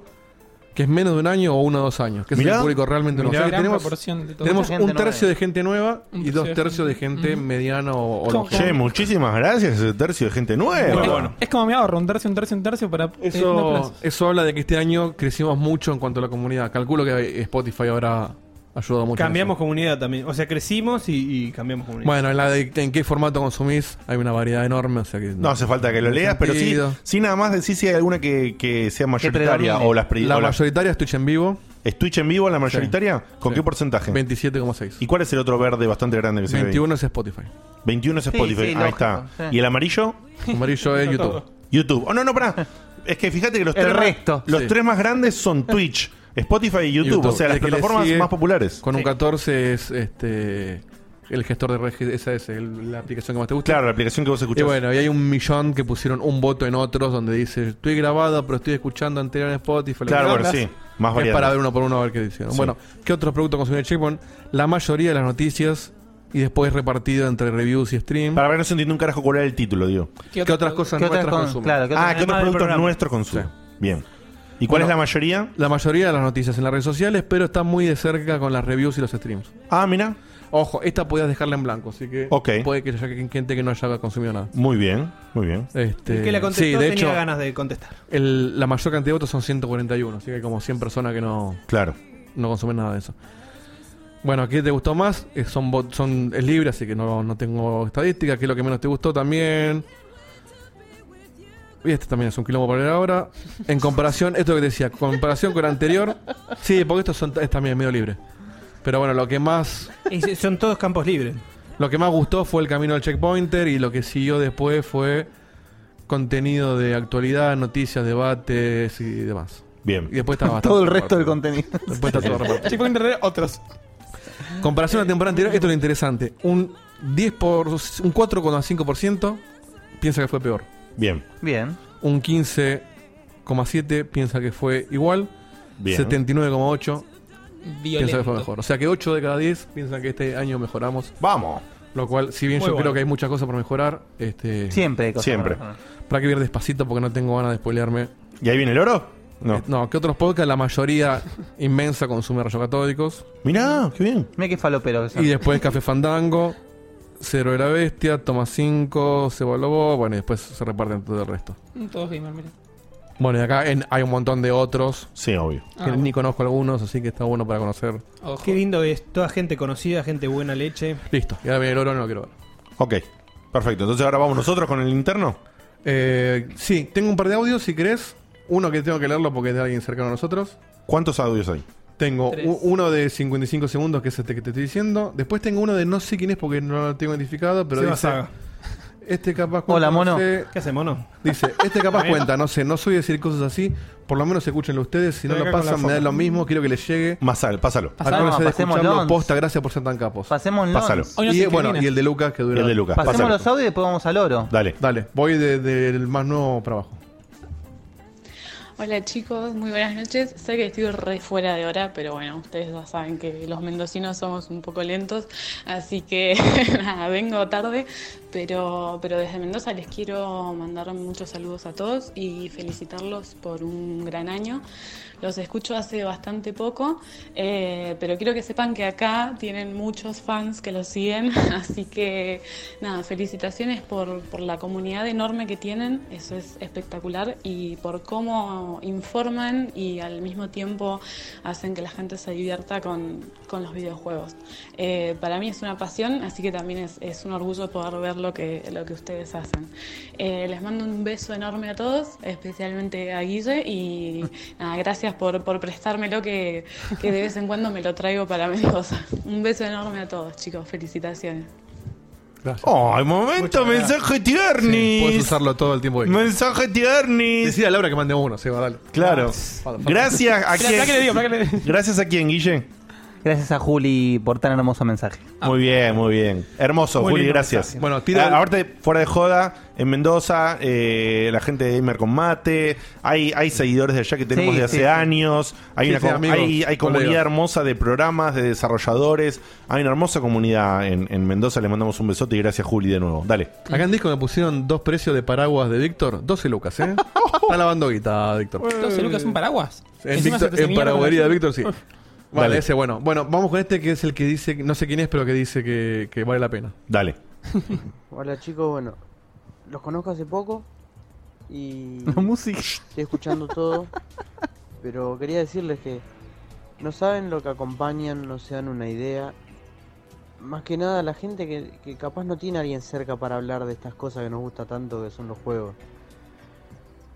S1: que es menos de un año o uno o dos años, que es
S7: Mirá.
S1: el público realmente nuevo.
S7: Mirá.
S1: O sea, que
S7: Gran
S1: tenemos
S7: proporción de todo.
S1: tenemos
S7: Mucha gente
S1: un tercio
S7: nueva.
S1: de gente nueva
S7: Un
S1: y
S7: tercio
S1: dos
S7: de
S1: tercios de gente mediana o, o
S7: Che, muchísimas gracias, ese tercio de gente nueva.
S1: Muy
S2: bueno. Es como me ahorro un tercio, un tercio, un tercio para. eh, no
S1: Eso,
S2: plazos.
S1: eso habla de que este año crecimos mucho en cuanto a la comunidad. Calculo que Spotify habrá ayudado mucho. en
S4: Cambiamos comunidad también. O sea, crecimos y, y cambiamos
S1: eso.
S4: comunidad.
S1: Bueno, en, la de- en qué formato consumís hay una variedad enorme. O sea que
S7: No hace falta que lo leas, pero sí, sí nada más decir si hay alguna que, que sea mayoritaria o las pri-
S1: La
S7: o las-
S1: mayoritaria es Twitch en vivo.
S7: ¿Es Twitch en vivo la mayoritaria? ¿Con
S1: Sí.
S7: qué porcentaje?
S1: 27,6.
S7: ¿Y cuál es el otro verde bastante grande que se ve?
S1: 21 es Spotify.
S7: 21 es
S1: Sí,
S7: Spotify,
S1: sí,
S7: ahí
S1: lógico,
S7: está.
S1: sí.
S7: ¿Y el amarillo?
S1: Amarillo es YouTube.
S7: YouTube. Oh, no, no, pará. Es que fíjate que los,
S1: El
S7: tres, más-
S1: resto.
S7: los
S1: Sí.
S7: tres más grandes son Twitch, Spotify y YouTube. O sea, las
S1: El que le
S7: plataformas
S1: sigue
S7: más populares.
S1: Con un
S7: Sí.
S1: 14 es este el gestor de redes, esa es el- la aplicación que más te gusta.
S7: Claro, la aplicación que vos escuchás.
S1: Y bueno, y hay un millón que pusieron un voto en otros donde dice, estoy grabado, pero estoy escuchando anterior en Spotify. lo
S7: Claro,
S1: que
S7: bueno,
S1: hablas".
S7: sí. Más
S1: Es
S7: variables.
S1: para ver uno por uno a ver qué dicen.
S7: Sí.
S1: Bueno, ¿qué otros productos consume Checkpoint? La mayoría de las noticias y después repartido entre reviews y stream.
S7: Para ver, no se entiende un carajo cuál era el título, digo.
S1: ¿Qué, otras cosas
S7: ¿Qué otras
S1: nuestras
S7: con-
S1: consumen?
S7: claro, ¿qué otras- Ah, ¿qué otros Además del productos programa. nuestros consumen? Bien. ¿Y cuál es la mayoría?
S1: La mayoría de las noticias en las redes sociales, pero está muy de cerca con las reviews y los streams.
S7: Ah, mira.
S1: Ojo, esta podías dejarla en blanco, así que
S7: Ok.
S1: puede que haya gente que no haya consumido nada.
S7: Muy bien, muy bien.
S1: Este,
S4: El que la contestó
S1: sí, de
S4: tenía
S1: hecho,
S4: ganas de contestar.
S1: el- la mayor cantidad de votos son 141, así que hay como 100 personas que no,
S7: claro.
S1: no consumen nada de eso. Bueno, ¿qué te gustó más? Eh, son, bot- son, es libre, así que no, no tengo estadística. ¿Qué es lo que menos te gustó también? Y este también es un quilombo para leer ahora. En comparación, esto que decía, comparación con el anterior. Sí, porque esto son, es también medio libre. Pero bueno, lo que más.
S4: son todos campos libres.
S1: Lo que más gustó fue el camino del checkpointer y lo que siguió después fue contenido de actualidad, noticias, debates y demás.
S7: Bien.
S1: Y después estaba
S17: Todo el
S1: bastante
S17: resto del
S1: repartido.
S17: contenido.
S1: Después está todo repartido.
S2: Checkpoint Red, otros.
S1: Comparación a la temporada anterior, esto es lo interesante. Un 10 por, un 4,5% piensa que fue peor.
S7: Bien.
S17: Bien.
S1: Un 15,7 piensa que fue igual.
S17: Bien.
S1: 79,8 piensa que
S2: Violento.
S1: fue mejor. O sea que 8 de cada 10 piensan que este año mejoramos.
S7: Vamos.
S1: Lo cual, si bien
S7: Muy
S1: yo
S7: bueno.
S1: creo que hay muchas cosas por mejorar, este
S17: Siempre hay cosas
S7: Siempre.
S17: para mejorar.
S1: Para que ir despacito porque no tengo ganas de spoilearme.
S7: ¿Y ahí viene el oro? No.
S1: Eh, no, que otros podcasts la mayoría inmensa consume rayos catódicos.
S7: Mirá, qué bien.
S17: Mira qué falopero que son.
S1: Y después Café Fandango, Cero de la Bestia, Toma 5, Cebo Lobo, bueno, y después se reparten todo el resto.
S2: Todos gamer, mira.
S1: Bueno, y acá en- hay un montón de otros.
S7: Sí, obvio.
S1: Que
S2: Ah, bueno.
S1: ni conozco algunos, así que está bueno para conocer.
S4: Qué lindo es. Toda gente conocida, gente buena leche.
S1: Listo, y ahora viene el oro, no lo quiero ver.
S7: Ok, perfecto. Entonces ahora vamos nosotros con el interno.
S1: Eh, sí, tengo un par de audios si querés. Uno que tengo que leerlo porque es de alguien cercano a nosotros.
S7: ¿Cuántos audios hay?
S1: Tengo u- uno de 55 segundos, que es este que te estoy diciendo. Después tengo uno de no sé quién es porque no lo tengo identificado, pero
S4: Seba
S1: dice...
S4: Saga.
S1: Este capaz
S4: Hola, mono.
S1: conoce-
S4: ¿Qué hace, mono?
S1: Dice, este capaz
S4: Bueno.
S1: cuenta, no sé, no soy de decir cosas así, por lo menos escúchenlo ustedes, si no
S4: Estoy
S1: lo
S4: acá con la
S1: pasan me da
S4: foto.
S1: lo mismo, quiero que les llegue.
S7: Masal, pásalo.
S1: Acá no
S17: Pasalo,
S1: se de
S17: pasemos
S1: escucharlo,
S17: lons.
S1: posta, gracias por ser tan capos.
S17: Pasemos
S1: Pásalo.
S17: lons. Hoy no
S1: Y,
S17: se
S1: bueno,
S17: discrimina.
S1: y el de Lucas que dura.
S7: Y el de Lucas,
S17: Pasemos los audios y después vamos al oro.
S7: Dale.
S1: Dale, voy de- del más nuevo para abajo.
S19: Hola chicos, muy buenas noches. Sé que estoy re fuera de hora, pero bueno, ustedes ya saben que los mendocinos somos un poco lentos, así que nada, vengo tarde, pero, pero desde Mendoza les quiero mandar muchos saludos a todos y felicitarlos por un gran año. Los escucho hace bastante poco, eh, pero quiero que sepan que acá tienen muchos fans que los siguen, así que nada, felicitaciones por, por la comunidad enorme que tienen, eso es espectacular, y por cómo informan y al mismo tiempo hacen que la gente se divierta con, con los videojuegos. Eh, para mí es una pasión, así que también es, es un orgullo poder ver lo que, lo que ustedes hacen. Eh, les mando un beso enorme a todos, especialmente a Guille, y nada, gracias por, por prestármelo, que, que de vez en cuando me lo traigo para Mendoza. Un beso enorme a todos, chicos, felicitaciones.
S1: Gracias.
S7: ¡Ay, momento! ¡Mensaje tiernis!
S1: puedes usarlo todo el tiempo.
S7: ¡Mensaje tiernis!
S1: Decía a Laura que mande uno, se va, dale. Ah,
S7: Claro.
S1: Vamos.
S7: Gracias a
S1: Mirá, mirá que le digo, mirá que le
S7: quien. Gracias a quien, Guille.
S3: Gracias a Juli por tan hermoso mensaje.
S17: Ah.
S7: Muy bien, muy bien. Hermoso,
S3: Muy
S7: Juli,
S3: lindo
S7: gracias.
S3: mensaje.
S7: Bueno, tira. Ahorita, fuera de joda, en Mendoza, eh, la gente de Gamer con Mate, hay, hay seguidores de allá que tenemos
S17: Sí,
S7: de
S17: sí,
S7: hace
S17: sí.
S7: años, hay,
S17: Sí,
S7: una
S17: sí,
S7: com-
S17: amigos,
S7: hay, hay comunidad
S17: colegas.
S7: hermosa de programas, de desarrolladores, hay una hermosa comunidad en, en Mendoza, le mandamos un besote y gracias Juli de nuevo. Dale.
S1: Acá en disco me pusieron dos precios de paraguas de Víctor, 12 lucas, ¿eh? Está lavando guita, Víctor.
S2: 12 lucas, un paraguas.
S1: En,
S2: Encima se
S1: Víctor,
S2: te
S1: en
S2: terminó
S1: paraguería de
S2: con-
S1: Víctor, sí. Vale,
S7: Dale.
S1: ese bueno. Bueno, vamos con este que es el que dice, no sé quién es, pero que dice que, que vale la pena.
S7: Dale.
S14: Hola chicos, bueno, los conozco hace poco y
S3: La música.
S14: estoy escuchando todo, pero quería decirles que no saben lo que acompañan, no se dan una idea. Más que nada la gente que, que capaz no tiene a alguien cerca para hablar de estas cosas que nos gusta tanto, que son los juegos.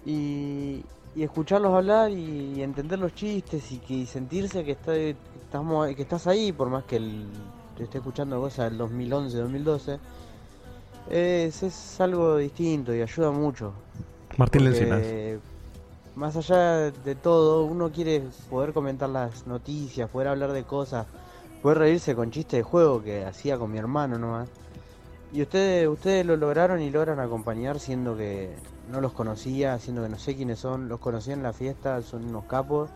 S14: Y, y escucharlos hablar y, entender los chistes y, que, y sentirse que, está- que estamos, que estás ahí, por más que el- te esté escuchando cosas del 2011, 2012. Es, es algo distinto y ayuda mucho.
S1: Martín
S14: Porque,
S1: Lencinas.
S14: Más allá de todo, uno quiere poder comentar las noticias, poder hablar de cosas, poder reírse con chistes de juego que hacía con mi hermano nomás. Y ustedes, ustedes lo lograron y logran acompañar siendo que no los conocía, siendo que no sé quiénes son, los conocí en la fiesta, son unos capos.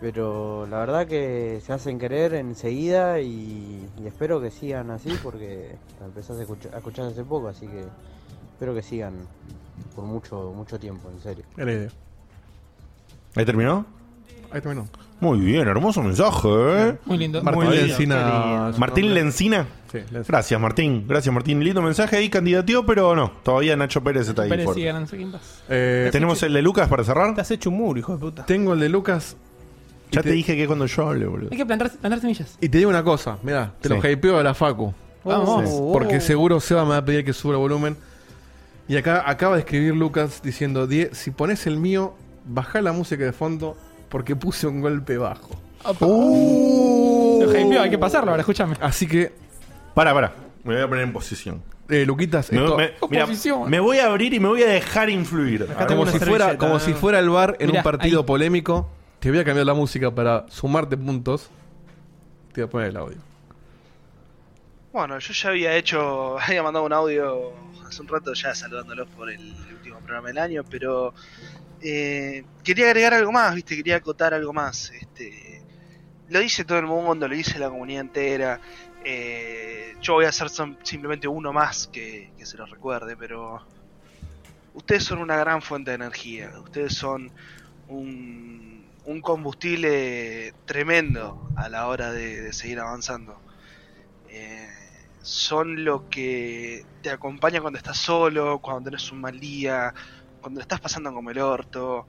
S14: Pero la verdad que se hacen querer enseguida y, y espero que sigan así porque la empezás a escuchar, a escuchar hace poco, así que espero que sigan por mucho mucho tiempo, en serio.
S7: ¿Ahí terminó?
S1: Ahí terminó.
S7: Muy bien, hermoso mensaje. ¿eh?
S2: Muy lindo.
S7: Martín
S2: Muy lindo. Qué
S7: Lencina.
S2: lindo.
S7: Martín Lencina. Gracias, Martín. Gracias, Martín. Lindo mensaje ahí, candidateo, pero no. Todavía Nacho Pérez está ahí.
S2: Pérez
S7: fuerte.
S2: y Galán, no sé quién pasa.
S7: Eh, ¿Tenemos el de Lucas para cerrar? Te
S1: has hecho un muro, hijo de puta. Eh, Tengo el de Lucas.
S7: Ya te dije que cuando yo hable, boludo.
S2: Hay que plantar, plantar semillas.
S1: Y te digo una cosa, mira, te
S7: Sí.
S1: lo hypeo a la Facu.
S2: Vamos.
S1: Sí.
S2: Oh.
S1: Porque seguro Seba me va a pedir que suba el volumen. Y acá acaba de escribir Lucas diciendo, "Die- si pones el mío, baja la música de fondo porque puse un golpe bajo. Uh.
S2: Lo hypeó, hay que pasarlo ahora, escúchame.
S1: Así que...
S7: Para, para. Me voy a poner en posición.
S1: Eh, Luquitas,
S7: Me,
S1: esto-
S7: me- mira,
S1: Oposición.
S7: me voy a abrir y me voy a dejar influir.
S1: Acá tengo como si fuera como si fuera el bar en
S7: Mirá,
S1: un partido polémico te voy a cambiar la música para sumarte puntos te voy a poner el audio
S15: Bueno, yo ya había hecho, había mandado un audio hace un rato ya saludándolos por el último programa del año, pero eh, quería agregar algo más, viste, quería acotar algo más. Este, lo dice todo el mundo, lo dice la comunidad entera. eh, yo voy a hacer som- simplemente uno más que, que se los recuerde, pero ustedes son una gran fuente de energía, ustedes son un, un combustible tremendo a la hora de- de seguir avanzando eh, son lo que te acompaña cuando estás solo, cuando tenés un mal día, cuando la estás pasando como el orto.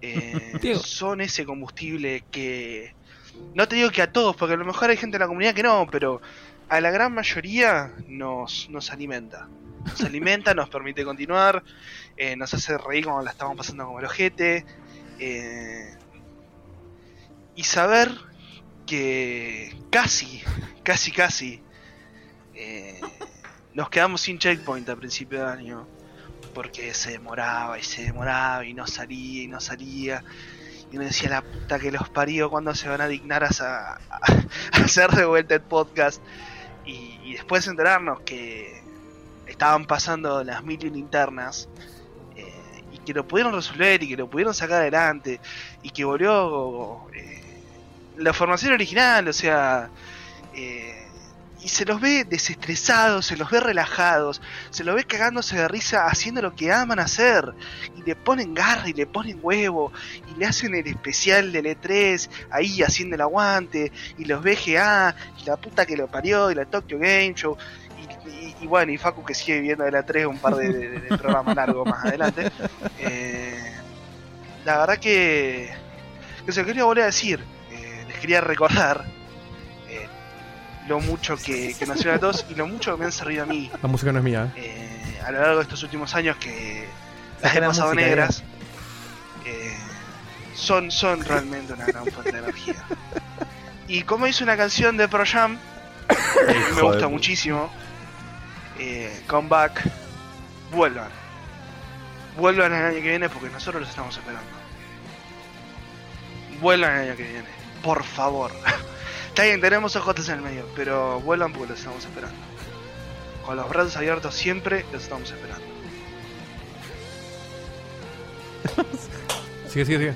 S15: Eh, son ese combustible que... No te digo que a todos, porque a lo mejor hay gente en la comunidad que no, pero a la gran mayoría nos, nos alimenta. Nos alimenta, nos permite continuar, eh, nos hace reír cuando la estamos pasando como el ojete. eh, y saber que casi, casi, casi eh, nos quedamos sin checkpoint a principio de año porque se demoraba y se demoraba y no salía y no salía y me decía la puta que los parió cuando se van a dignar a, sa- a hacer de vuelta el podcast y, y después enterarnos que estaban pasando las mil y una internas eh, y que lo pudieron resolver y que lo pudieron sacar adelante y que volvió eh, la formación original o sea eh, y se los ve desestresados, se los ve relajados, se los ve cagándose de risa haciendo lo que aman hacer. Y le ponen garra y le ponen huevo, y le hacen el especial del E3 ahí haciendo el aguante, y los VGA, y la puta que lo parió, y la Tokyo Game Show. y- Y, y bueno, y Facu que sigue viviendo de la 3 un par de, de- de programas largos más adelante. Eh, la verdad que, que se lo quería volver a decir. eh, les quería recordar eh, lo mucho que, que me hacían a todos y lo mucho que me han servido a mí
S1: la música no es mía ¿eh?
S15: eh, a lo largo de estos últimos años que las
S1: Saca
S15: he
S1: la
S15: pasado
S1: música,
S15: negras. eh, son, son realmente una gran fuente de energía. Y como hizo una canción de Pro Jam, que me
S7: Hijo de
S15: gusta
S7: pu-
S15: muchísimo, eh, Come Back, vuelvan. Vuelvan el año que viene porque nosotros los estamos esperando. Vuelvan el año que viene, por favor. Está bien, tenemos ojotes en el medio, pero vuelan porque los estamos esperando. Con los brazos abiertos siempre los estamos esperando.
S1: Sigue, sigue, sigue.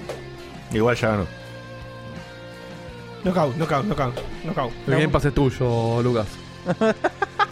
S7: Igual ya ganó.
S4: Knockout, knockout, knockout, knockout.
S1: El Game Pass es tuyo, Lucas.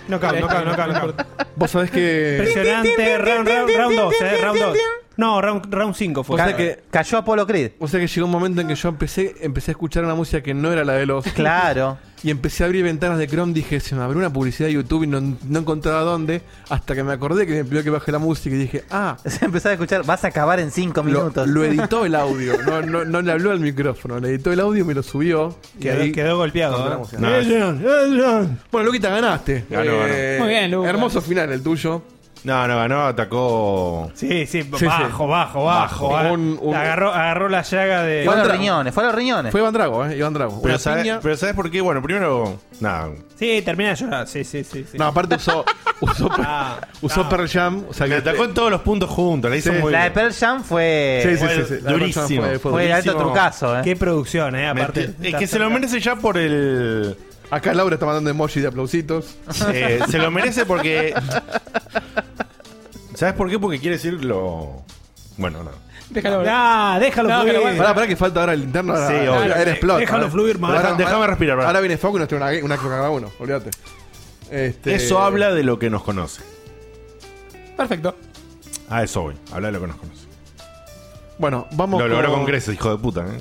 S4: Knockout, knockout, knockout, knockout.
S1: Vos sabés que.
S4: Impresionante, round, round, round 2, eh, round 2. No, round, round 5 fue.
S1: Vos sabés que.
S3: Cayó Apolo Creed.
S1: O sea que llegó un momento en que yo empecé, empecé a escuchar una música que no era la de los.
S3: Claro.
S1: Y empecé a abrir ventanas de Chrome. Dije, se me abrió una publicidad de YouTube y no, no encontraba dónde. Hasta que me acordé que me pidió que baje la música y dije, ah.
S3: Se empezaba a escuchar, vas a acabar en 5
S1: Lo,
S3: minutos.
S1: lo editó el audio, no, no, no le habló al micrófono, le editó el audio y me lo subió. y
S4: Quedó-
S1: ahí-
S4: quedó golpeado,
S1: Contra
S4: ¿eh?
S1: la música.
S4: No, Adrian,
S1: Bueno, Luquita, ganaste. Eh,
S7: Ganó, ganó.
S4: Muy bien, Lucas.
S1: Hermoso final el tuyo.
S7: No, no, ganó, atacó.
S4: Sí, sí,
S1: sí.
S4: bajo, bajo, bajo.
S1: Bajo.
S4: ah.
S1: Un- un-
S4: Agarró, agarró la llaga de.
S1: Fue a los Iván Drago. riñones,
S3: fue a los riñones.
S1: Fue Iván Drago, ¿eh? Iván Drago.
S7: Pero
S1: Una
S7: sabes,
S1: piña.
S7: pero ¿sabes por qué? Bueno, primero, nada.
S4: Sí, termina de llorar. Sí, sí, sí. sí. Ah.
S1: No, aparte usó, usó, usó Pearl Jam. O sea,
S7: Le atacó en todos los puntos juntos. La hizo muy
S3: la de
S7: bien.
S3: Pearl Jam fue.
S7: Sí, sí, sí, sí. La de Pearl Jam Durísimo. fue- fue
S3: Fue el alto
S7: durísimo.
S3: trucazo, eh.
S4: Qué producción, eh,
S7: aparte. Es que se lo merece ya por el.
S1: Acá Laura está mandando emoji de aplausitos.
S7: Eh, se lo merece porque. ¿Sabes por qué? Porque quiere decir lo. Bueno, no.
S4: Déjalo. Ah, déjalo.
S1: No,
S4: fluir.
S1: pero bueno. Pará, pará, que falta ahora el interno. Ahora,
S7: Sí, obvio.
S1: ahora- ahora
S7: Dale,
S1: explota.
S7: déjalo
S1: Ahora-
S7: fluir, man.
S1: ahora-
S7: Déjame
S1: ahora-
S7: respirar, pará.
S1: Ahora viene Foco y nos trae una, una coca cada uno, olvídate. Este-
S7: Eso habla de lo que nos conoce.
S2: Perfecto.
S7: Ah, eso voy. Habla de lo que nos conoce.
S1: Bueno, vamos.
S7: Lo logró
S1: con-
S7: con Grecia, hijo de puta, ¿eh?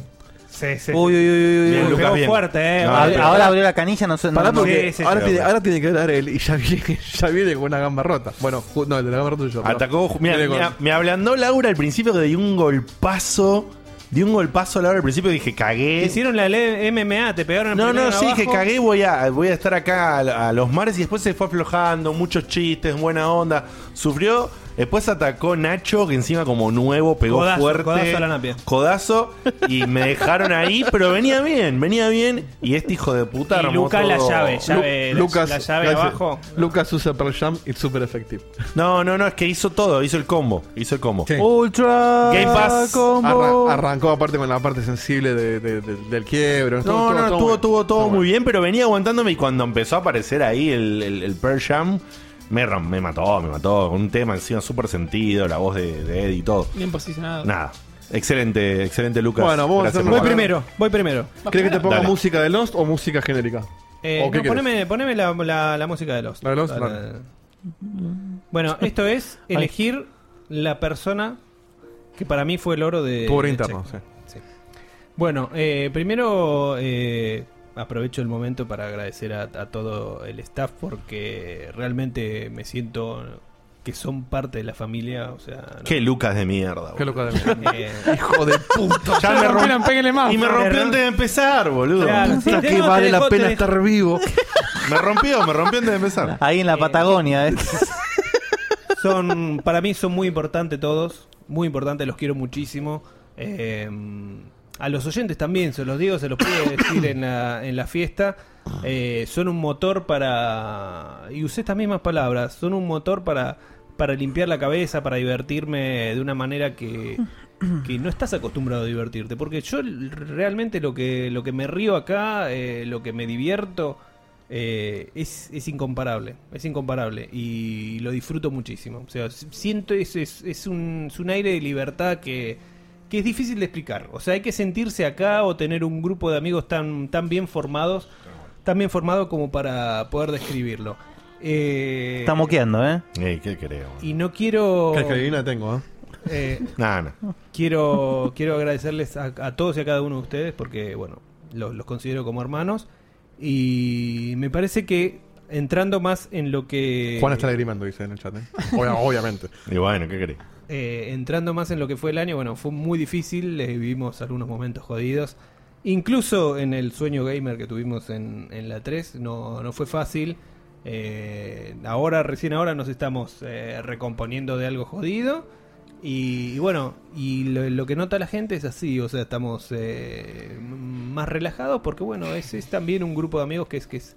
S4: Sí, sí.
S3: Uy, uy, uy, uy, uy.
S7: Bien, Lucas,
S3: Pegó
S7: bien.
S4: fuerte, eh.
S7: No,
S3: Ahora-
S7: pero-
S3: ahora abrió la canilla, no sé.
S1: Pará,
S3: no-
S1: porque
S3: no-
S1: ahora, tiene, ahora tiene que hablar él y ya viene, ya viene con una gamba rota. Bueno, ju- no, el de la gamba rota soy yo. pero-
S7: Atacó. Mira,
S1: Viene con-
S7: mira, me ablandó Laura al principio que dio un golpazo. Dio un golpazo a Laura al principio y dije,
S4: Te
S7: cagué.
S4: Hicieron la ley MMA, te pegaron el
S7: Em, No, no,
S4: primero
S7: sí,
S4: abajo.
S7: que cagué, voy a, voy a estar acá a, a los mares y después se fue aflojando, muchos chistes, buena onda. Sufrió, después atacó Nacho, que encima como nuevo pegó
S4: Codazo,
S7: fuerte.
S4: codazo a la napia.
S7: Codazo, y me dejaron ahí, pero venía bien, venía bien. Y este hijo de puta
S4: Y
S7: armó
S4: Lucas la
S7: todo.
S4: llave, llave, la- la llave
S1: gracias.
S4: abajo.
S1: Lucas usa Pearl Jam y super efectivo.
S7: No, no, no, es que hizo todo, hizo el combo, hizo el combo.
S1: Ultra
S7: Game Pass.
S1: Arra- arrancó aparte con la parte sensible de- de- de- del quiebro.
S7: No, no,
S1: todo-
S7: tuvo, tuvo todo muy bien, pero venía aguantándome y cuando empezó a aparecer ahí el, el, el Pearl Jam, me, rom- me mató, me mató. Un tema encima súper sentido, la voz de, de Eddie y todo.
S2: Bien posicionado.
S7: Nada. Excelente, excelente Lucas.
S1: Bueno, vamos a
S7: Gracias
S1: hacer-
S7: por
S1: voy
S7: hablar.
S1: primero.
S4: Voy primero.
S1: ¿Crees que te ponga
S7: Dale.
S1: música de Lost o música genérica?
S4: Eh,
S1: ¿O qué
S4: no,
S1: querés?
S4: poneme, poneme la, la- la música de los.
S1: La de Lost,
S4: Dale,
S1: dale.
S4: dale. Bueno, esto es
S1: Ay.
S4: elegir la persona que para mí fue el oro de.
S1: Tu oro
S4: de
S1: interno,
S4: Checkpoint. Sí. Bueno, eh, primero eh, aprovecho el momento para agradecer a, a todo el staff porque realmente me siento que son parte de la familia. O sea, no-
S7: Qué Lucas de mierda,
S1: Qué Lucas de
S4: mierda.
S1: Hijo de puta.
S7: Ya me rompieron,
S2: péguenle más.
S7: Y me rompió antes de empezar, boludo.
S3: Claro, sí,
S1: Puta,
S3: te
S1: que
S3: dejo,
S1: vale
S3: te
S1: la
S3: dejo,
S1: pena
S3: te
S1: estar vivo.
S7: Me rompió, me rompió antes de empezar.
S3: Ahí en la Patagonia, eh.
S4: son para mí son muy importantes todos muy importantes los quiero muchísimo Eh, a los oyentes también se los digo se los pude decir en la, en la fiesta Eh, son un motor para y usé estas mismas palabras son un motor para para limpiar la cabeza para divertirme de una manera que que no estás acostumbrado a divertirte porque yo l- realmente lo que lo que me río acá eh, lo que me divierto eh, es, es incomparable, es incomparable y lo disfruto muchísimo. O sea, s- siento es, es, es un, es un aire de libertad que, que es difícil de explicar. O sea, hay que sentirse acá o tener un grupo de amigos tan, tan bien formados, tan bien formado como para poder describirlo. Eh,
S3: Está moqueando, eh.
S7: Ey, ¿Qué creo?
S4: y no quiero.
S1: ¿Crees que adivina tengo, eh?
S4: eh,
S7: Nah, nah.
S4: quiero, quiero agradecerles a, a todos y a cada uno de ustedes porque, bueno, los, los considero como hermanos. Y me parece que entrando más en lo que.
S1: Juan está lagrimando, dice en el chat. ¿eh? Obvia- obviamente.
S7: Y bueno, ¿qué querés?
S4: Eh, entrando más en lo que fue el año, bueno, fue muy difícil, eh, vivimos algunos momentos jodidos. Incluso en el sueño gamer que tuvimos en, en la 3, no, no fue fácil. Eh, ahora, recién ahora, nos estamos eh, recomponiendo de algo jodido. Y, y bueno, y lo, lo que nota la gente es así, o sea, estamos eh, m- más relajados porque bueno, es, es también un grupo de amigos que es, que es,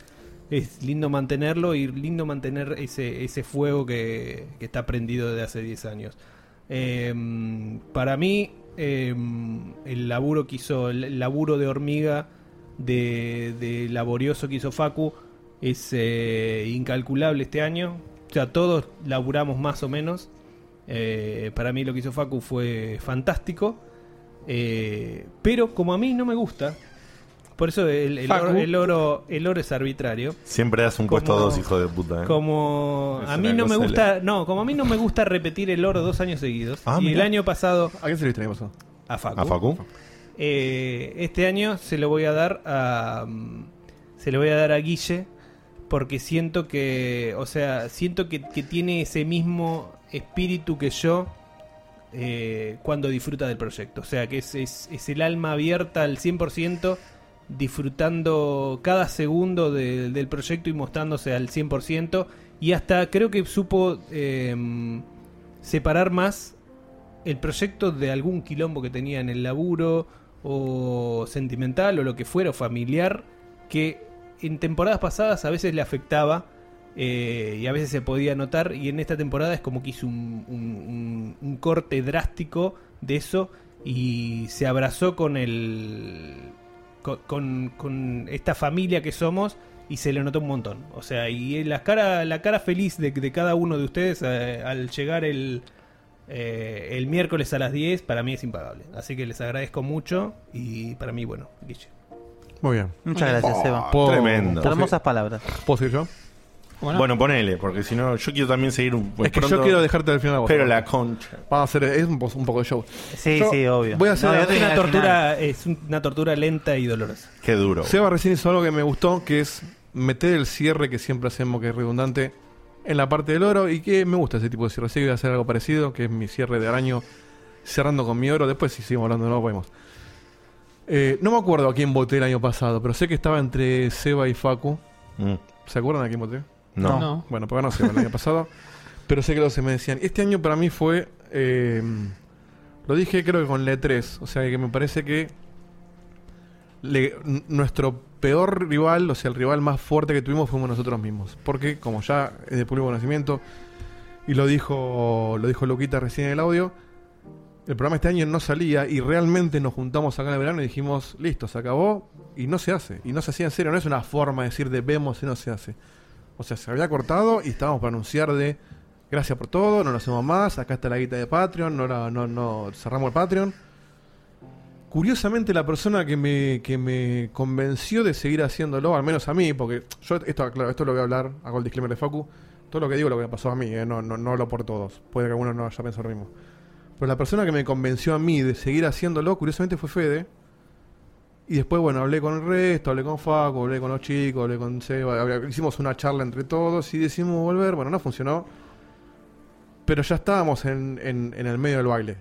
S4: es lindo mantenerlo y lindo mantener ese, ese fuego que, que está prendido desde hace 10 años. Em, Eh, para mí, eh, el laburo que hizo, el el laburo de hormiga de, de laborioso que hizo Facu es eh, incalculable este año. O sea, todos laburamos más o menos. Eh, para mí lo que hizo Facu fue fantástico. Eh, pero como a mí no me gusta, por eso el, el
S31: Facu.
S4: oro, el, oro, el oro es arbitrario.
S7: Siempre das un
S4: Como-
S7: puesto a dos, hijo de puta. ¿eh?
S4: Como
S7: Es
S4: a mí
S7: una
S4: no me
S7: cosa
S4: gusta, no, como a mí no me gusta repetir el oro dos años seguidos.
S7: Ah,
S4: y
S7: mirá.
S4: el año pasado
S1: ¿A quién se lo viste el año pasado?
S4: a Facu.
S7: ¿A Facu?
S4: Eh, este año se lo voy a dar a mm, se lo voy a dar a Guille porque siento que, o sea, siento que, que tiene ese mismo espíritu que yo eh, cuando disfruta del proyecto. O sea, que es, es- es el alma abierta al 100%, disfrutando cada segundo de- del proyecto y mostrándose al 100%. Y hasta creo que supo eh, separar más el proyecto de algún quilombo que tenía en el laburo, o sentimental, o lo que fuera, o familiar, que en temporadas pasadas a veces le afectaba eh, y a veces se podía notar y en esta temporada es como que hizo un, un- un- un corte drástico de eso y se abrazó con el con, con- con esta familia que somos y se le notó un montón o sea y la cara la cara feliz de, de cada uno de ustedes eh, al llegar el eh, el miércoles a las 10 para mí es impagable así que les agradezco mucho y para mí bueno Guille
S1: Muy bien.
S4: Muchas gracias, Seba.
S7: ¿Puedo- Ah, Tremendo.
S4: Hermosas
S1: palabras. ¿Puedo seguir yo?
S7: Bueno, ponele, porque si no, yo quiero también seguir un
S1: es que yo quiero dejarte al final a vos.
S7: Pues Pero la concha.
S1: Vamos a hacer es un, po- un poco de show.
S4: Sí,
S1: Yo
S4: sí, obvio.
S1: Voy a hacer
S4: No,
S1: una-
S4: es una tortura, es una tortura lenta y dolorosa.
S7: Qué duro.
S1: Seba recién hizo algo que me gustó, que es meter el cierre que siempre hacemos, que es redundante, en la parte del oro y que me gusta ese tipo de cierre. Así que voy a hacer algo parecido, que es mi cierre de araño cerrando con mi oro. Después si seguimos hablando no podemos. Eh, no me acuerdo a quién voté el año pasado, pero sé que estaba entre Seba y Facu.
S7: Mm.
S1: ¿Se acuerdan a quién voté?
S7: No. No.
S1: Bueno, pues ganó Seba el año pasado. Pero sé que los se me decían. Este año para mí fue... eh, lo dije creo que con la E3. O sea que me parece que le- n- nuestro peor rival, o sea, el rival más fuerte que tuvimos fuimos nosotros mismos. Porque, como ya es de público conocimiento, y lo dijo, lo dijo Luquita recién en el audio, el programa este año no salía y realmente nos juntamos acá en el verano y dijimos, listo, se acabó y no se hace. Y no se hacía en serio, no es una forma de decir de vemos y no se hace. O sea, se había cortado y estábamos para anunciar de gracias por todo, no lo hacemos más, acá está la guita de Patreon, no, la- no, no cerramos el Patreon. Curiosamente, la persona que me, que me convenció de seguir haciéndolo, al menos a mí, porque yo, esto, claro, esto lo voy a hablar, hago el disclaimer de Facu, todo lo que digo lo que me pasó a mí, eh, no, no, no hablo por todos, puede que alguno no haya pensado lo mismo. Pero la persona que me convenció a mí de seguir haciéndolo, curiosamente fue Fede. Y después, bueno, hablé con el resto, hablé con Facu, hablé con los chicos, hablé con Seba, hablé- hicimos una charla entre todos y decidimos volver. Bueno, no funcionó. Pero ya estábamos en, en- en el medio del baile.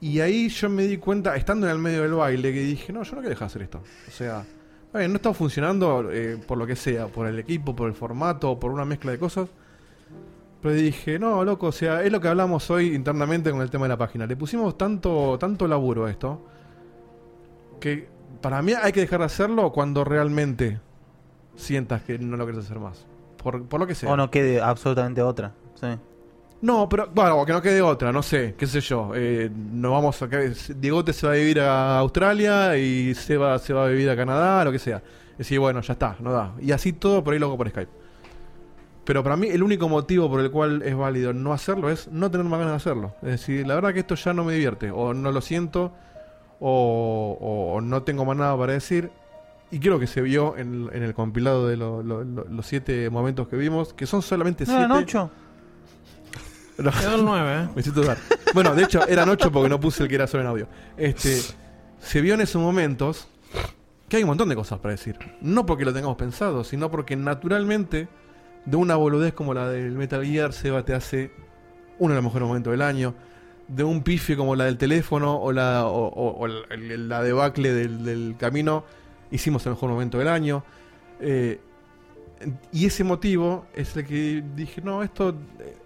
S1: Y ahí yo me di cuenta, estando en el medio del baile, que dije, no, yo no quiero dejar de hacer esto. O sea, está bien, no está funcionando eh, por lo que sea, por el equipo, por el formato, por una mezcla de cosas. Pero dije, no, loco, o sea, es lo que hablamos hoy internamente con el tema de la página. Le pusimos tanto, tanto laburo a esto que para mí hay que dejar de hacerlo cuando realmente sientas que no lo quieres hacer más. Por, por lo que sea.
S3: O no quede eh, absolutamente otra. Sí.
S1: No, pero bueno, que no quede otra, no sé, qué sé yo. Eh, nos vamos a Diegote se va a vivir a Australia y Seba se va a vivir a Canadá, lo que sea. Y decir, bueno, ya está, no da. Y así todo por ahí loco por Skype. Pero para mí el único motivo por el cual es válido no hacerlo es no tener más ganas de hacerlo. Es decir, la verdad que esto ya no me divierte, o no lo siento, o, o- o no tengo más nada para decir. Y creo que se vio en, el- en el compilado de lo- lo- lo- los siete momentos que vimos, que son solamente
S3: No,
S1: siete.
S3: eran ocho.
S1: No.
S4: Quedó el nueve, ¿eh?
S1: Me hiciste dudar. Bueno, de hecho, eran ocho porque no puse el que era solo en audio. Este, se vio en esos momentos que hay un montón de cosas para decir. No porque lo tengamos pensado, sino porque naturalmente, de una boludez como la del Metal Gear, Seba te hace uno de los mejores momentos del año. De un pife como la del teléfono o la, o, o- o la- la debacle del, del camino, hicimos el mejor momento del año. Eh, y ese motivo es el que dije, no, esto eh,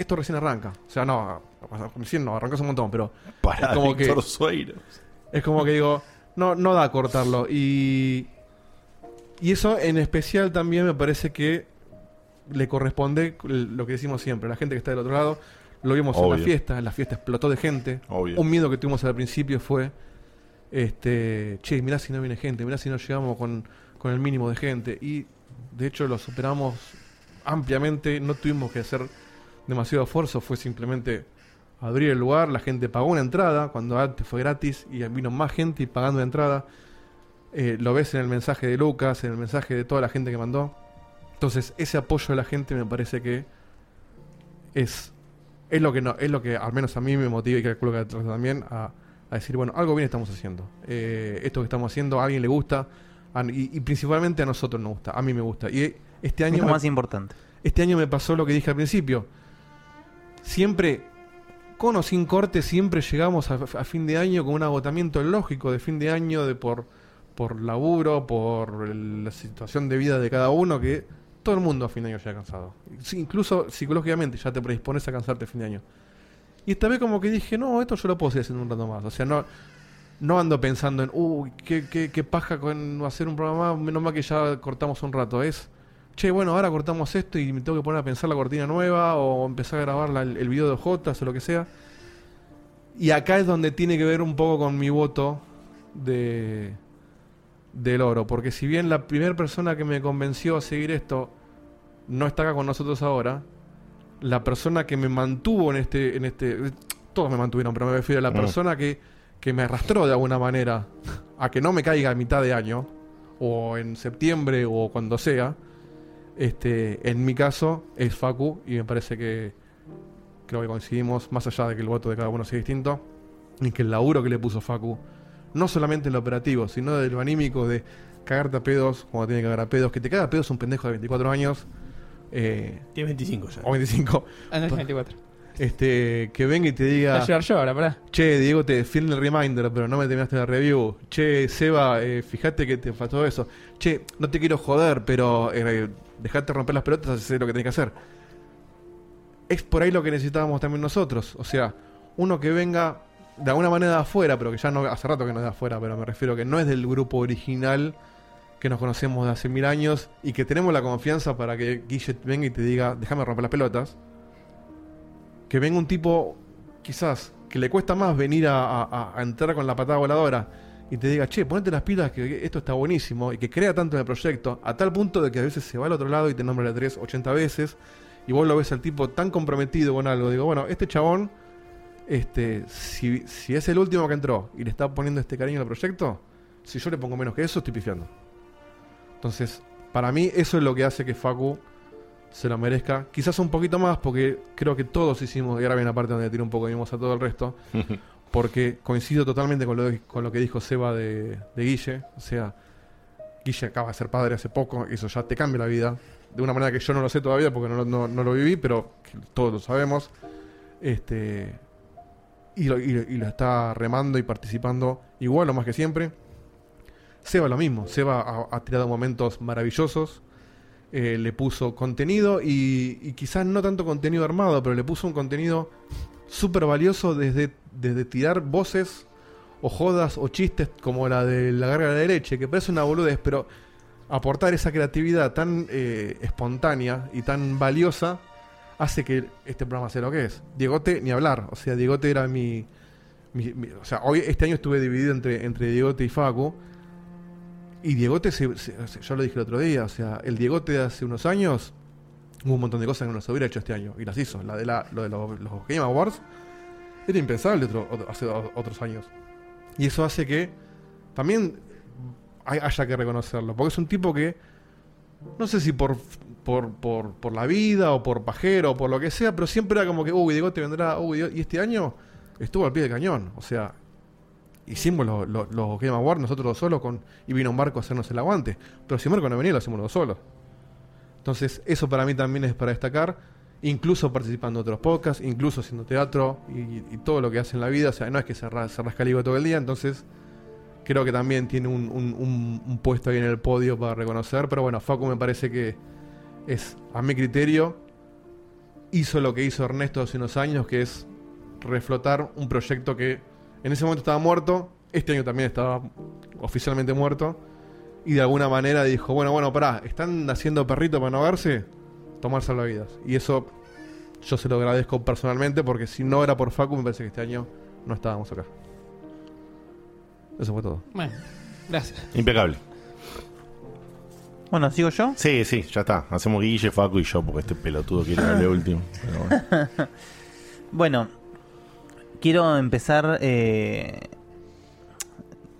S1: esto recién arranca. O sea, no, recién no, arrancó hace un montón, pero
S7: Pará,
S1: es como que
S7: Víctor Sueiros.
S1: es como que digo, no no da cortarlo y y eso en especial también me parece que le corresponde lo que decimos siempre, la gente que está del otro lado, lo vimos en
S7: Obvio.
S1: la fiesta, en la fiesta explotó de gente.
S7: Obvio.
S1: Un miedo que tuvimos al principio fue Este, che, mirá si no viene gente, mirá si no llegamos con, con el mínimo de gente. Y de hecho lo superamos ampliamente, no tuvimos que hacer demasiado esfuerzo, fue simplemente abrir el lugar, la gente pagó una entrada, cuando antes fue gratis y vino más gente y pagando la entrada. Eh, lo ves en el mensaje de Lucas, en el mensaje de toda la gente que mandó. Entonces, ese apoyo de la gente me parece que es, es lo que no, es lo que al menos a mí me motiva y calculo que atrás también a, a decir, bueno, algo bien estamos haciendo. Eh, esto que estamos haciendo a alguien le gusta a- y, y principalmente a nosotros nos gusta, a mí me gusta. Y eh, este año
S17: Es lo
S1: me-
S17: más importante.
S1: Este año me pasó lo que dije al principio. Siempre, con o sin corte, siempre llegamos a, a fin de año con un agotamiento lógico de fin de año, de por, por laburo, por el- la situación de vida de cada uno, que todo el mundo a fin de año llega cansado. Sí, Incluso psicológicamente ya te predispones a cansarte a fin de año. Y esta vez como que dije, no, esto yo lo puedo seguir haciendo un rato más. O sea, no, no ando pensando en, uy, qué, qué, qué paja con hacer un programa más, menos mal que ya cortamos un rato. Es, che, bueno, ahora cortamos esto y me tengo que poner a pensar la cortina nueva o empezar a grabar la- el, el video de Ojotas o lo que sea. Y acá es donde tiene que ver un poco con mi voto de del oro. Porque si bien la primera persona que me convenció a seguir esto no está acá con nosotros ahora, la persona que me mantuvo en este. En este todos me mantuvieron, pero me refiero a la
S7: Mm.
S1: persona que, que me arrastró de alguna manera a que no me caiga a mitad de año, o en septiembre, o cuando sea. Este, en mi caso es Facu y me parece que creo que coincidimos, más allá de que el voto de cada uno sea distinto, y que el laburo que le puso Facu, no solamente en lo operativo, sino de lo anímico de cagarte a pedos cuando tiene que cagar a pedos, que te caga a pedos un pendejo de 24 años. eh,
S14: Tiene 25 ya.
S1: O 25.
S2: Ah, no, es 24.
S1: Este, que venga y te diga.
S2: Voy a llorar yo ahora, pará.
S1: Che, Diego, te firme el reminder, pero no me terminaste la review. Che, Seba, eh, fíjate que te faltó eso. Che, no te quiero joder, pero eh, dejate romper las pelotas, hacer lo que tenés que hacer. Es por ahí lo que necesitábamos también nosotros. O sea, uno que venga de alguna manera de afuera, pero que ya no, hace rato que no es de afuera, pero me refiero que no es del grupo original que nos conocemos de hace mil años y que tenemos la confianza para que Guille venga y te diga, déjame romper las pelotas que venga un tipo, quizás, que le cuesta más venir a, a- a- a entrar con la patada voladora y te diga, che, ponete las pilas, que esto está buenísimo, y que crea tanto en el proyecto, a tal punto de que a veces se va al otro lado y te nombra la 3 80 veces, y vos lo ves al tipo tan comprometido con algo. Digo, bueno, este chabón, este, si, si es el último que entró y le está poniendo este cariño al proyecto, si yo le pongo menos que eso, estoy pifiando. Entonces, para mí, eso es lo que hace que Facu se lo merezca. Quizás un poquito más, porque creo que todos hicimos, y ahora viene la parte donde tiro un poco de mimos a todo el resto, porque coincido totalmente con lo, con lo que dijo Seba de, de Guille. O sea, Guille acaba de ser padre hace poco, y eso ya te cambia la vida. De una manera que yo no lo sé todavía, porque no, lo- no- no lo viví, pero que todos lo sabemos. Este. Y lo, y lo- y lo está remando y participando igual o más que siempre. Seba lo mismo. Seba ha, ha tirado momentos maravillosos. Eh, le puso contenido y, y quizás no tanto contenido armado, pero le puso un contenido súper valioso desde, desde tirar voces o jodas o chistes como la de la garganta de leche, que parece una boludez, pero aportar esa creatividad tan eh, espontánea y tan valiosa hace que este programa sea lo que es. Diegote, ni hablar. O sea, Diegote era mi... mi- mi- o sea, hoy, este año estuve dividido entre, entre Diegote y Facu. Y Diegote, se, se- se- yo lo dije el otro día, o sea, el Diegote de hace unos años hubo un montón de cosas que no se hubiera hecho este año y las hizo. La de la, lo de los, los Game Awards era impensable otro- otro- hace o- otros años. Y eso hace que también hay- haya que reconocerlo, porque es un tipo que, no sé si por, por, por, por la vida o por pajero o por lo que sea, pero siempre era como que, uy, Diegote vendrá, uy, Diego-". y este año estuvo al pie del cañón, o sea, hicimos los, los, los Game Awards nosotros solos con, y vino Marco a hacernos el aguante. Pero si Marco no venía, lo hacemos los solos. Entonces, eso para mí también es para destacar. Incluso participando en otros podcasts, incluso haciendo teatro y, y todo lo que hace en la vida. O sea, no es que se, ra- se rasca el higo todo el día. Entonces, creo que también tiene un, un- un- un puesto ahí en el podio para reconocer. Pero bueno, Facu me parece que es, a mi criterio, hizo lo que hizo Ernesto hace unos años, que es reflotar un proyecto que en ese momento estaba muerto, este año también estaba oficialmente muerto, y de alguna manera dijo, bueno, bueno, pará, están haciendo perrito para no ahogarse, tomar salvavidas. Y eso yo se lo agradezco personalmente, porque si no era por Facu, me parece que este año no estábamos acá. Eso fue todo.
S2: Bueno, gracias.
S7: Impecable.
S3: Bueno, ¿sigo yo?
S7: Sí, sí, ya está. Hacemos Guille, Facu y yo, porque este pelotudo quiere darle último. Pero bueno.
S3: Bueno, quiero empezar. eh,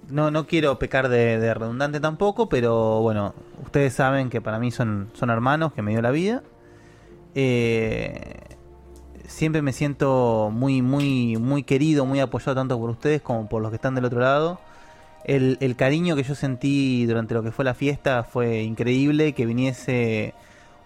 S3: no, no quiero pecar de, de redundante tampoco, pero bueno, ustedes saben que para mí son, son hermanos que me dio la vida. Eh, siempre me siento muy, muy, muy querido, muy apoyado tanto por ustedes como por los que están del otro lado. El, el cariño que yo sentí durante lo que fue la fiesta fue increíble. Que viniese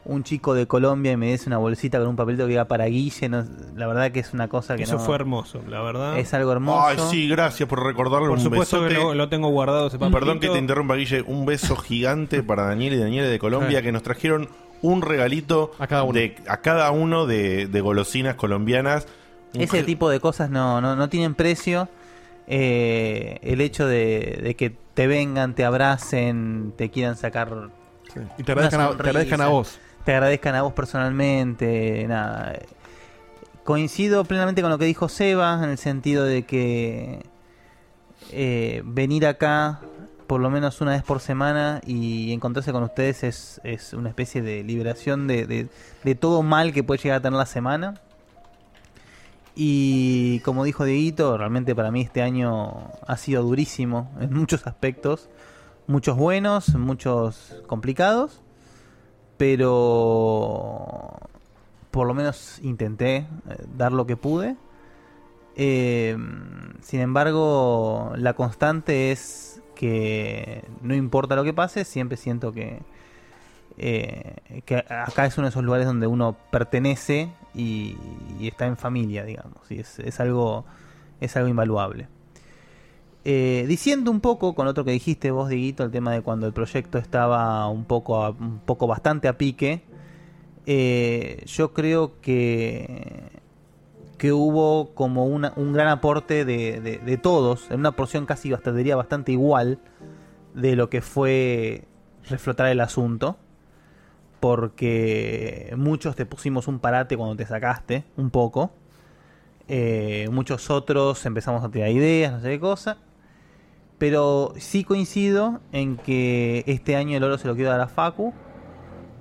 S3: un chico de Colombia y me diese una bolsita con un papelito que iba para Guille. no- la verdad que es una cosa que
S14: Eso
S3: no-
S14: fue hermoso, la verdad.
S3: Es algo hermoso.
S7: Ah. Ay, sí, gracias por recordarlo.
S14: Por
S7: un
S14: supuesto que
S7: besote.
S14: lo, lo tengo guardado. ese
S7: Perdón
S14: papelito.
S7: que te interrumpa, Guille. Un beso gigante para Daniel y Daniel de Colombia
S14: Claro.
S7: que nos trajeron un regalito a cada uno de, a cada uno de, de golosinas colombianas. Un
S3: Ese
S7: ge-
S3: tipo de cosas no, no, no tienen precio. Eh, el hecho de, de que te vengan, te abracen, te quieran sacar.
S1: Y te agradezcan a-
S3: una
S1: te agradezcan a
S3: sonrisa,
S1: vos.
S3: Te agradezcan a vos personalmente. Nada. Coincido plenamente con lo que dijo Seba en el sentido de que eh, venir acá por lo menos una vez por semana y encontrarse con ustedes es, es una especie de liberación de, de- de todo mal que puede llegar a tener la semana. Y como dijo Dieguito, realmente para mí este año ha sido durísimo en muchos aspectos. Muchos buenos, muchos complicados. Pero por lo menos intenté eh, dar lo que pude. Eh, sin embargo, la constante es que no importa lo que pase, siempre siento que, eh, que acá es uno de esos lugares donde uno pertenece y, y está en familia, digamos. Y es, es algo, es algo invaluable. Eh, diciendo un poco con otro que dijiste vos, Diguito, el tema de cuando el proyecto estaba un poco, a- un poco bastante a pique, eh, yo creo que que hubo como una- un gran aporte de, de- de todos, en una porción casi bastante, diría bastante igual de lo que fue reflotar el asunto, porque muchos te pusimos un parate cuando te sacaste, un poco, Eh, muchos otros empezamos a tirar ideas, no sé qué cosa, pero sí coincido en que este año el oro se lo quiero dar a Facu,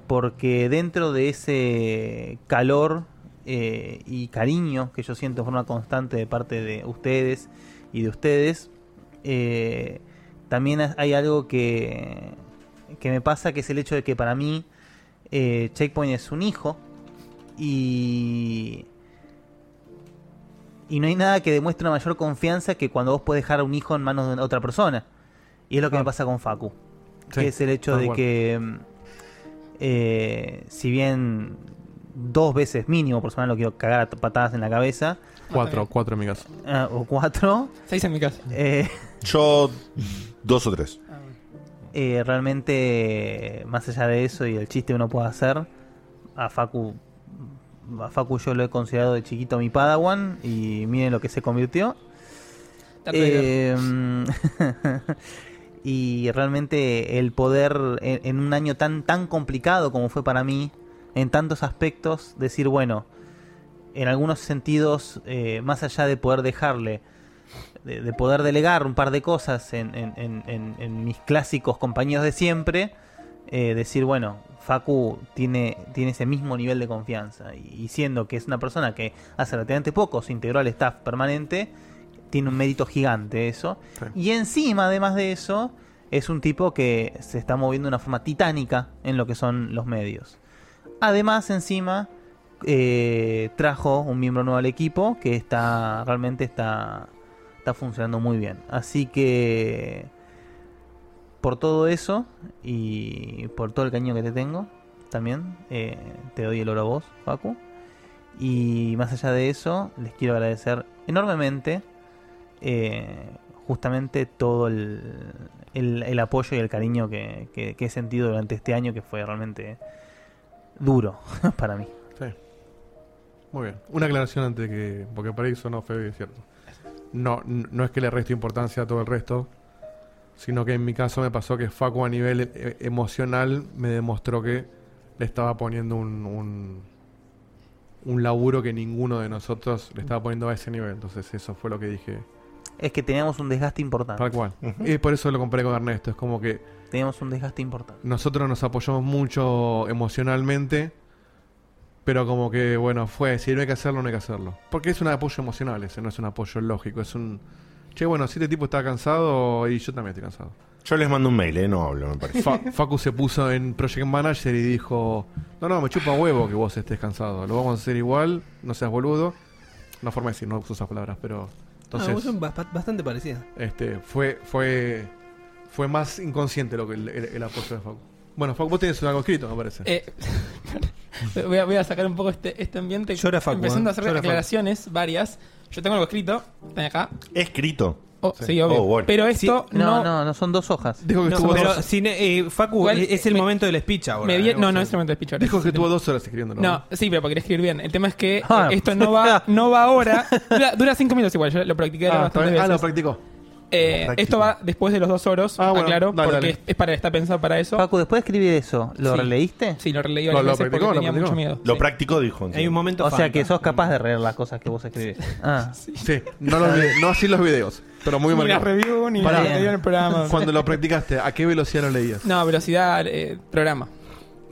S3: porque dentro de ese calor eh, y cariño que yo siento de forma constante de parte de ustedes y de ustedes, eh, también ha- hay algo que, que me pasa, que es el hecho de que para mí eh, Checkpoint es un hijo y y no hay nada que demuestre una mayor confianza que cuando vos podés dejar a un hijo en manos de una- otra persona. Y es lo que me pasa con Facu.
S1: Sí,
S3: que es el hecho
S1: tal
S3: de
S1: cual.
S3: que, mm, eh, si bien dos veces mínimo, por semana lo quiero cagar a t- patadas en la cabeza.
S1: Cuatro, cuatro en mi caso.
S3: Ah, o cuatro.
S2: Seis en mi caso.
S7: Yo, dos o tres.
S3: eh, realmente más allá de eso y el chiste que uno puede hacer a Facu a Facu yo lo he considerado de chiquito mi padawan y miren lo que se convirtió
S2: Darth Vader.
S3: Eh, Em, y realmente el poder en, en un año tan tan complicado como fue para mí en tantos aspectos decir bueno en algunos sentidos eh, más allá de poder dejarle de, de poder delegar un par de cosas en, en- en- en- en mis clásicos compañeros de siempre, eh, decir, bueno, Facu tiene, tiene ese mismo nivel de confianza. Y, y siendo que es una persona que hace relativamente poco se integró al staff permanente, tiene un mérito gigante eso. Y encima, además de eso, es un tipo que se está moviendo de una forma titánica en lo que son los medios. Además, encima, eh, trajo un miembro nuevo al equipo que está realmente está, está funcionando muy bien. Así que por todo eso y por todo el caño que te tengo también, eh, te doy el oro a vos, Facu. Y más allá de eso, les quiero agradecer enormemente eh, justamente todo el, el- el apoyo y el cariño que, que- que he sentido durante este año que fue realmente duro para mí.
S1: Muy bien. Una aclaración antes de que. Porque para eso no fue cierto. No, n- no es que le reste importancia a todo el resto, sino que en mi caso me pasó que Facu a nivel eh, emocional me demostró que le estaba poniendo un, un, un laburo que ninguno de nosotros le estaba poniendo a ese nivel. Entonces, eso fue lo que dije.
S17: es que teníamos un desgaste importante.
S1: Tal cual. Y por eso lo compré con Ernesto. Es como que
S17: Teníamos un desgaste importante.
S1: nosotros nos apoyamos mucho emocionalmente, pero como que, bueno, fue, si no hay que hacerlo, no hay que hacerlo. Porque es un apoyo emocional ese, no es un apoyo lógico. Es un, che, bueno, si este tipo está cansado y yo también estoy cansado.
S7: Yo les mando un mail, eh, no hablo, me parece.
S1: Fa- Facu se puso en Project Manager y dijo, no, no, me chupa huevo que vos estés cansado, lo vamos a hacer igual, no seas boludo. No forma de decir, no uso esas palabras, pero... Entonces,
S14: Ah, vos son bas- bastante parecidas.
S1: este, fue, fue, fue más inconsciente lo que el, el- el apoyo de Facu. Bueno, Facu, vos tenés algo escrito, me parece.
S2: Eh, voy, a, voy a sacar un poco este, este ambiente.
S1: Llora Facu,
S2: Empezando
S1: ¿eh?
S2: a hacer
S1: Llora Facu.
S2: aclaraciones varias. Yo tengo algo escrito. Está acá.
S7: Escrito.
S2: Oh, sí, obvio.
S7: Oh, bueno.
S2: Pero esto
S17: Sí,
S2: no,
S17: no, no, no son dos hojas.
S1: Dijo que
S14: No,
S1: estuvo
S14: pero
S1: dos-
S14: sin, eh, Facu,
S2: Igual,
S14: es el
S2: me-
S14: momento del speech ahora.
S2: me viene-
S14: ¿eh?
S2: no, no es el momento de speech ahora.
S1: Dijo que tuvo dos horas escribiéndolo.
S2: No, sí, pero porque quería escribir bien. El tema es que eh,
S1: Ah.
S2: esto no va, no va ahora. Dura, dura cinco minutos igual, yo lo practiqué
S1: Ah,
S2: bastante
S1: está bien. Ah,
S2: veces.
S1: lo practicó.
S2: Eh,
S1: Practicó.
S2: esto va después de los dos oros, ah,
S1: bueno,
S2: claro,
S1: dale,
S2: porque
S1: dale.
S2: es- Es para, está pensado para eso.
S17: Facu, después escribí eso. ¿Lo
S2: Sí.
S17: releíste?
S2: Sí, lo releí varias veces porque tenía mucho miedo.
S7: Lo practicó, dijo. entonces.
S17: O sea que sos capaz de leer las cosas que vos escribís. Ah.
S1: Sí, no, los vi- no así los videos, pero muy
S2: Ni
S1: marcado.
S2: las review, ni
S1: Pará.
S2: las review en el programa.
S1: Cuando lo practicaste, ¿a qué velocidad lo leías?
S2: No, velocidad, eh, programa.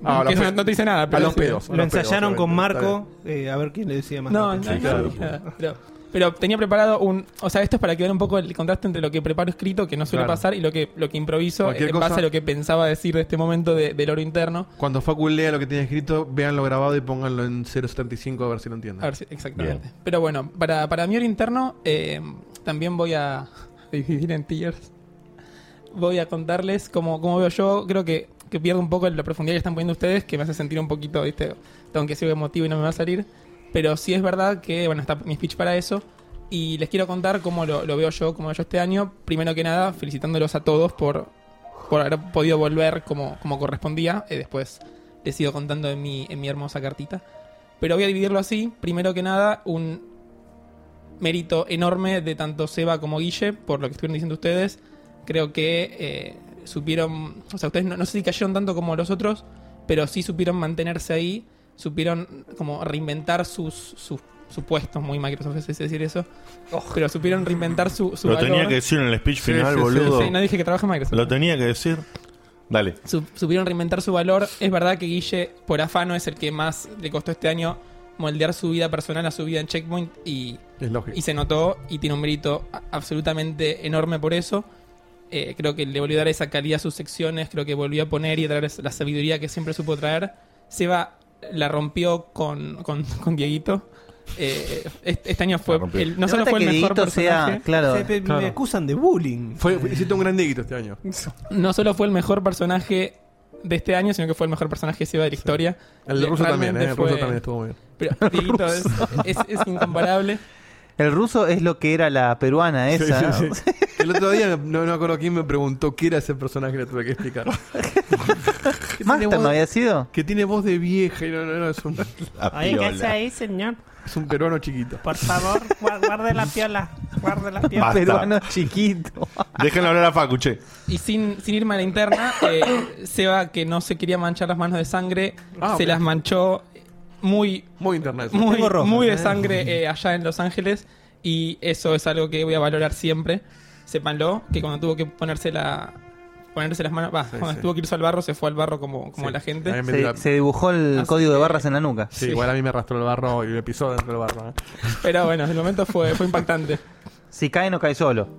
S1: Ah,
S2: Que
S1: lo-
S2: eso no te dice nada. pero sí.
S14: Lo ensayaron con Marco, eh, a ver quién le decía más.
S2: No, no,
S14: rápido.
S2: no, nada. pero, pero tenía preparado un. O sea, esto es para que vean un poco el contraste entre lo que preparo escrito, que no suele
S1: Claro.
S2: pasar, y lo que, lo que improviso
S1: Cualquier
S2: en base
S1: cosa.
S2: a lo que pensaba decir de este momento de- del oro interno.
S1: Cuando Facu lea lo que tiene escrito, véanlo grabado y pónganlo en 0.75 a ver si lo entienden.
S2: A ver si- exactamente. Pero bueno, para, para mi oro interno, eh, también voy a dividir en tiers. Voy a contarles cómo, cómo veo yo. Creo que, que pierdo un poco la profundidad que están poniendo ustedes, que me hace sentir un poquito, ¿viste? Tengo que ser emotivo y no me va a salir. Pero sí es verdad que, bueno, está mi speech para eso. Y les quiero contar cómo lo, lo veo yo, cómo veo yo este año. Primero que nada, felicitándolos a todos por, por haber podido volver como, como correspondía. Eh, después les sigo contando en mi, en mi hermosa cartita. Pero voy a dividirlo así. Primero que nada, un mérito enorme de tanto Seba como Guille, por lo que estuvieron diciendo ustedes. Creo que eh, supieron, o sea, ustedes no, no sé si cayeron tanto como los otros, pero sí supieron mantenerse ahí, supieron como reinventar sus, sus, sus puestos, muy Microsoft es decir eso, pero supieron reinventar su, su
S7: Lo tenía
S2: valor.
S7: que decir en el speech
S2: Oh. Sí,
S7: final,
S2: sí, sí,
S7: boludo.
S2: sí, no dije que trabaja en Microsoft.
S7: Lo tenía que decir. Dale.
S2: Su- supieron reinventar su valor. Es verdad que Guille, por afano, es el que más le costó este año moldear su vida personal a su vida en Checkpoint y,
S1: Es lógico.
S2: y se notó y tiene un mérito a- absolutamente enorme por eso. Eh, creo que le volvió a dar esa calidad a sus secciones, creo que volvió a poner y a traer esa- la sabiduría que siempre supo traer. Seba la rompió con, con, con Dieguito. Eh, este, este año fue
S1: rompió.
S2: el- no
S1: Se
S2: solo
S1: nota
S2: fue el
S1: que
S2: mejor
S1: Dieguito sea-
S2: personaje,
S1: claro,
S14: Se- me-
S1: claro.
S14: Me acusan de bullying.
S1: Fue, hiciste un gran diguito este año.
S2: no solo fue el mejor personaje de este año, sino que fue el mejor personaje Seba de la historia.
S1: El
S2: Le-
S1: ruso también,
S2: realmente
S1: ¿eh? El ruso también estuvo muy bien.
S2: Pero Dieguito es, es, es incomparable.
S17: El ruso es lo que era la peruana esa.
S1: Sí, sí, sí. El otro día, no, no acuerdo quién me preguntó qué era ese personaje que le tuve que explicar.
S17: ¿Master ¿Este no había sido?
S1: Que tiene voz de vieja y no, no, no, es un...
S4: ahí, señor?
S1: Es un peruano chiquito.
S4: Por favor, gua- guarde la piola. Guarde la piola.
S7: Basta.
S17: chiquito.
S7: Déjenlo hablar a Facu, che.
S2: Y sin, sin irme a la interna, eh, Seba, que no se quería manchar las manos de sangre,
S1: Ah,
S2: se
S1: ok.
S2: las manchó muy,
S1: Muy internet.
S2: muy,
S1: Tengo rojas,
S2: muy de
S1: ¿eh?
S2: sangre eh, allá en Los Ángeles. Y eso es algo que voy a valorar siempre. Sépanlo, que cuando tuvo que ponerse la ponerse las manos, va, cuando
S17: sí.
S2: tuvo que irse al barro, se fue al barro como, como
S1: Sí.
S2: la gente.
S17: Se, se dibujó el código de barras en la nuca.
S1: Sí, igual a mí me arrastró el barro y me pisó dentro del barro. ¿eh?
S2: Pero bueno, el momento fue, fue impactante.
S17: Si cae, no cae solo.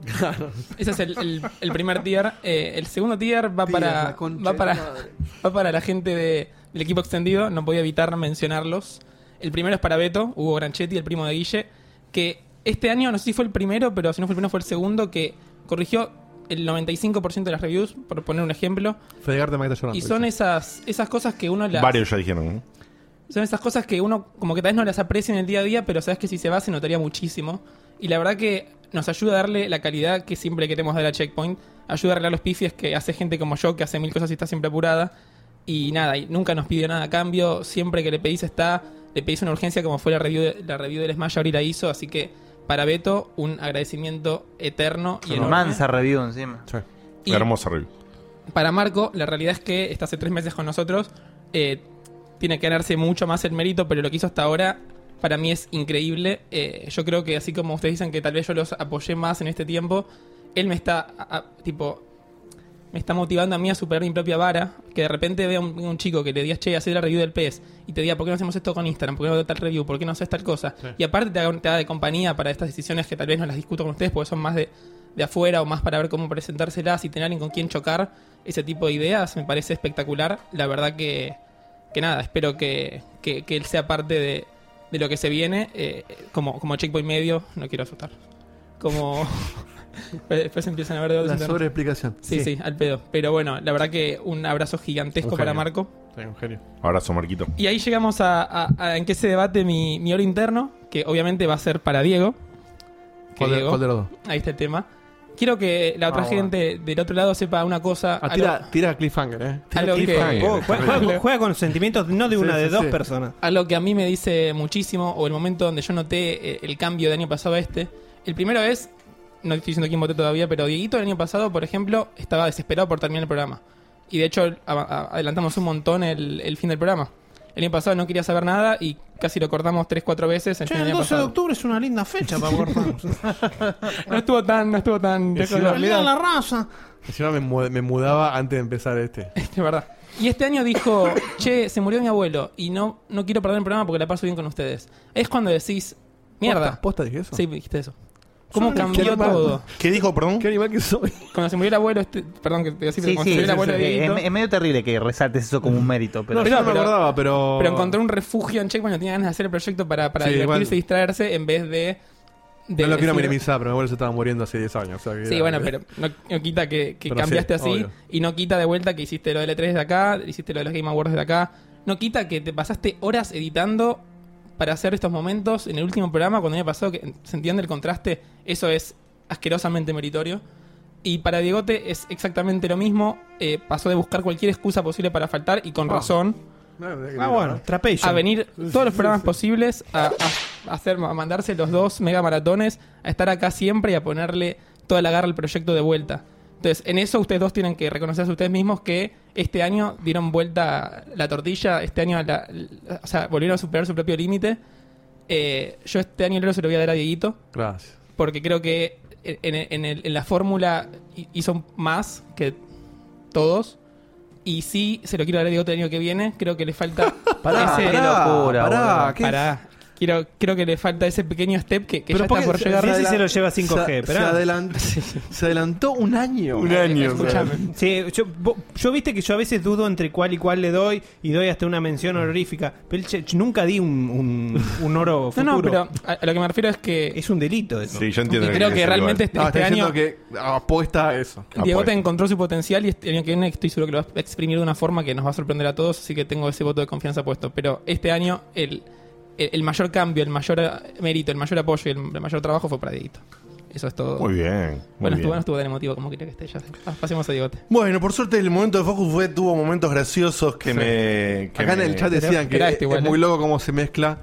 S2: Ese es el, el- el primer tier. Eh, el segundo tier va para, va para, va para la gente de- del equipo extendido. No podía evitar mencionarlos. El primero es para Beto, Hugo Granchetti, el primo de Guille, que este año, no sé si fue el primero, pero si no fue el primero, fue el segundo, que corrigió el 95% de las reviews, por poner un ejemplo.
S1: Fedegarte me está llorando.
S2: Y son
S1: dice.
S2: esas, esas cosas que uno las...
S7: Ah, Varios ya dijeron. ¿no?
S2: Son esas cosas que uno como que tal vez no las aprecia en el día a día, pero sabes que si se va se notaría muchísimo. Y la verdad que nos ayuda a darle la calidad que siempre queremos dar a Checkpoint. Ayuda a arreglar los pifies que hace gente como yo, que hace mil cosas y está siempre apurada. Y nada, y nunca nos pidió nada a cambio. Siempre que le pedís está, le pedís una urgencia como fue la review, de- la review del Smash ahorita hizo. Así que para Beto, un agradecimiento eterno y enorme.
S17: Mansa review encima.
S2: Y-
S7: Hermosa review.
S2: Para Marco, la realidad es que está hace tres meses con nosotros. eh, tiene que ganarse mucho más el mérito, pero lo que hizo hasta ahora para mí es increíble. Eh, yo creo que así como ustedes dicen que tal vez yo los apoyé más en este tiempo, él me está, a- a- tipo, me está motivando a mí a superar mi propia vara. Que de repente vea un, un chico que le digas, che, hacer la review del PES y te diga, ¿por qué no hacemos esto con Instagram? ¿Por qué no tal review? ¿Por qué no haces tal cosa?
S16: Sí.
S2: Y aparte te haga, te haga de compañía para estas decisiones que tal vez no las discuto con ustedes porque son más de, de afuera o más para ver cómo presentárselas y tener alguien con quien chocar. Ese tipo de ideas me parece espectacular. La verdad que, que nada, espero que, que- que él sea parte de, de lo que se viene. eh, como, como checkpoint medio, no quiero asustar. Como. Después empiezan a ver de otros
S1: La
S2: internos.
S1: sobreexplicación.
S2: Sí, sí,
S1: Sí.
S2: al pedo. Pero bueno, la verdad que un abrazo gigantesco
S1: Un
S2: para
S1: genio.
S2: Marco.
S1: Sí, un genio.
S7: Abrazo, Marquito.
S2: Y ahí llegamos a, a- a en qué se debate mi, mi oro interno, que obviamente va a ser para Diego. Que
S1: ¿Cuál de- cuál de los dos?
S2: Ahí está el tema. Quiero que la otra
S1: Ah, bueno.
S2: gente del otro lado sepa una cosa.
S1: Ah,
S2: algo-
S1: tira, tira cliffhanger, eh. Tira
S2: a lo que-
S1: cliffhanger.
S2: Oh,
S14: Juega, juega- juega con los sentimientos no de
S1: Sí,
S14: una, de
S1: sí,
S14: dos
S1: sí.
S14: personas.
S2: Algo que a mí me dice muchísimo, o el momento donde yo noté eh, el cambio de año pasado a este. El primero es, no estoy diciendo quién voté todavía, pero Dieguito el año pasado, por ejemplo, estaba desesperado por terminar el programa. Y de hecho, a- a- adelantamos un montón el, el fin del programa. El año pasado no quería saber nada y casi lo cortamos 3-4 veces. En
S17: Este
S14: Che, el 12 de octubre es una linda fecha para cortar.
S2: No estuvo tan, no estuvo tan.
S1: Y
S2: lejos
S1: si
S2: de la
S1: no-
S2: realidad.
S14: la raza.
S1: Encima me, mu- me mudaba antes de empezar este.
S2: De verdad. Y este año dijo, che, se murió mi abuelo y no, no quiero perder el programa porque la paso bien con ustedes. Es cuando decís, mierda.
S1: ¿Posta, posta dije eso?
S2: Sí, dijiste eso. ¿Cómo
S1: Soy
S2: cambió
S1: un animal.
S2: todo?
S7: ¿Qué dijo, perdón?
S1: ¿Qué animal que soy?
S2: Cuando se murió el abuelo, este- perdón que te decía,
S17: Sí,
S2: cuando
S17: sí,
S2: se murió
S17: sí,
S2: el
S17: sí,
S2: abuelo
S17: sí,
S2: de Dieguito-
S17: Es, es medio terrible que resaltes eso como un mérito, pero...
S1: pero...
S2: Pero encontró un refugio en Checkpoint, no tenía ganas de hacer el proyecto para, para
S1: Sí,
S2: divertirse
S1: igual.
S2: y distraerse en vez de... de
S1: no lo quiero
S2: decir-
S1: minimizar, pero mi abuelo se estaba muriendo hace 10 años. o sea que
S2: Sí,
S1: era-
S2: bueno, pero no, no quita que, que
S1: Pero
S2: cambiaste
S1: sí,
S2: así
S1: obvio.
S2: y no quita de vuelta que hiciste lo del E3 de acá, hiciste lo de los Game Awards de acá. No quita que te pasaste horas editando para hacer estos momentos en el último programa cuando me pasó que se entiende el contraste, eso es asquerosamente meritorio. Y para Diegote es exactamente lo mismo, eh, pasó de buscar cualquier excusa posible para faltar y con
S1: Ah.
S2: razón
S1: Ah,
S2: a venir todos los programas posibles, a, a- a hacer, a mandarse los dos mega maratones, a estar acá siempre y a ponerle toda la garra al proyecto de vuelta. Entonces, en eso ustedes dos tienen que reconocerse ustedes mismos que este año dieron vuelta la tortilla, este año la- la- o sea, volvieron a superar su propio límite. Eh, yo este año el oro se lo voy a dar a Dieguito
S1: Gracias.
S2: porque creo que en, en- en el- en la fórmula hi- hizo más que todos. Y sí, se lo quiero dar a Diego el año que viene. Creo que le falta.
S1: Pará,
S2: ese-
S1: pará, Qué locura, pará, boludo. ¿qué es?
S2: Pará. Quiero, creo que le falta ese pequeño step que, que
S1: Pero
S2: ya está
S1: porque
S2: por
S1: se-
S2: llegar.
S1: se adela- se,
S14: 5G,
S1: se,
S14: pero-
S1: adelan- se adelantó un año.
S2: Eh,
S14: Un año. Sí, yo, vo- yo viste que yo a veces dudo entre cuál y cuál le doy y doy hasta una mención
S1: Ah.
S14: honorífica. Pero che, yo nunca di un, un, un oro
S2: No,
S14: futuro.
S2: no, pero a, a lo que me refiero es que.
S14: Es un delito eso.
S7: Sí, yo entiendo
S2: Y
S7: lo
S2: creo que
S7: querés decir
S2: realmente
S7: igual.
S2: este- este año-
S1: que apuesta a eso.
S7: Ah,
S2: Diego te encontró su potencial y este año que viene estoy seguro que lo va a exprimir de una forma que nos va a sorprender a todos, así que tengo ese voto de confianza puesto. Pero este año el, el, el mayor cambio, el mayor eh, mérito, el mayor apoyo y el, el mayor trabajo fue para Dieguito. Eso es todo.
S7: Muy bien, muy
S2: bueno, estuvo,
S7: bien.
S2: no estuvo tan emotivo como quería que esté. Ya sé. Ah, pasemos a Diegote.
S7: Bueno, por suerte el momento de Focus fue, tuvo momentos graciosos que
S1: Sí.
S7: me... que
S1: Acá
S7: me-
S1: en el chat decían que
S14: este
S7: Esperaste
S1: es
S7: igual,
S1: muy
S7: ¿eh?
S1: loco cómo se mezcla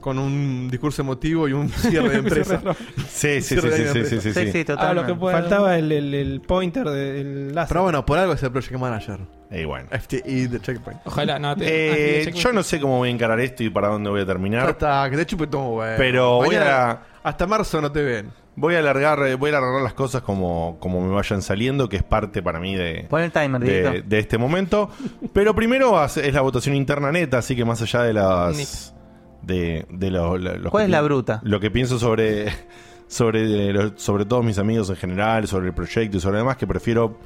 S1: con un discurso emotivo y un cierre de empresa.
S7: Sí, sí,
S1: Cierre de
S7: sí,
S1: año
S7: sí,
S1: de
S7: sí,
S1: empresa.
S7: sí, sí. Sí, total.
S14: Hablo Ah, que pueda. Faltaba el, el- el pointer del láser.
S1: Pero bueno, por algo es el Project Manager.
S7: Y bueno.
S1: FTE de Checkpoint.
S2: Ojalá,
S1: Ah,
S2: no
S7: Eh, yo no sé cómo voy a encarar esto y para dónde voy a terminar.
S1: Hasta que te chupe todo, güey.
S7: Pero voy
S1: Mañana- Hasta marzo no te ven.
S7: Voy a alargar, eh, voy a alargar las cosas como, como me vayan saliendo, que es parte para mí de,
S17: Pon el timer,
S7: de,
S17: Dieguito.
S7: de este momento. Pero primero hace- es la votación interna neta, así que más allá de las. De, de lo- lo- lo
S17: ¿Cuál
S7: que
S17: es la
S7: pi-
S17: bruta?
S7: Lo que pienso sobre. Sobre, de los- sobre todos mis amigos en general, sobre el proyecto y sobre demás, que prefiero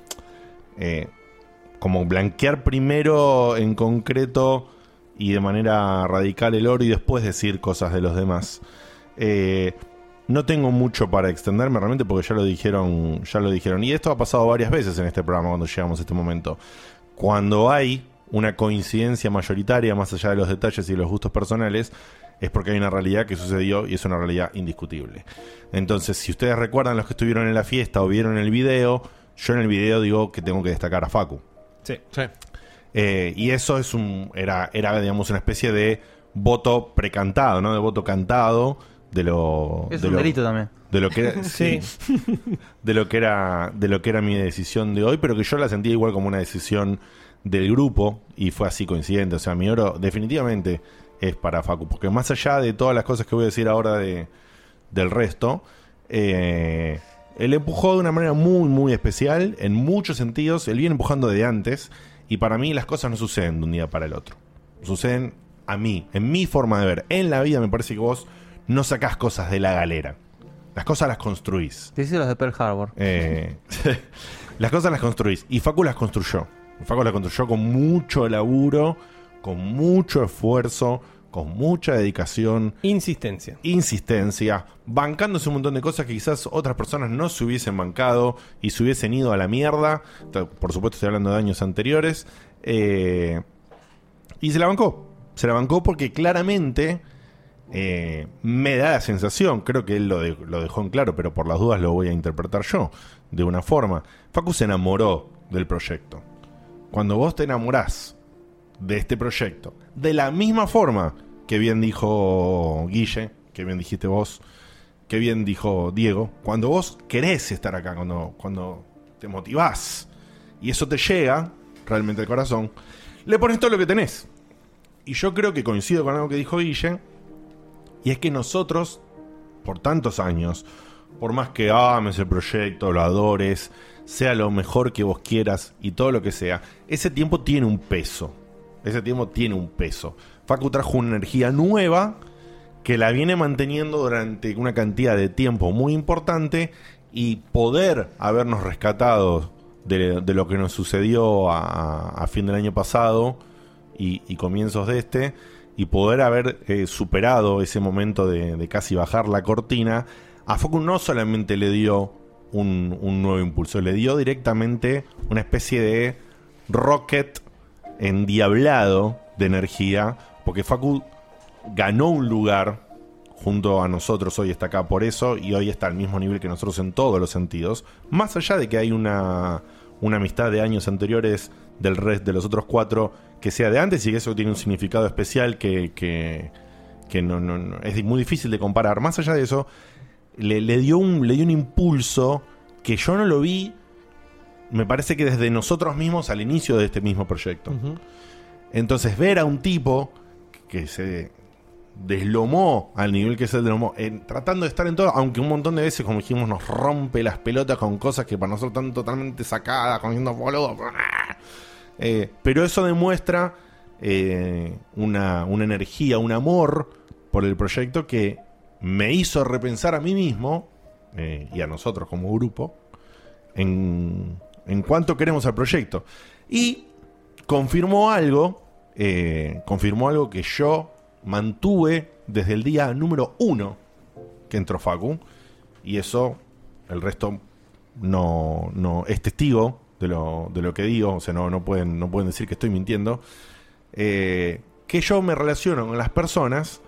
S7: eh, como blanquear primero en concreto y de manera radical el oro y después decir cosas de los demás. Eh, no tengo mucho para extenderme realmente porque ya lo dijeron, ya lo dijeron. Y esto ha pasado varias veces en este programa cuando llegamos a este momento. Cuando hay una coincidencia mayoritaria, más allá de los detalles y de los gustos personales, es porque hay una realidad que sucedió y es una realidad indiscutible. Entonces, si ustedes recuerdan los que estuvieron en la fiesta o vieron el video, yo en el video digo que tengo que destacar a Facu.
S14: Sí.
S7: Eh, y eso es un era, era, digamos, una especie de voto precantado, ¿no? De voto cantado de lo...
S17: Es
S7: de
S17: un
S7: lo-
S17: delito también.
S7: De lo que era, sí. de lo que era de lo que era mi decisión de hoy, pero que yo la sentía igual como una decisión del grupo y fue así coincidente, o sea, mi oro definitivamente es para Facu. Porque más allá de todas las cosas que voy a decir ahora de, del resto, eh, él empujó de una manera muy, muy especial, en muchos sentidos. Él viene empujando desde antes. Y para mí las cosas no suceden de un día para el otro. Suceden a mí, en mi forma de ver. En la vida me parece que vos no sacás cosas de la galera. Las cosas las construís.
S17: Te hice los de Pearl Harbor.
S7: Eh, las cosas las construís. Y Facu las construyó. Facu las construyó con mucho laburo, con mucho esfuerzo, con mucha dedicación.
S14: Insistencia.
S7: Insistencia. Bancándose un montón de cosas que quizás otras personas no se hubiesen bancado y se hubiesen ido a la mierda. Por supuesto estoy hablando de años anteriores. Eh, y se la bancó. Se la bancó porque claramente... Eh, me da la sensación, creo que él lo, de- lo dejó en claro, pero por las dudas lo voy a interpretar yo, de una forma. Facu se enamoró del proyecto. Cuando vos te enamorás de este proyecto, de la misma forma que bien dijo Guille, que bien dijiste vos, que bien dijo Diego, cuando vos querés estar acá, cuando, cuando te motivás y eso te llega realmente al corazón, le pones todo lo que tenés. Y yo creo que coincido con algo que dijo Guille, y es que nosotros, por tantos años, por más que ames el proyecto, lo adores, sea lo mejor que vos quieras y todo lo que sea, ese tiempo tiene un peso. Ese tiempo tiene un peso. Facu trajo una energía nueva que la viene manteniendo durante una cantidad de tiempo muy importante y poder habernos rescatado de, de lo que nos sucedió a, a fin del año pasado y, y comienzos de este y poder haber eh, superado ese momento de, de casi bajar la cortina, a Facu no solamente le dio un, un nuevo impulso, le dio directamente una especie de rocket endiablado de energía, porque Facu ganó un lugar junto a nosotros, hoy está acá por eso, y hoy está al mismo nivel que nosotros en todos los sentidos, más allá de que hay una, una amistad de años anteriores del resto de los otros cuatro que sea de antes y que eso tiene un significado especial que, que, que no, no- no- es muy difícil de comparar. Más allá de eso, le, le dio un, le dio un impulso que yo no lo vi, me parece que desde nosotros mismos al inicio de este mismo proyecto. Entonces, ver a un tipo que se deslomó al nivel que se deslomó, en- tratando de estar en todo, aunque un montón de veces, como dijimos, nos rompe las pelotas con cosas que para nosotros están totalmente sacadas, con diciendo boludo. Eh, pero eso demuestra eh, una, una energía, un amor por el proyecto que me hizo repensar a mí mismo eh, y a nosotros como grupo en, en cuánto queremos al proyecto. Y confirmó algo, eh, confirmó algo que yo mantuve desde el día número uno que entró Facu. Y eso, el resto no, no es testigo de lo, de lo que digo. O sea, no, no, pueden, no pueden decir que estoy mintiendo. Eh, que yo me relaciono con las personas,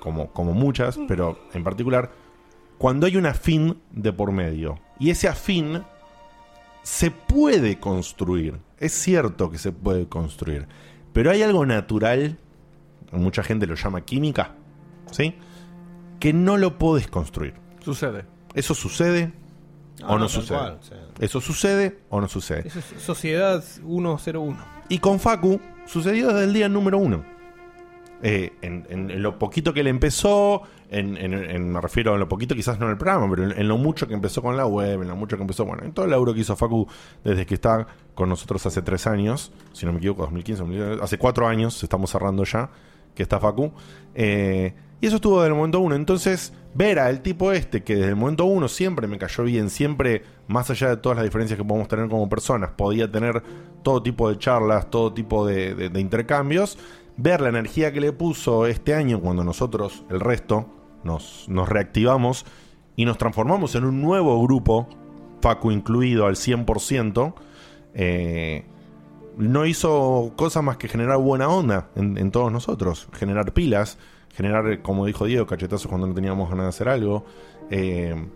S7: como, como muchas, pero en particular, cuando hay un afín de por medio. Y ese afín se puede construir. Es cierto que se puede construir. Pero hay algo natural, mucha gente lo llama química, ¿sí? Que no lo podés construir.
S1: Sucede.
S7: Eso sucede o
S14: Ah,
S7: no,
S14: no, tal
S7: sucede.
S14: cual, o sea.
S7: Eso sucede o no sucede.
S14: Eso es Sociedad 101.
S7: Y con Facu sucedió desde el día número uno. Eh, en, en- en lo poquito que le empezó, en, en- en- me refiero a lo poquito, quizás no en el programa, pero en, en lo mucho que empezó con la web, en lo mucho que empezó, bueno, en todo el laburo que hizo Facu desde que está con nosotros hace tres años, si no me equivoco, 2015, 2016, hace cuatro años, estamos cerrando ya, que está Facu. Eh, y eso estuvo desde el momento uno. Entonces, ver al tipo este, que desde el momento uno siempre me cayó bien, siempre, más allá de todas las diferencias que podemos tener como personas, podía tener todo tipo de charlas, todo tipo de, de- de intercambios, ver la energía que le puso este año cuando nosotros, el resto, nos, nos reactivamos y nos transformamos en un nuevo grupo, Facu incluido al 100%, eh, no hizo cosa más que generar buena onda en, en todos nosotros, generar pilas, generar, como dijo Diego, cachetazos cuando no teníamos ganas de hacer algo. eh,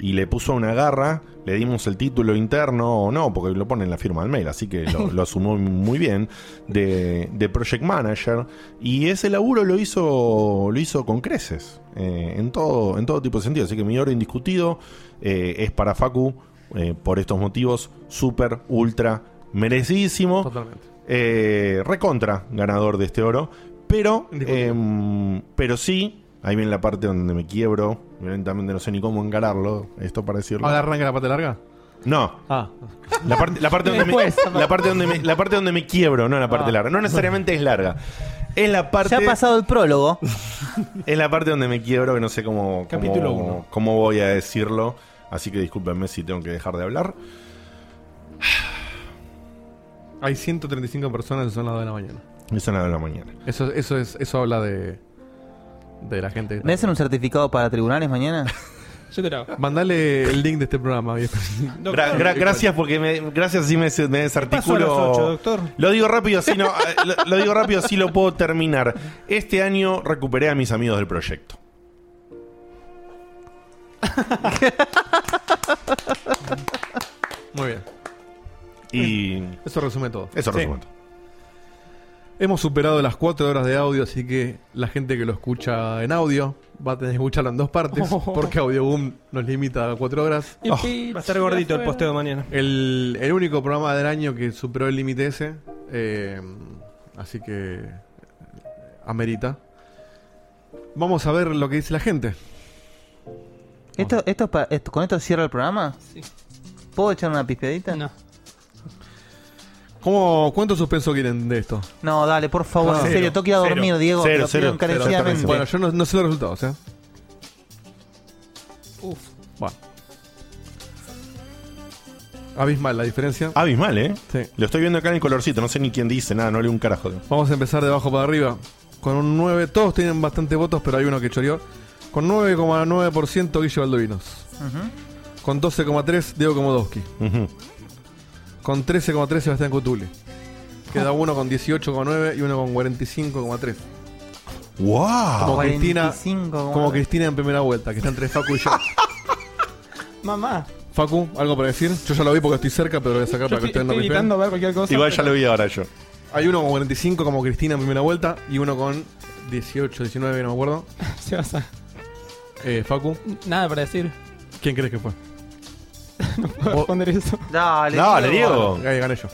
S7: y le puso una garra, le dimos el título interno o no, porque lo pone en la firma del mail, así que lo, lo asumió muy bien, de, de Project Manager. Y ese laburo lo hizo, lo hizo con creces, eh, en, todo, en todo tipo de sentido. Así que mi oro indiscutido eh, es para Facu, eh, por estos motivos, súper, ultra, merecidísimo. Totalmente. recontra, eh, ganador de este oro. Pero, em, pero sí, ahí viene la parte donde me quiebro. Violentamente no sé ni cómo encararlo. Esto para decirlo.
S1: ¿Ahora arranca la pata larga?
S7: No.
S17: Ah.
S7: La parte, la parte donde
S1: Después.
S7: me, la parte donde me, la parte donde me quiebro, no la parte
S1: Ah.
S7: larga. No necesariamente es larga. Es la parte.
S17: Ya ha pasado el prólogo.
S7: Es la parte donde me quiebro, que no sé cómo.
S17: Capítulo
S7: cómo-
S17: uno.
S7: cómo voy a decirlo. Así que discúlpenme si tengo que dejar de hablar.
S1: Hay 135 personas en el sonado de la mañana.
S7: Eso nada de la mañana.
S1: Eso, eso, es, eso habla de, de la gente.
S17: ¿Me hacen un certificado para tribunales mañana?
S2: Yo te lo hago.
S1: Mandale el link de este programa.
S7: Gra- gra- gracias porque me, gracias si me, me
S1: pasó a las
S7: desarticulo.
S1: ocho, doctor?
S7: Lo digo rápido, así no, eh, lo, lo digo rápido, así lo puedo terminar. Este año recuperé a mis amigos del proyecto.
S1: Muy bien.
S7: Y
S1: Eh, Eso resume todo.
S7: Eso resume
S1: todo. Hemos superado las 4 horas de audio, así que la gente que lo escucha en audio va a tener que escucharlo en dos partes, porque Audioboom nos limita a 4 horas.
S17: Oh,
S14: Y pizza
S1: va
S14: Va a estar gordito el afuera. posteo de mañana.
S1: El, el único programa del año que superó el límite ese, eh, así que eh, amerita. Vamos a ver lo que dice la gente.
S17: ¿Esto, esto, es pa- esto- ¿Con esto cierra el programa? Sí. ¿Puedo echar una pispeadita?
S2: No.
S1: ¿Cómo, ¿Cuánto suspenso quieren de esto?
S17: No, dale, por favor,
S1: Ah,
S17: en
S1: cero,
S17: serio, tengo que ir a
S1: cero,
S17: dormir, Diego.
S1: cero,
S17: te lo
S1: cero,
S17: pido encarecidamente.
S1: cero. Bueno, yo no, no sé los resultados, ¿eh?
S2: Uf.
S1: Bueno. Abismal la diferencia.
S7: Abismal, ¿eh?
S1: Sí.
S7: Lo estoy viendo acá en el colorcito, no sé ni quién dice nada, no leo un carajo.
S1: Vamos a empezar de abajo para arriba. Con un 9, todos tienen bastante votos, pero hay uno que choreó. Con 9,9% Guille Baldovinos. Con 12,3 Diego Komodowski. Con 13,3 Sebastián Cutule. Queda uno con 18,9 y uno con 45,3.
S7: ¡Wow!
S1: Como Cristina,
S17: 45,9.
S1: como Cristina en primera vuelta, que está entre Facu y yo.
S2: Mamá.
S1: Facu, ¿algo para decir? Yo ya lo vi porque estoy cerca, pero lo voy a sacar
S2: Yo
S1: para que
S2: estoy-
S1: ustedes no
S2: estoy
S1: me
S2: evitando ver cualquier cosa,
S7: Igual ya lo vi ahora yo.
S1: Hay uno con 45 como Cristina en primera vuelta y uno con 18, 19, no me acuerdo.
S2: Se vas a-
S1: Eh, Facu,
S2: Nada para decir.
S1: ¿quién crees que fue?
S2: Puedo responder eso.
S7: Ah,
S17: Dale,
S1: Ahí gané yo.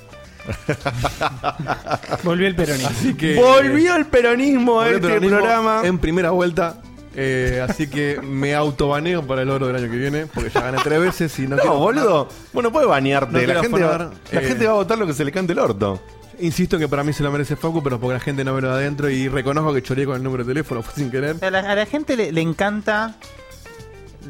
S14: Volvió el peronismo.
S1: Así que,
S7: Volvió el peronismo
S1: volvió
S7: a
S1: el
S7: este
S1: peronismo
S7: programa.
S1: En primera vuelta. Eh, así que me autobaneo para el oro del año que viene porque ya gané tres veces y no
S7: No,
S1: quiero-
S7: boludo. Bueno, puede
S1: No
S7: banearte. la
S1: quiero
S7: gente, va,
S1: afanar,
S7: la
S1: eh,
S7: gente va a votar lo que se le cante el orto.
S1: Insisto en que para mí se lo merece Facu, pero porque la gente no me lo da adentro y reconozco que choreé con el número de teléfono, fue sin querer.
S17: A la, a la gente le, le encanta.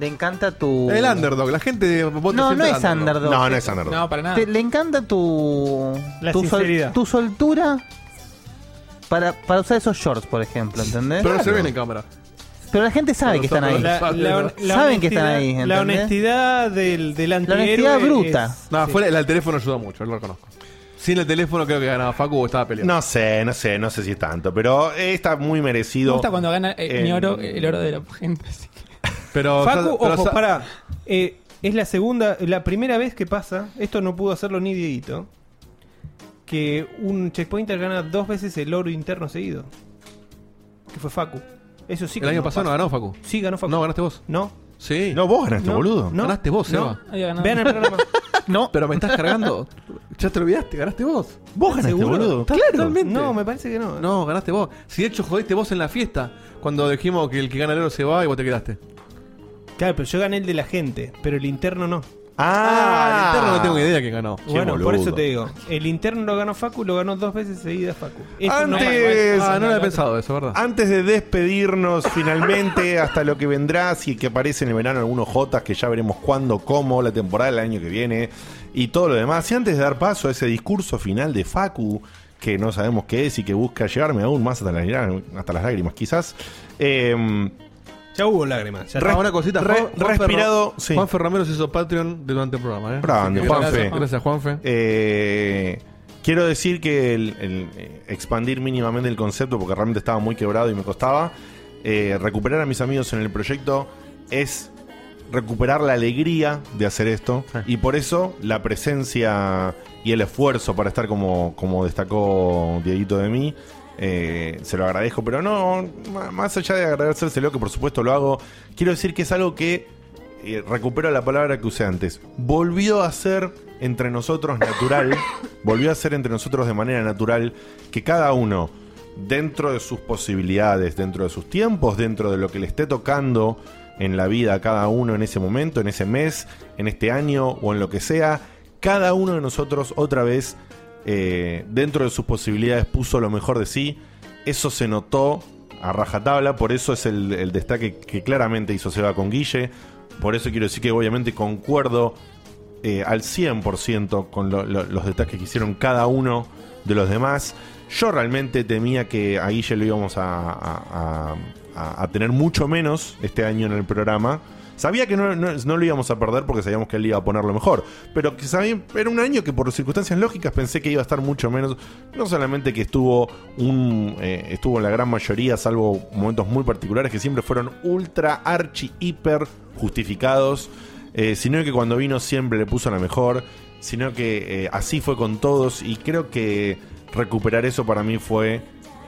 S17: Le encanta tu.
S1: El underdog, la gente vota
S17: No, no
S1: siempre
S17: es
S1: underdog.
S17: underdog. Te- le encanta tu.
S1: La
S17: tu,
S1: sinceridad.
S17: tu soltura para, para usar esos shorts, por ejemplo, ¿entendés?
S1: Pero no se ven en cámara.
S17: Pero la gente sabe
S1: Pero
S17: que están ahí.
S1: nosotros- la- la- la
S17: Saben que están
S1: honestidad-
S17: ahí, ¿entendés?
S1: la
S14: honestidad del, del antihéroe
S17: honestidad bruta.
S14: es-
S1: No,
S14: sí.
S1: fuera, el teléfono ayuda mucho, lo reconozco. Sin el teléfono creo que ganaba Facu o estaba peleando.
S7: No sé, no sé, no sé si es tanto, pero eh, está muy
S2: Me
S7: merecido.
S2: gusta cuando gana eh, mi
S7: Eh,
S2: oro, el oro de la gente. así que-
S1: Pero,
S14: Facu,
S1: pero-
S14: ojo, pará. Eh, es la segunda, la primera vez que pasa, esto no pudo hacerlo ni Dieguito, que un checkpointer gana dos veces el oro interno seguido. Que fue Facu. Eso sí
S1: el año pasado no ganó Facu.
S14: Sí, ganó Facu.
S1: No, ganaste vos.
S14: No.
S1: Sí.
S7: No, vos ganaste,
S14: No,
S7: boludo.
S14: no,
S1: ganaste vos,
S14: no.
S1: Seba.
S2: Había ganado.
S14: Vean el programa.
S1: No. Pero me estás cargando. ya te olvidaste, ganaste vos.
S7: Vos ganaste, boludo.
S1: Claro. Totalmente.
S14: No, me parece que no.
S1: No, ganaste vos. Si de hecho jodiste vos en la fiesta, cuando dijimos que el que gana el oro se va y vos te quedaste.
S14: Claro, pero yo gané el de la gente, pero el interno no.
S1: Ah, el interno no tengo idea que ganó.
S14: Bueno,
S1: Qué
S14: por
S1: boludo.
S14: eso te digo. El interno lo ganó Facu, lo ganó dos veces seguidas Facu.
S7: Antes,
S1: Ah, eso, ¿verdad?
S7: Antes de despedirnos finalmente hasta lo que vendrá, si que aparece en el verano algunos Jotas que ya veremos cuándo, cómo, la temporada del año que viene y todo lo demás. Y antes de dar paso a ese discurso final de Facu, que no sabemos qué es y que busca llevarme aún más hasta las, lágrimas- hasta las lágrimas, quizás. eh,
S14: Ya hubo lágrimas. Ya
S7: Res-
S1: Ah, una cosita,
S7: re-
S1: Juan- Juan
S7: respirado,
S1: Ferro-
S7: sí.
S1: Juan Ferramero se hizo Patreon durante el programa, ¿eh?
S7: Grande,
S1: Así que
S7: Juanfe.
S1: Gracias, gracias, Juanfe.
S7: Eh, quiero decir que el, el, eh, expandir mínimamente el concepto, porque realmente estaba muy quebrado y me costaba, eh, recuperar a mis amigos en el proyecto es recuperar la alegría de hacer esto. Y por eso la presencia y el esfuerzo para estar como, como destacó Dieguito de mí. eh, se lo agradezco, pero no, ma- más allá de agradecérselo, que por supuesto lo hago, quiero decir que es algo que eh, recupero la palabra que usé antes, volvió a ser entre nosotros natural, volvió a ser entre nosotros de manera natural que cada uno dentro de sus posibilidades, dentro de sus tiempos, dentro de lo que le esté tocando en la vida a cada uno en ese momento, en ese mes, en este año o en lo que sea, cada uno de nosotros otra vez, eh, dentro de sus posibilidades, puso lo mejor de sí. Eso se notó a rajatabla, por eso es el, el destaque que claramente hizo Seba con Guille. Por eso quiero decir que obviamente concuerdo eh, al 100% con lo- lo- los detalles que hicieron cada uno de los demás. Yo realmente temía que a Guille lo íbamos a, a- a- a- a tener mucho menos este año en el programa. Sabía que no, no- no lo íbamos a perder porque sabíamos que él iba a ponerlo mejor. Pero que sabía- era un año que por circunstancias lógicas pensé que iba a estar mucho menos. No solamente que estuvo, un, eh, estuvo en la gran mayoría, salvo momentos muy particulares que siempre fueron ultra, archi, hiper justificados. Eh, sino que cuando vino siempre le puso la mejor, sino que eh, así fue con todos y creo que recuperar eso para mí fue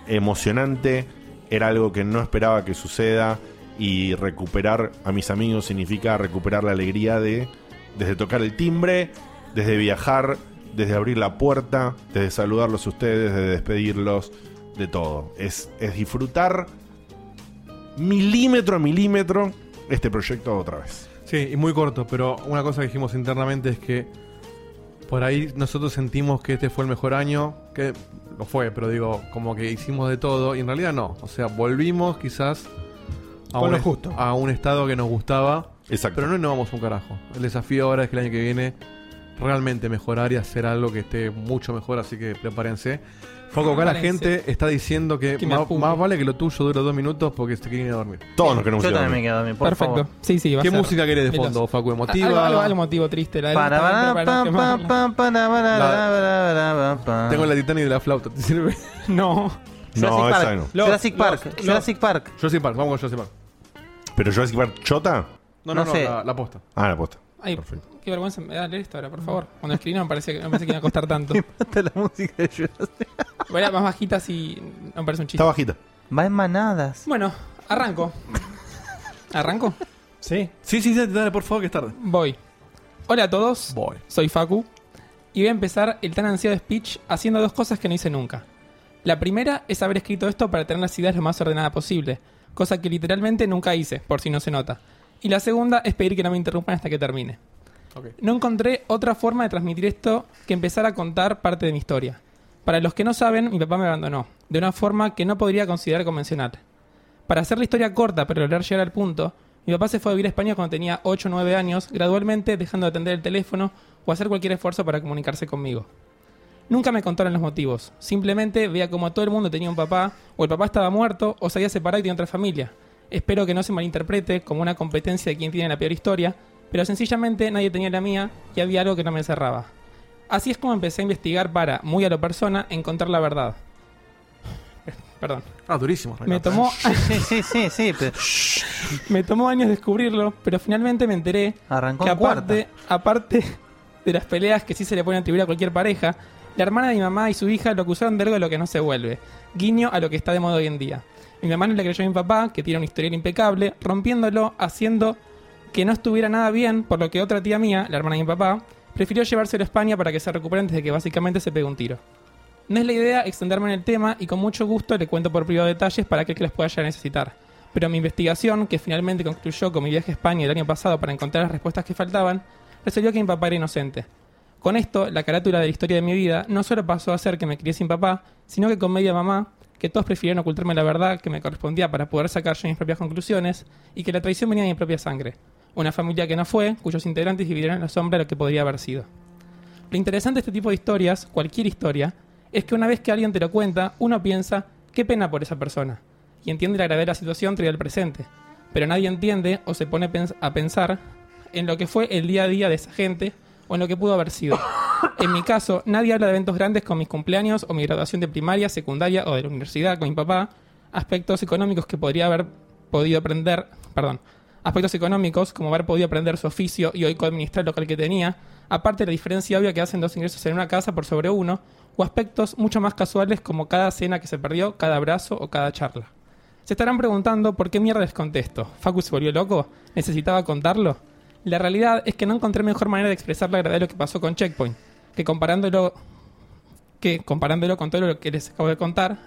S7: emocionante, era algo que no esperaba que suceda y recuperar a mis amigos significa recuperar la alegría de desde tocar el timbre, desde viajar, desde abrir la puerta, desde saludarlos a ustedes, desde despedirlos, de todo. Es, es disfrutar milímetro a milímetro este proyecto otra vez.
S1: Sí, y muy corto, pero una cosa que dijimos internamente es que por ahí nosotros sentimos que este fue el mejor año, que lo fue, pero digo, como que hicimos de todo, y en realidad no. O sea, volvimos quizás a,
S14: Con
S1: un,
S14: lo
S1: est-
S14: justo.
S1: a un estado que nos gustaba,
S7: Exacto.
S1: pero no innovamos un carajo. El desafío ahora es que el año que viene realmente mejorar y hacer algo que esté mucho mejor, así que prepárense. Foco, acá la
S14: Prepárense.
S1: gente está diciendo que,
S2: Que me
S1: más,
S2: apure.
S1: más vale que lo tuyo dure dos minutos porque se quieren ir a dormir.
S7: Todos nos
S1: queremos
S2: Yo ir a también dormir. me quedo a dormir, por Perfecto. favor. Sí, sí, va a
S1: ¿Qué
S2: ser
S1: música querés de
S2: veloz.
S1: fondo, Facu? ¿Emotiva?
S2: Algo, algo, algo motivo triste. La del
S1: Para,
S2: Instagram,
S1: para,
S2: para
S1: pam,
S2: quemarla.
S1: Tengo la Titanic de la flauta, ¿te sirve?
S2: No.
S7: No, esa no.
S17: Jurassic Park, Jurassic Park.
S1: Jurassic Park, vamos con Jurassic Park.
S7: Pero Jurassic Park Chota.
S1: No, no, no, la, la posta.
S7: Ah, la posta.
S2: Ay, qué vergüenza me da leer esto ahora, por favor. Cuando escribí no me parecía que, no pensé que iba a costar tanto.
S17: Hasta la música de Jurassic
S2: Era más bajita si no me parece un chiste.
S7: Está bajita.
S17: Va en manadas.
S2: Bueno, arranco. ¿Arranco?
S1: Sí. Sí, sí, sí, dale, por favor, que es tarde.
S2: Voy. Hola a todos.
S1: Voy.
S2: Soy Facu. Y voy a empezar el tan ansiado speech haciendo dos cosas que no hice nunca. La primera es haber escrito esto para tener las ideas lo más ordenada posible, cosa que literalmente nunca hice, por si no se nota. Y la segunda es pedir que no me interrumpan hasta que termine. No encontré otra forma de transmitir esto que empezar a contar parte de mi historia. Para los que no saben, mi papá me abandonó, de una forma que no podría considerar convencional. Para hacer la historia corta, pero lograr llegar al punto, mi papá se fue a vivir a España cuando tenía 8 o 9 años, gradualmente dejando de atender el teléfono o hacer cualquier esfuerzo para comunicarse conmigo. Nunca me contaron los motivos, simplemente veía como todo el mundo tenía un papá, o el papá estaba muerto, o se había separado y tenía otra familia. Espero que no se malinterprete como una competencia de quien tiene la peor historia, pero sencillamente nadie tenía la mía y había algo que no me cerraba. Así es como empecé a investigar para, muy a lo persona, encontrar la verdad. Perdón.
S1: Ah, durísimo.
S2: Me
S1: Renato.
S2: tomó.
S17: sí, sí, sí, sí. pero-
S2: Me tomó años descubrirlo, pero finalmente me enteré
S17: Arrancó
S2: que
S17: en cuarta.
S2: aparte, aparte de las peleas que sí se le pueden atribuir a cualquier pareja, la hermana de mi mamá y su hija lo acusaron de algo de lo que no se vuelve, guiño a lo que está de moda hoy en día. Mi mamá no le creyó a mi papá, que tiene un historial impecable, rompiéndolo, haciendo que no estuviera nada bien, por lo que otra tía mía, la hermana de mi papá, prefirió llevárselo a España para que se recupere antes de que básicamente se pegue un tiro. No es la idea extenderme en el tema y con mucho gusto le cuento por privado detalles para aquel que los pueda llegar a necesitar. Pero mi investigación, que finalmente concluyó con mi viaje a España el año pasado para encontrar las respuestas que faltaban, resolvió que mi papá era inocente. Con esto, la carátula de la historia de mi vida no solo pasó a ser que me crié sin papá, sino que con media mamá, que todos prefirieron ocultarme la verdad que me correspondía para poder sacar yo mis propias conclusiones, y que la traición venía de mi propia sangre. Una familia que no fue, cuyos integrantes dividieron en la sombra lo que podría haber sido. Lo interesante de este tipo de historias, cualquier historia, es que una vez que alguien te lo cuenta, uno piensa, qué pena por esa persona, y entiende la gravedad de la situación traída al presente. Pero nadie entiende o se pone pens- a pensar en lo que fue el día a día de esa gente o en lo que pudo haber sido. En mi caso, nadie habla de eventos grandes con mis cumpleaños o mi graduación de primaria, secundaria o de la universidad con mi papá, aspectos económicos que podría haber podido aprender, perdón, aspectos económicos como haber podido aprender su oficio y hoy coadministrar el local que tenía, aparte de la diferencia obvia que hacen dos ingresos en una casa por sobre uno, o aspectos mucho más casuales como cada cena que se perdió, cada abrazo o cada charla. Se estarán preguntando por qué mierda les contesto. ¿Facu se volvió loco? ¿Necesitaba contarlo? La realidad es que no encontré mejor manera de expresar la gravedad de lo que pasó con Checkpoint, que comparándolo, que comparándolo con todo lo que les acabo de contar,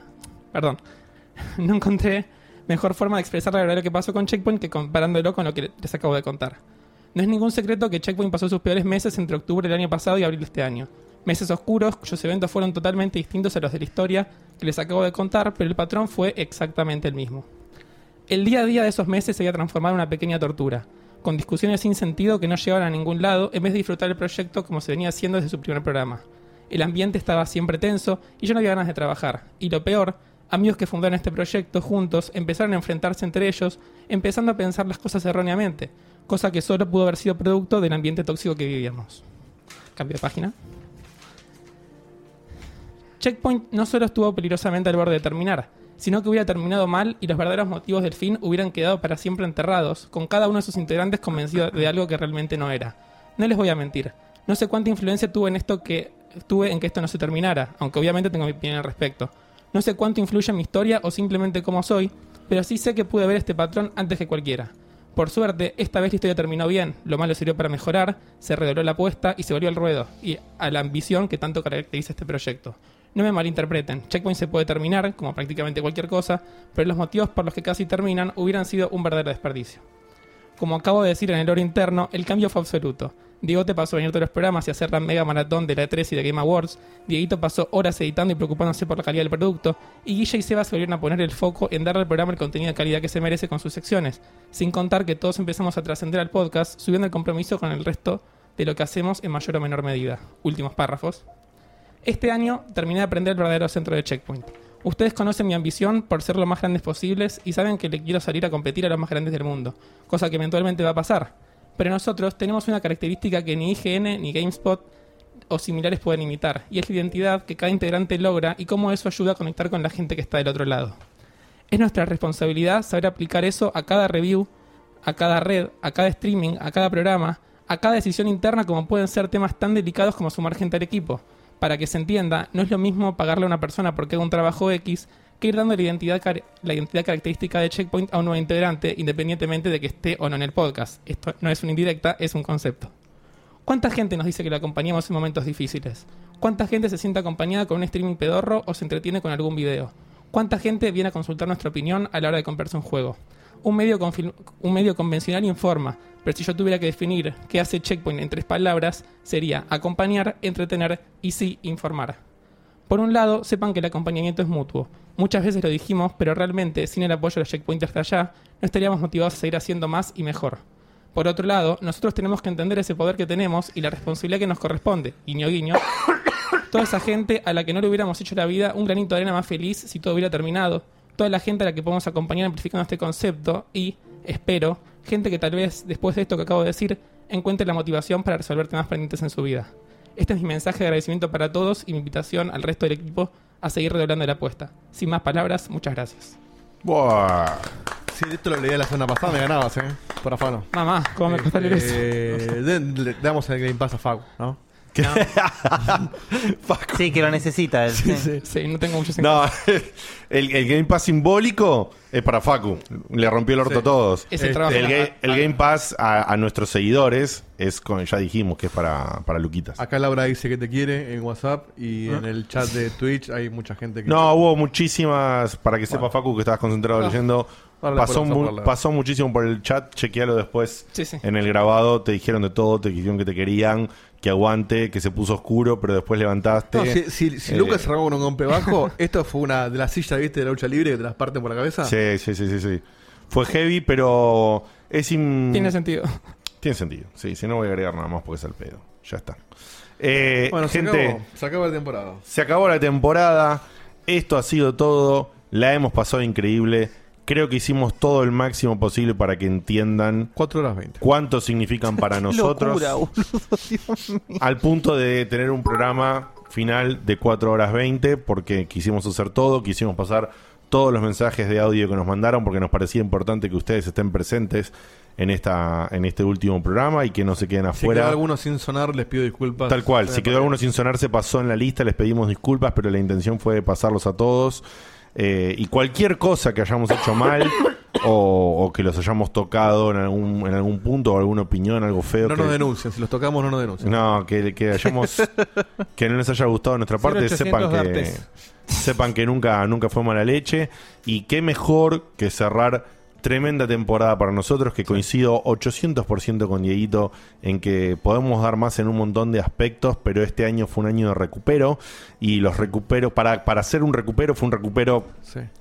S2: Perdón. No encontré mejor forma de expresar la verdad lo que pasó con Checkpoint que comparándolo con lo que les acabo de contar. No es ningún secreto que Checkpoint pasó sus peores meses entre octubre del año pasado y abril de este año. Meses oscuros cuyos eventos fueron totalmente distintos a los de la historia que les acabo de contar, pero el patrón fue exactamente el mismo. El día a día de esos meses se había transformado en una pequeña tortura, con discusiones sin sentido que no llegaban a ningún lado en vez de disfrutar el proyecto como se venía haciendo desde su primer programa. El ambiente estaba siempre tenso y yo no había ganas de trabajar. Y lo peor, amigos que fundaron este proyecto juntos empezaron a enfrentarse entre ellos, empezando a pensar las cosas erróneamente, cosa que solo pudo haber sido producto del ambiente tóxico que vivíamos. Cambio de página. Checkpoint no solo estuvo peligrosamente al borde de terminar, sino que hubiera terminado mal y los verdaderos motivos del fin hubieran quedado para siempre enterrados, con cada uno de sus integrantes convencido de algo que realmente no era. No les voy a mentir, no sé cuánta influencia tuve en esto que tuve en que esto no se terminara, aunque obviamente tengo mi opinión al respecto. No sé cuánto influye en mi historia o simplemente cómo soy, pero sí sé que pude ver este patrón antes que cualquiera. Por suerte, esta vez la historia terminó bien, lo malo sirvió para mejorar, se redobló la apuesta y se volvió al ruedo, y a la ambición que tanto caracteriza este proyecto. No me malinterpreten, Checkpoint se puede terminar, como prácticamente cualquier cosa, pero los motivos por los que casi terminan hubieran sido un verdadero desperdicio. Como acabo de decir en el oro interno, el cambio fue absoluto. Diego te pasó a venir todos los programas y hacer la mega maratón de la E3 y de Game Awards. Dieguito pasó horas editando y preocupándose por la calidad del producto. Y Guilla y Seba se volvieron a poner el foco en darle al programa el contenido de calidad que se merece con sus secciones. Sin contar que todos empezamos a trascender al podcast, subiendo el compromiso con el resto de lo que hacemos en mayor o menor medida. Últimos párrafos. Este año terminé de aprender el verdadero centro de Checkpoint. Ustedes conocen mi ambición por ser lo más grandes posibles y saben que le quiero salir a competir a los más grandes del mundo, cosa que eventualmente va a pasar. Pero nosotros tenemos una característica que ni IGN ni GameSpot o similares pueden imitar, y es la identidad que cada integrante logra y cómo eso ayuda a conectar con la gente que está del otro lado. Es nuestra responsabilidad saber aplicar eso a cada review, a cada red, a cada streaming, a cada programa, a cada decisión interna como pueden ser temas tan delicados como sumar gente al equipo, para que se entienda, no es lo mismo pagarle a una persona porque haga un trabajo X que ir dando la identidad, car- la identidad característica de Checkpoint a un nuevo integrante, independientemente de que esté o no en el podcast. Esto no es una indirecta, es un concepto. ¿Cuánta gente nos dice que lo acompañamos en momentos difíciles? ¿Cuánta gente se siente acompañada con un streaming pedorro o se entretiene con algún video? ¿Cuánta gente viene a consultar nuestra opinión a la hora de comprarse un juego? Un medio, confil- un medio convencional informa, pero si yo tuviera que definir qué hace Checkpoint en tres palabras, sería acompañar, entretener y sí, informar. Por un lado, sepan que el acompañamiento es mutuo. Muchas veces lo dijimos, pero realmente sin el apoyo de los Checkpoint hasta allá, no estaríamos motivados a seguir haciendo más y mejor. Por otro lado, nosotros tenemos que entender ese poder que tenemos y la responsabilidad que nos corresponde, guiño guiño, toda esa gente a la que no le hubiéramos hecho la vida un granito de arena más feliz si todo hubiera terminado, toda la gente a la que podemos acompañar amplificando este concepto y, espero, gente que tal vez después de esto que acabo de decir encuentre la motivación para resolver temas pendientes en su vida. Este es mi mensaje de agradecimiento para todos y mi invitación al resto del equipo a seguir redoblando la apuesta. Sin más palabras, muchas gracias.
S1: Buah. Sí, esto lo leí la semana pasada, me ganabas, ¿eh? Por afano.
S2: Mamá, ¿cómo me costó leer eso?
S1: le, le damos el Game Pass a Facu, ¿no?
S3: Sí, que lo necesita. él, sí.
S2: Sí, no tengo muchos
S7: No, el, el Game Pass simbólico es para Facu. Le rompió el orto a todos.
S2: Ese
S7: Este,
S2: trabajo.
S7: el, ga- el Game Pass a, a nuestros seguidores es con, ya dijimos que es para, para Luquitas.
S1: Acá Laura dice que te quiere en WhatsApp y
S2: ¿Eh?
S1: en el chat de Twitch hay mucha gente que.
S7: No, hubo muchísimas, para que sepa Facu que estabas concentrado
S1: Ah.
S7: leyendo.
S1: Ahora le
S7: Pasó,
S1: podemos
S7: mu-
S1: hablar.
S7: pasó muchísimo por el chat, chequealo después
S2: Sí, sí.
S7: en el grabado, te dijeron de todo, te dijeron que te querían, que aguante, que se puso oscuro, pero después levantaste.
S1: No, si, si, si
S7: Eh,
S1: Lucas se robó con un golpe bajo, esto fue una de las sillas, ¿viste? De la lucha libre que te las parten por la cabeza.
S7: Sí, eh, sí, sí, sí, sí. Fue heavy, pero es in-
S2: Tiene sentido.
S7: Tiene sentido. Sí, si no voy a agregar nada más porque es al pedo. Ya está. Eh,
S1: bueno,
S7: gente,
S1: se acabó. Se acabó la temporada.
S7: se acabó la temporada. Esto ha sido todo. La hemos pasado increíble. Creo que hicimos todo el máximo posible para que entiendan
S1: 4 horas 20.
S7: cuánto significan para nosotros.
S1: locura,
S7: al punto de tener un programa final de 4 horas 20 porque quisimos hacer todo, quisimos pasar todos los mensajes de audio que nos mandaron porque nos parecía importante que ustedes estén presentes en esta en este último programa y que no se queden
S1: Si quedó
S7: afuera.
S1: alguno sin sonar, les pido disculpas.
S7: Tal cual, si
S1: Eh,
S7: quedó alguno sin sonar se pasó en la lista, les pedimos disculpas, pero la intención fue pasarlos a todos. Eh, y cualquier cosa que hayamos hecho mal, o, o que los hayamos tocado en algún, en algún punto o alguna opinión, algo feo.
S1: No
S7: que-
S1: nos denuncian, si los tocamos no nos denuncian.
S7: No, que, que hayamos. que no les haya gustado nuestra parte,
S1: 0800
S7: sepan que.
S1: Dartes.
S7: Sepan que nunca, nunca fue mala leche. Y qué mejor que cerrar tremenda temporada para nosotros, que coincido 800% con Dieguito en que podemos dar más en un montón de aspectos, pero este año fue un año de recupero. Y los recuperos, para, para hacer un recupero, fue un recupero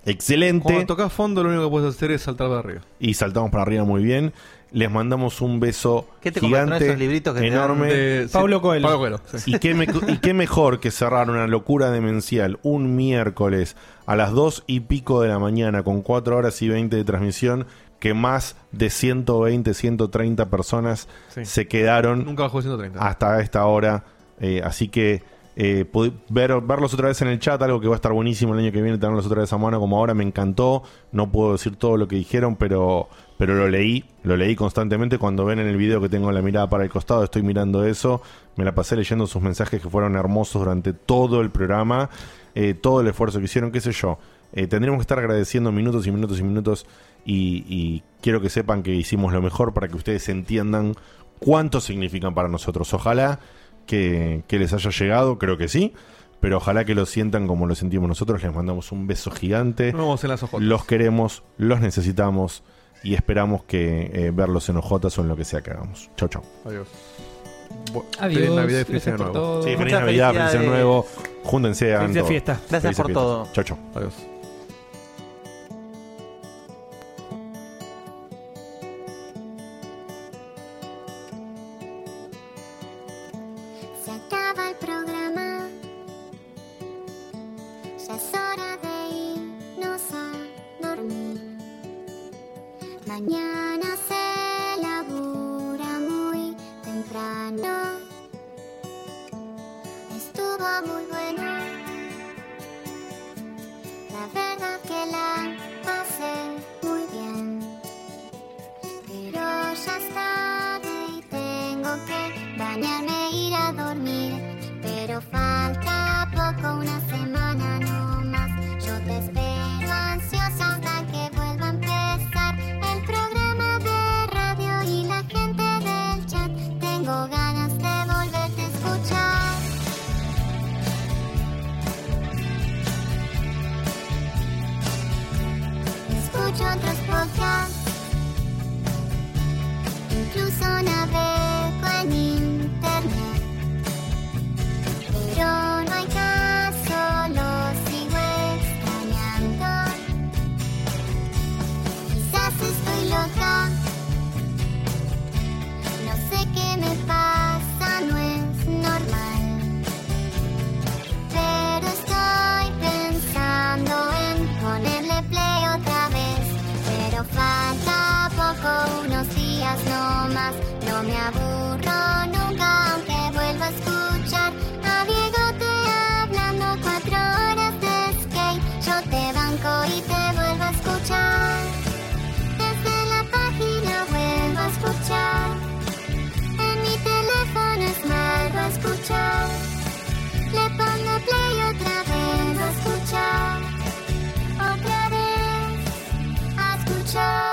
S7: excelente.
S1: Cuando tocas fondo, lo único que puedes hacer es saltar para arriba.
S7: Y saltamos para arriba muy bien. Les mandamos un beso
S1: ¿Qué te compraron
S7: gigante,
S1: esos libritos que te
S7: enorme.
S1: dan de- Pablo sí, Coelho. Pablo Coelho, sí.
S7: Y, qué me- y qué mejor que cerrar una locura demencial un miércoles a las 2 y pico de la mañana con 4 horas y 20 de transmisión que más de 120, 130 personas
S1: Sí.
S7: se quedaron
S1: Nunca bajó de 130.
S7: hasta esta hora. Eh, así que eh, pod- ver- verlos otra vez en el chat, algo que va a estar buenísimo el año que viene, tenerlos otra vez a mano como ahora, me encantó. No puedo decir todo lo que dijeron, pero, pero lo leí, lo leí constantemente. Cuando ven en el video que tengo la mirada para el costado, estoy mirando eso. Me la pasé leyendo sus mensajes que fueron hermosos durante todo el programa, eh, todo el esfuerzo que hicieron, qué sé yo. Eh, tendríamos que estar agradeciendo minutos y minutos y minutos y, y quiero que sepan que hicimos lo mejor para que ustedes entiendan cuánto significan para nosotros. Ojalá que, que les haya llegado, creo que sí, pero ojalá que lo sientan como lo sentimos nosotros. Les mandamos un beso gigante.
S1: Nos vemos en las ojotas.
S7: Los queremos, los necesitamos y esperamos que eh, verlos en ojotas o en lo que sea que hagamos. Chau, chau.
S1: Adiós. Bu-
S7: Adiós,
S1: Feliz Navidad y feliz
S7: gracias
S1: año nuevo.
S7: por todo. Sí, feliz Muchas Navidad, feliz año felicidades. nuevo. Júntense, hagan Felices todo. fiestas. Gracias Felices por fiestas. todo. Chau, chau.
S1: Adiós.
S16: Se acaba el programa. Ya es hora de irnos a dormir. Mañana se labura muy temprano. Estuvo muy bueno. La verdad que la pasé muy bien. Pero ya es tarde y tengo que bañarme e ir a dormir. Pero falta poco, una semana no más. Yo te espero ansiosa hasta que vuelva a empezar el programa de radio y la gente del chat. Tengo ganas de volverte a escuchar. Escucho otros podcasts. Incluso navego en internet. Pero no hay caso, lo sigo extrañando. Quizás estoy loca. No sé qué me pasa, no es normal. Pero estoy pensando en ponerle play otra vez. Pero falta poco, unos días no más. No me aburro nunca, aunque vuelva a escuchar a Diego te hablando cuatro horas de skate. Yo te banco y te vuelvo a escuchar. Desde la página vuelvo a escuchar. En mi teléfono es malo escuchar. Le pongo play otra vez a escuchar. Otra vez a escuchar.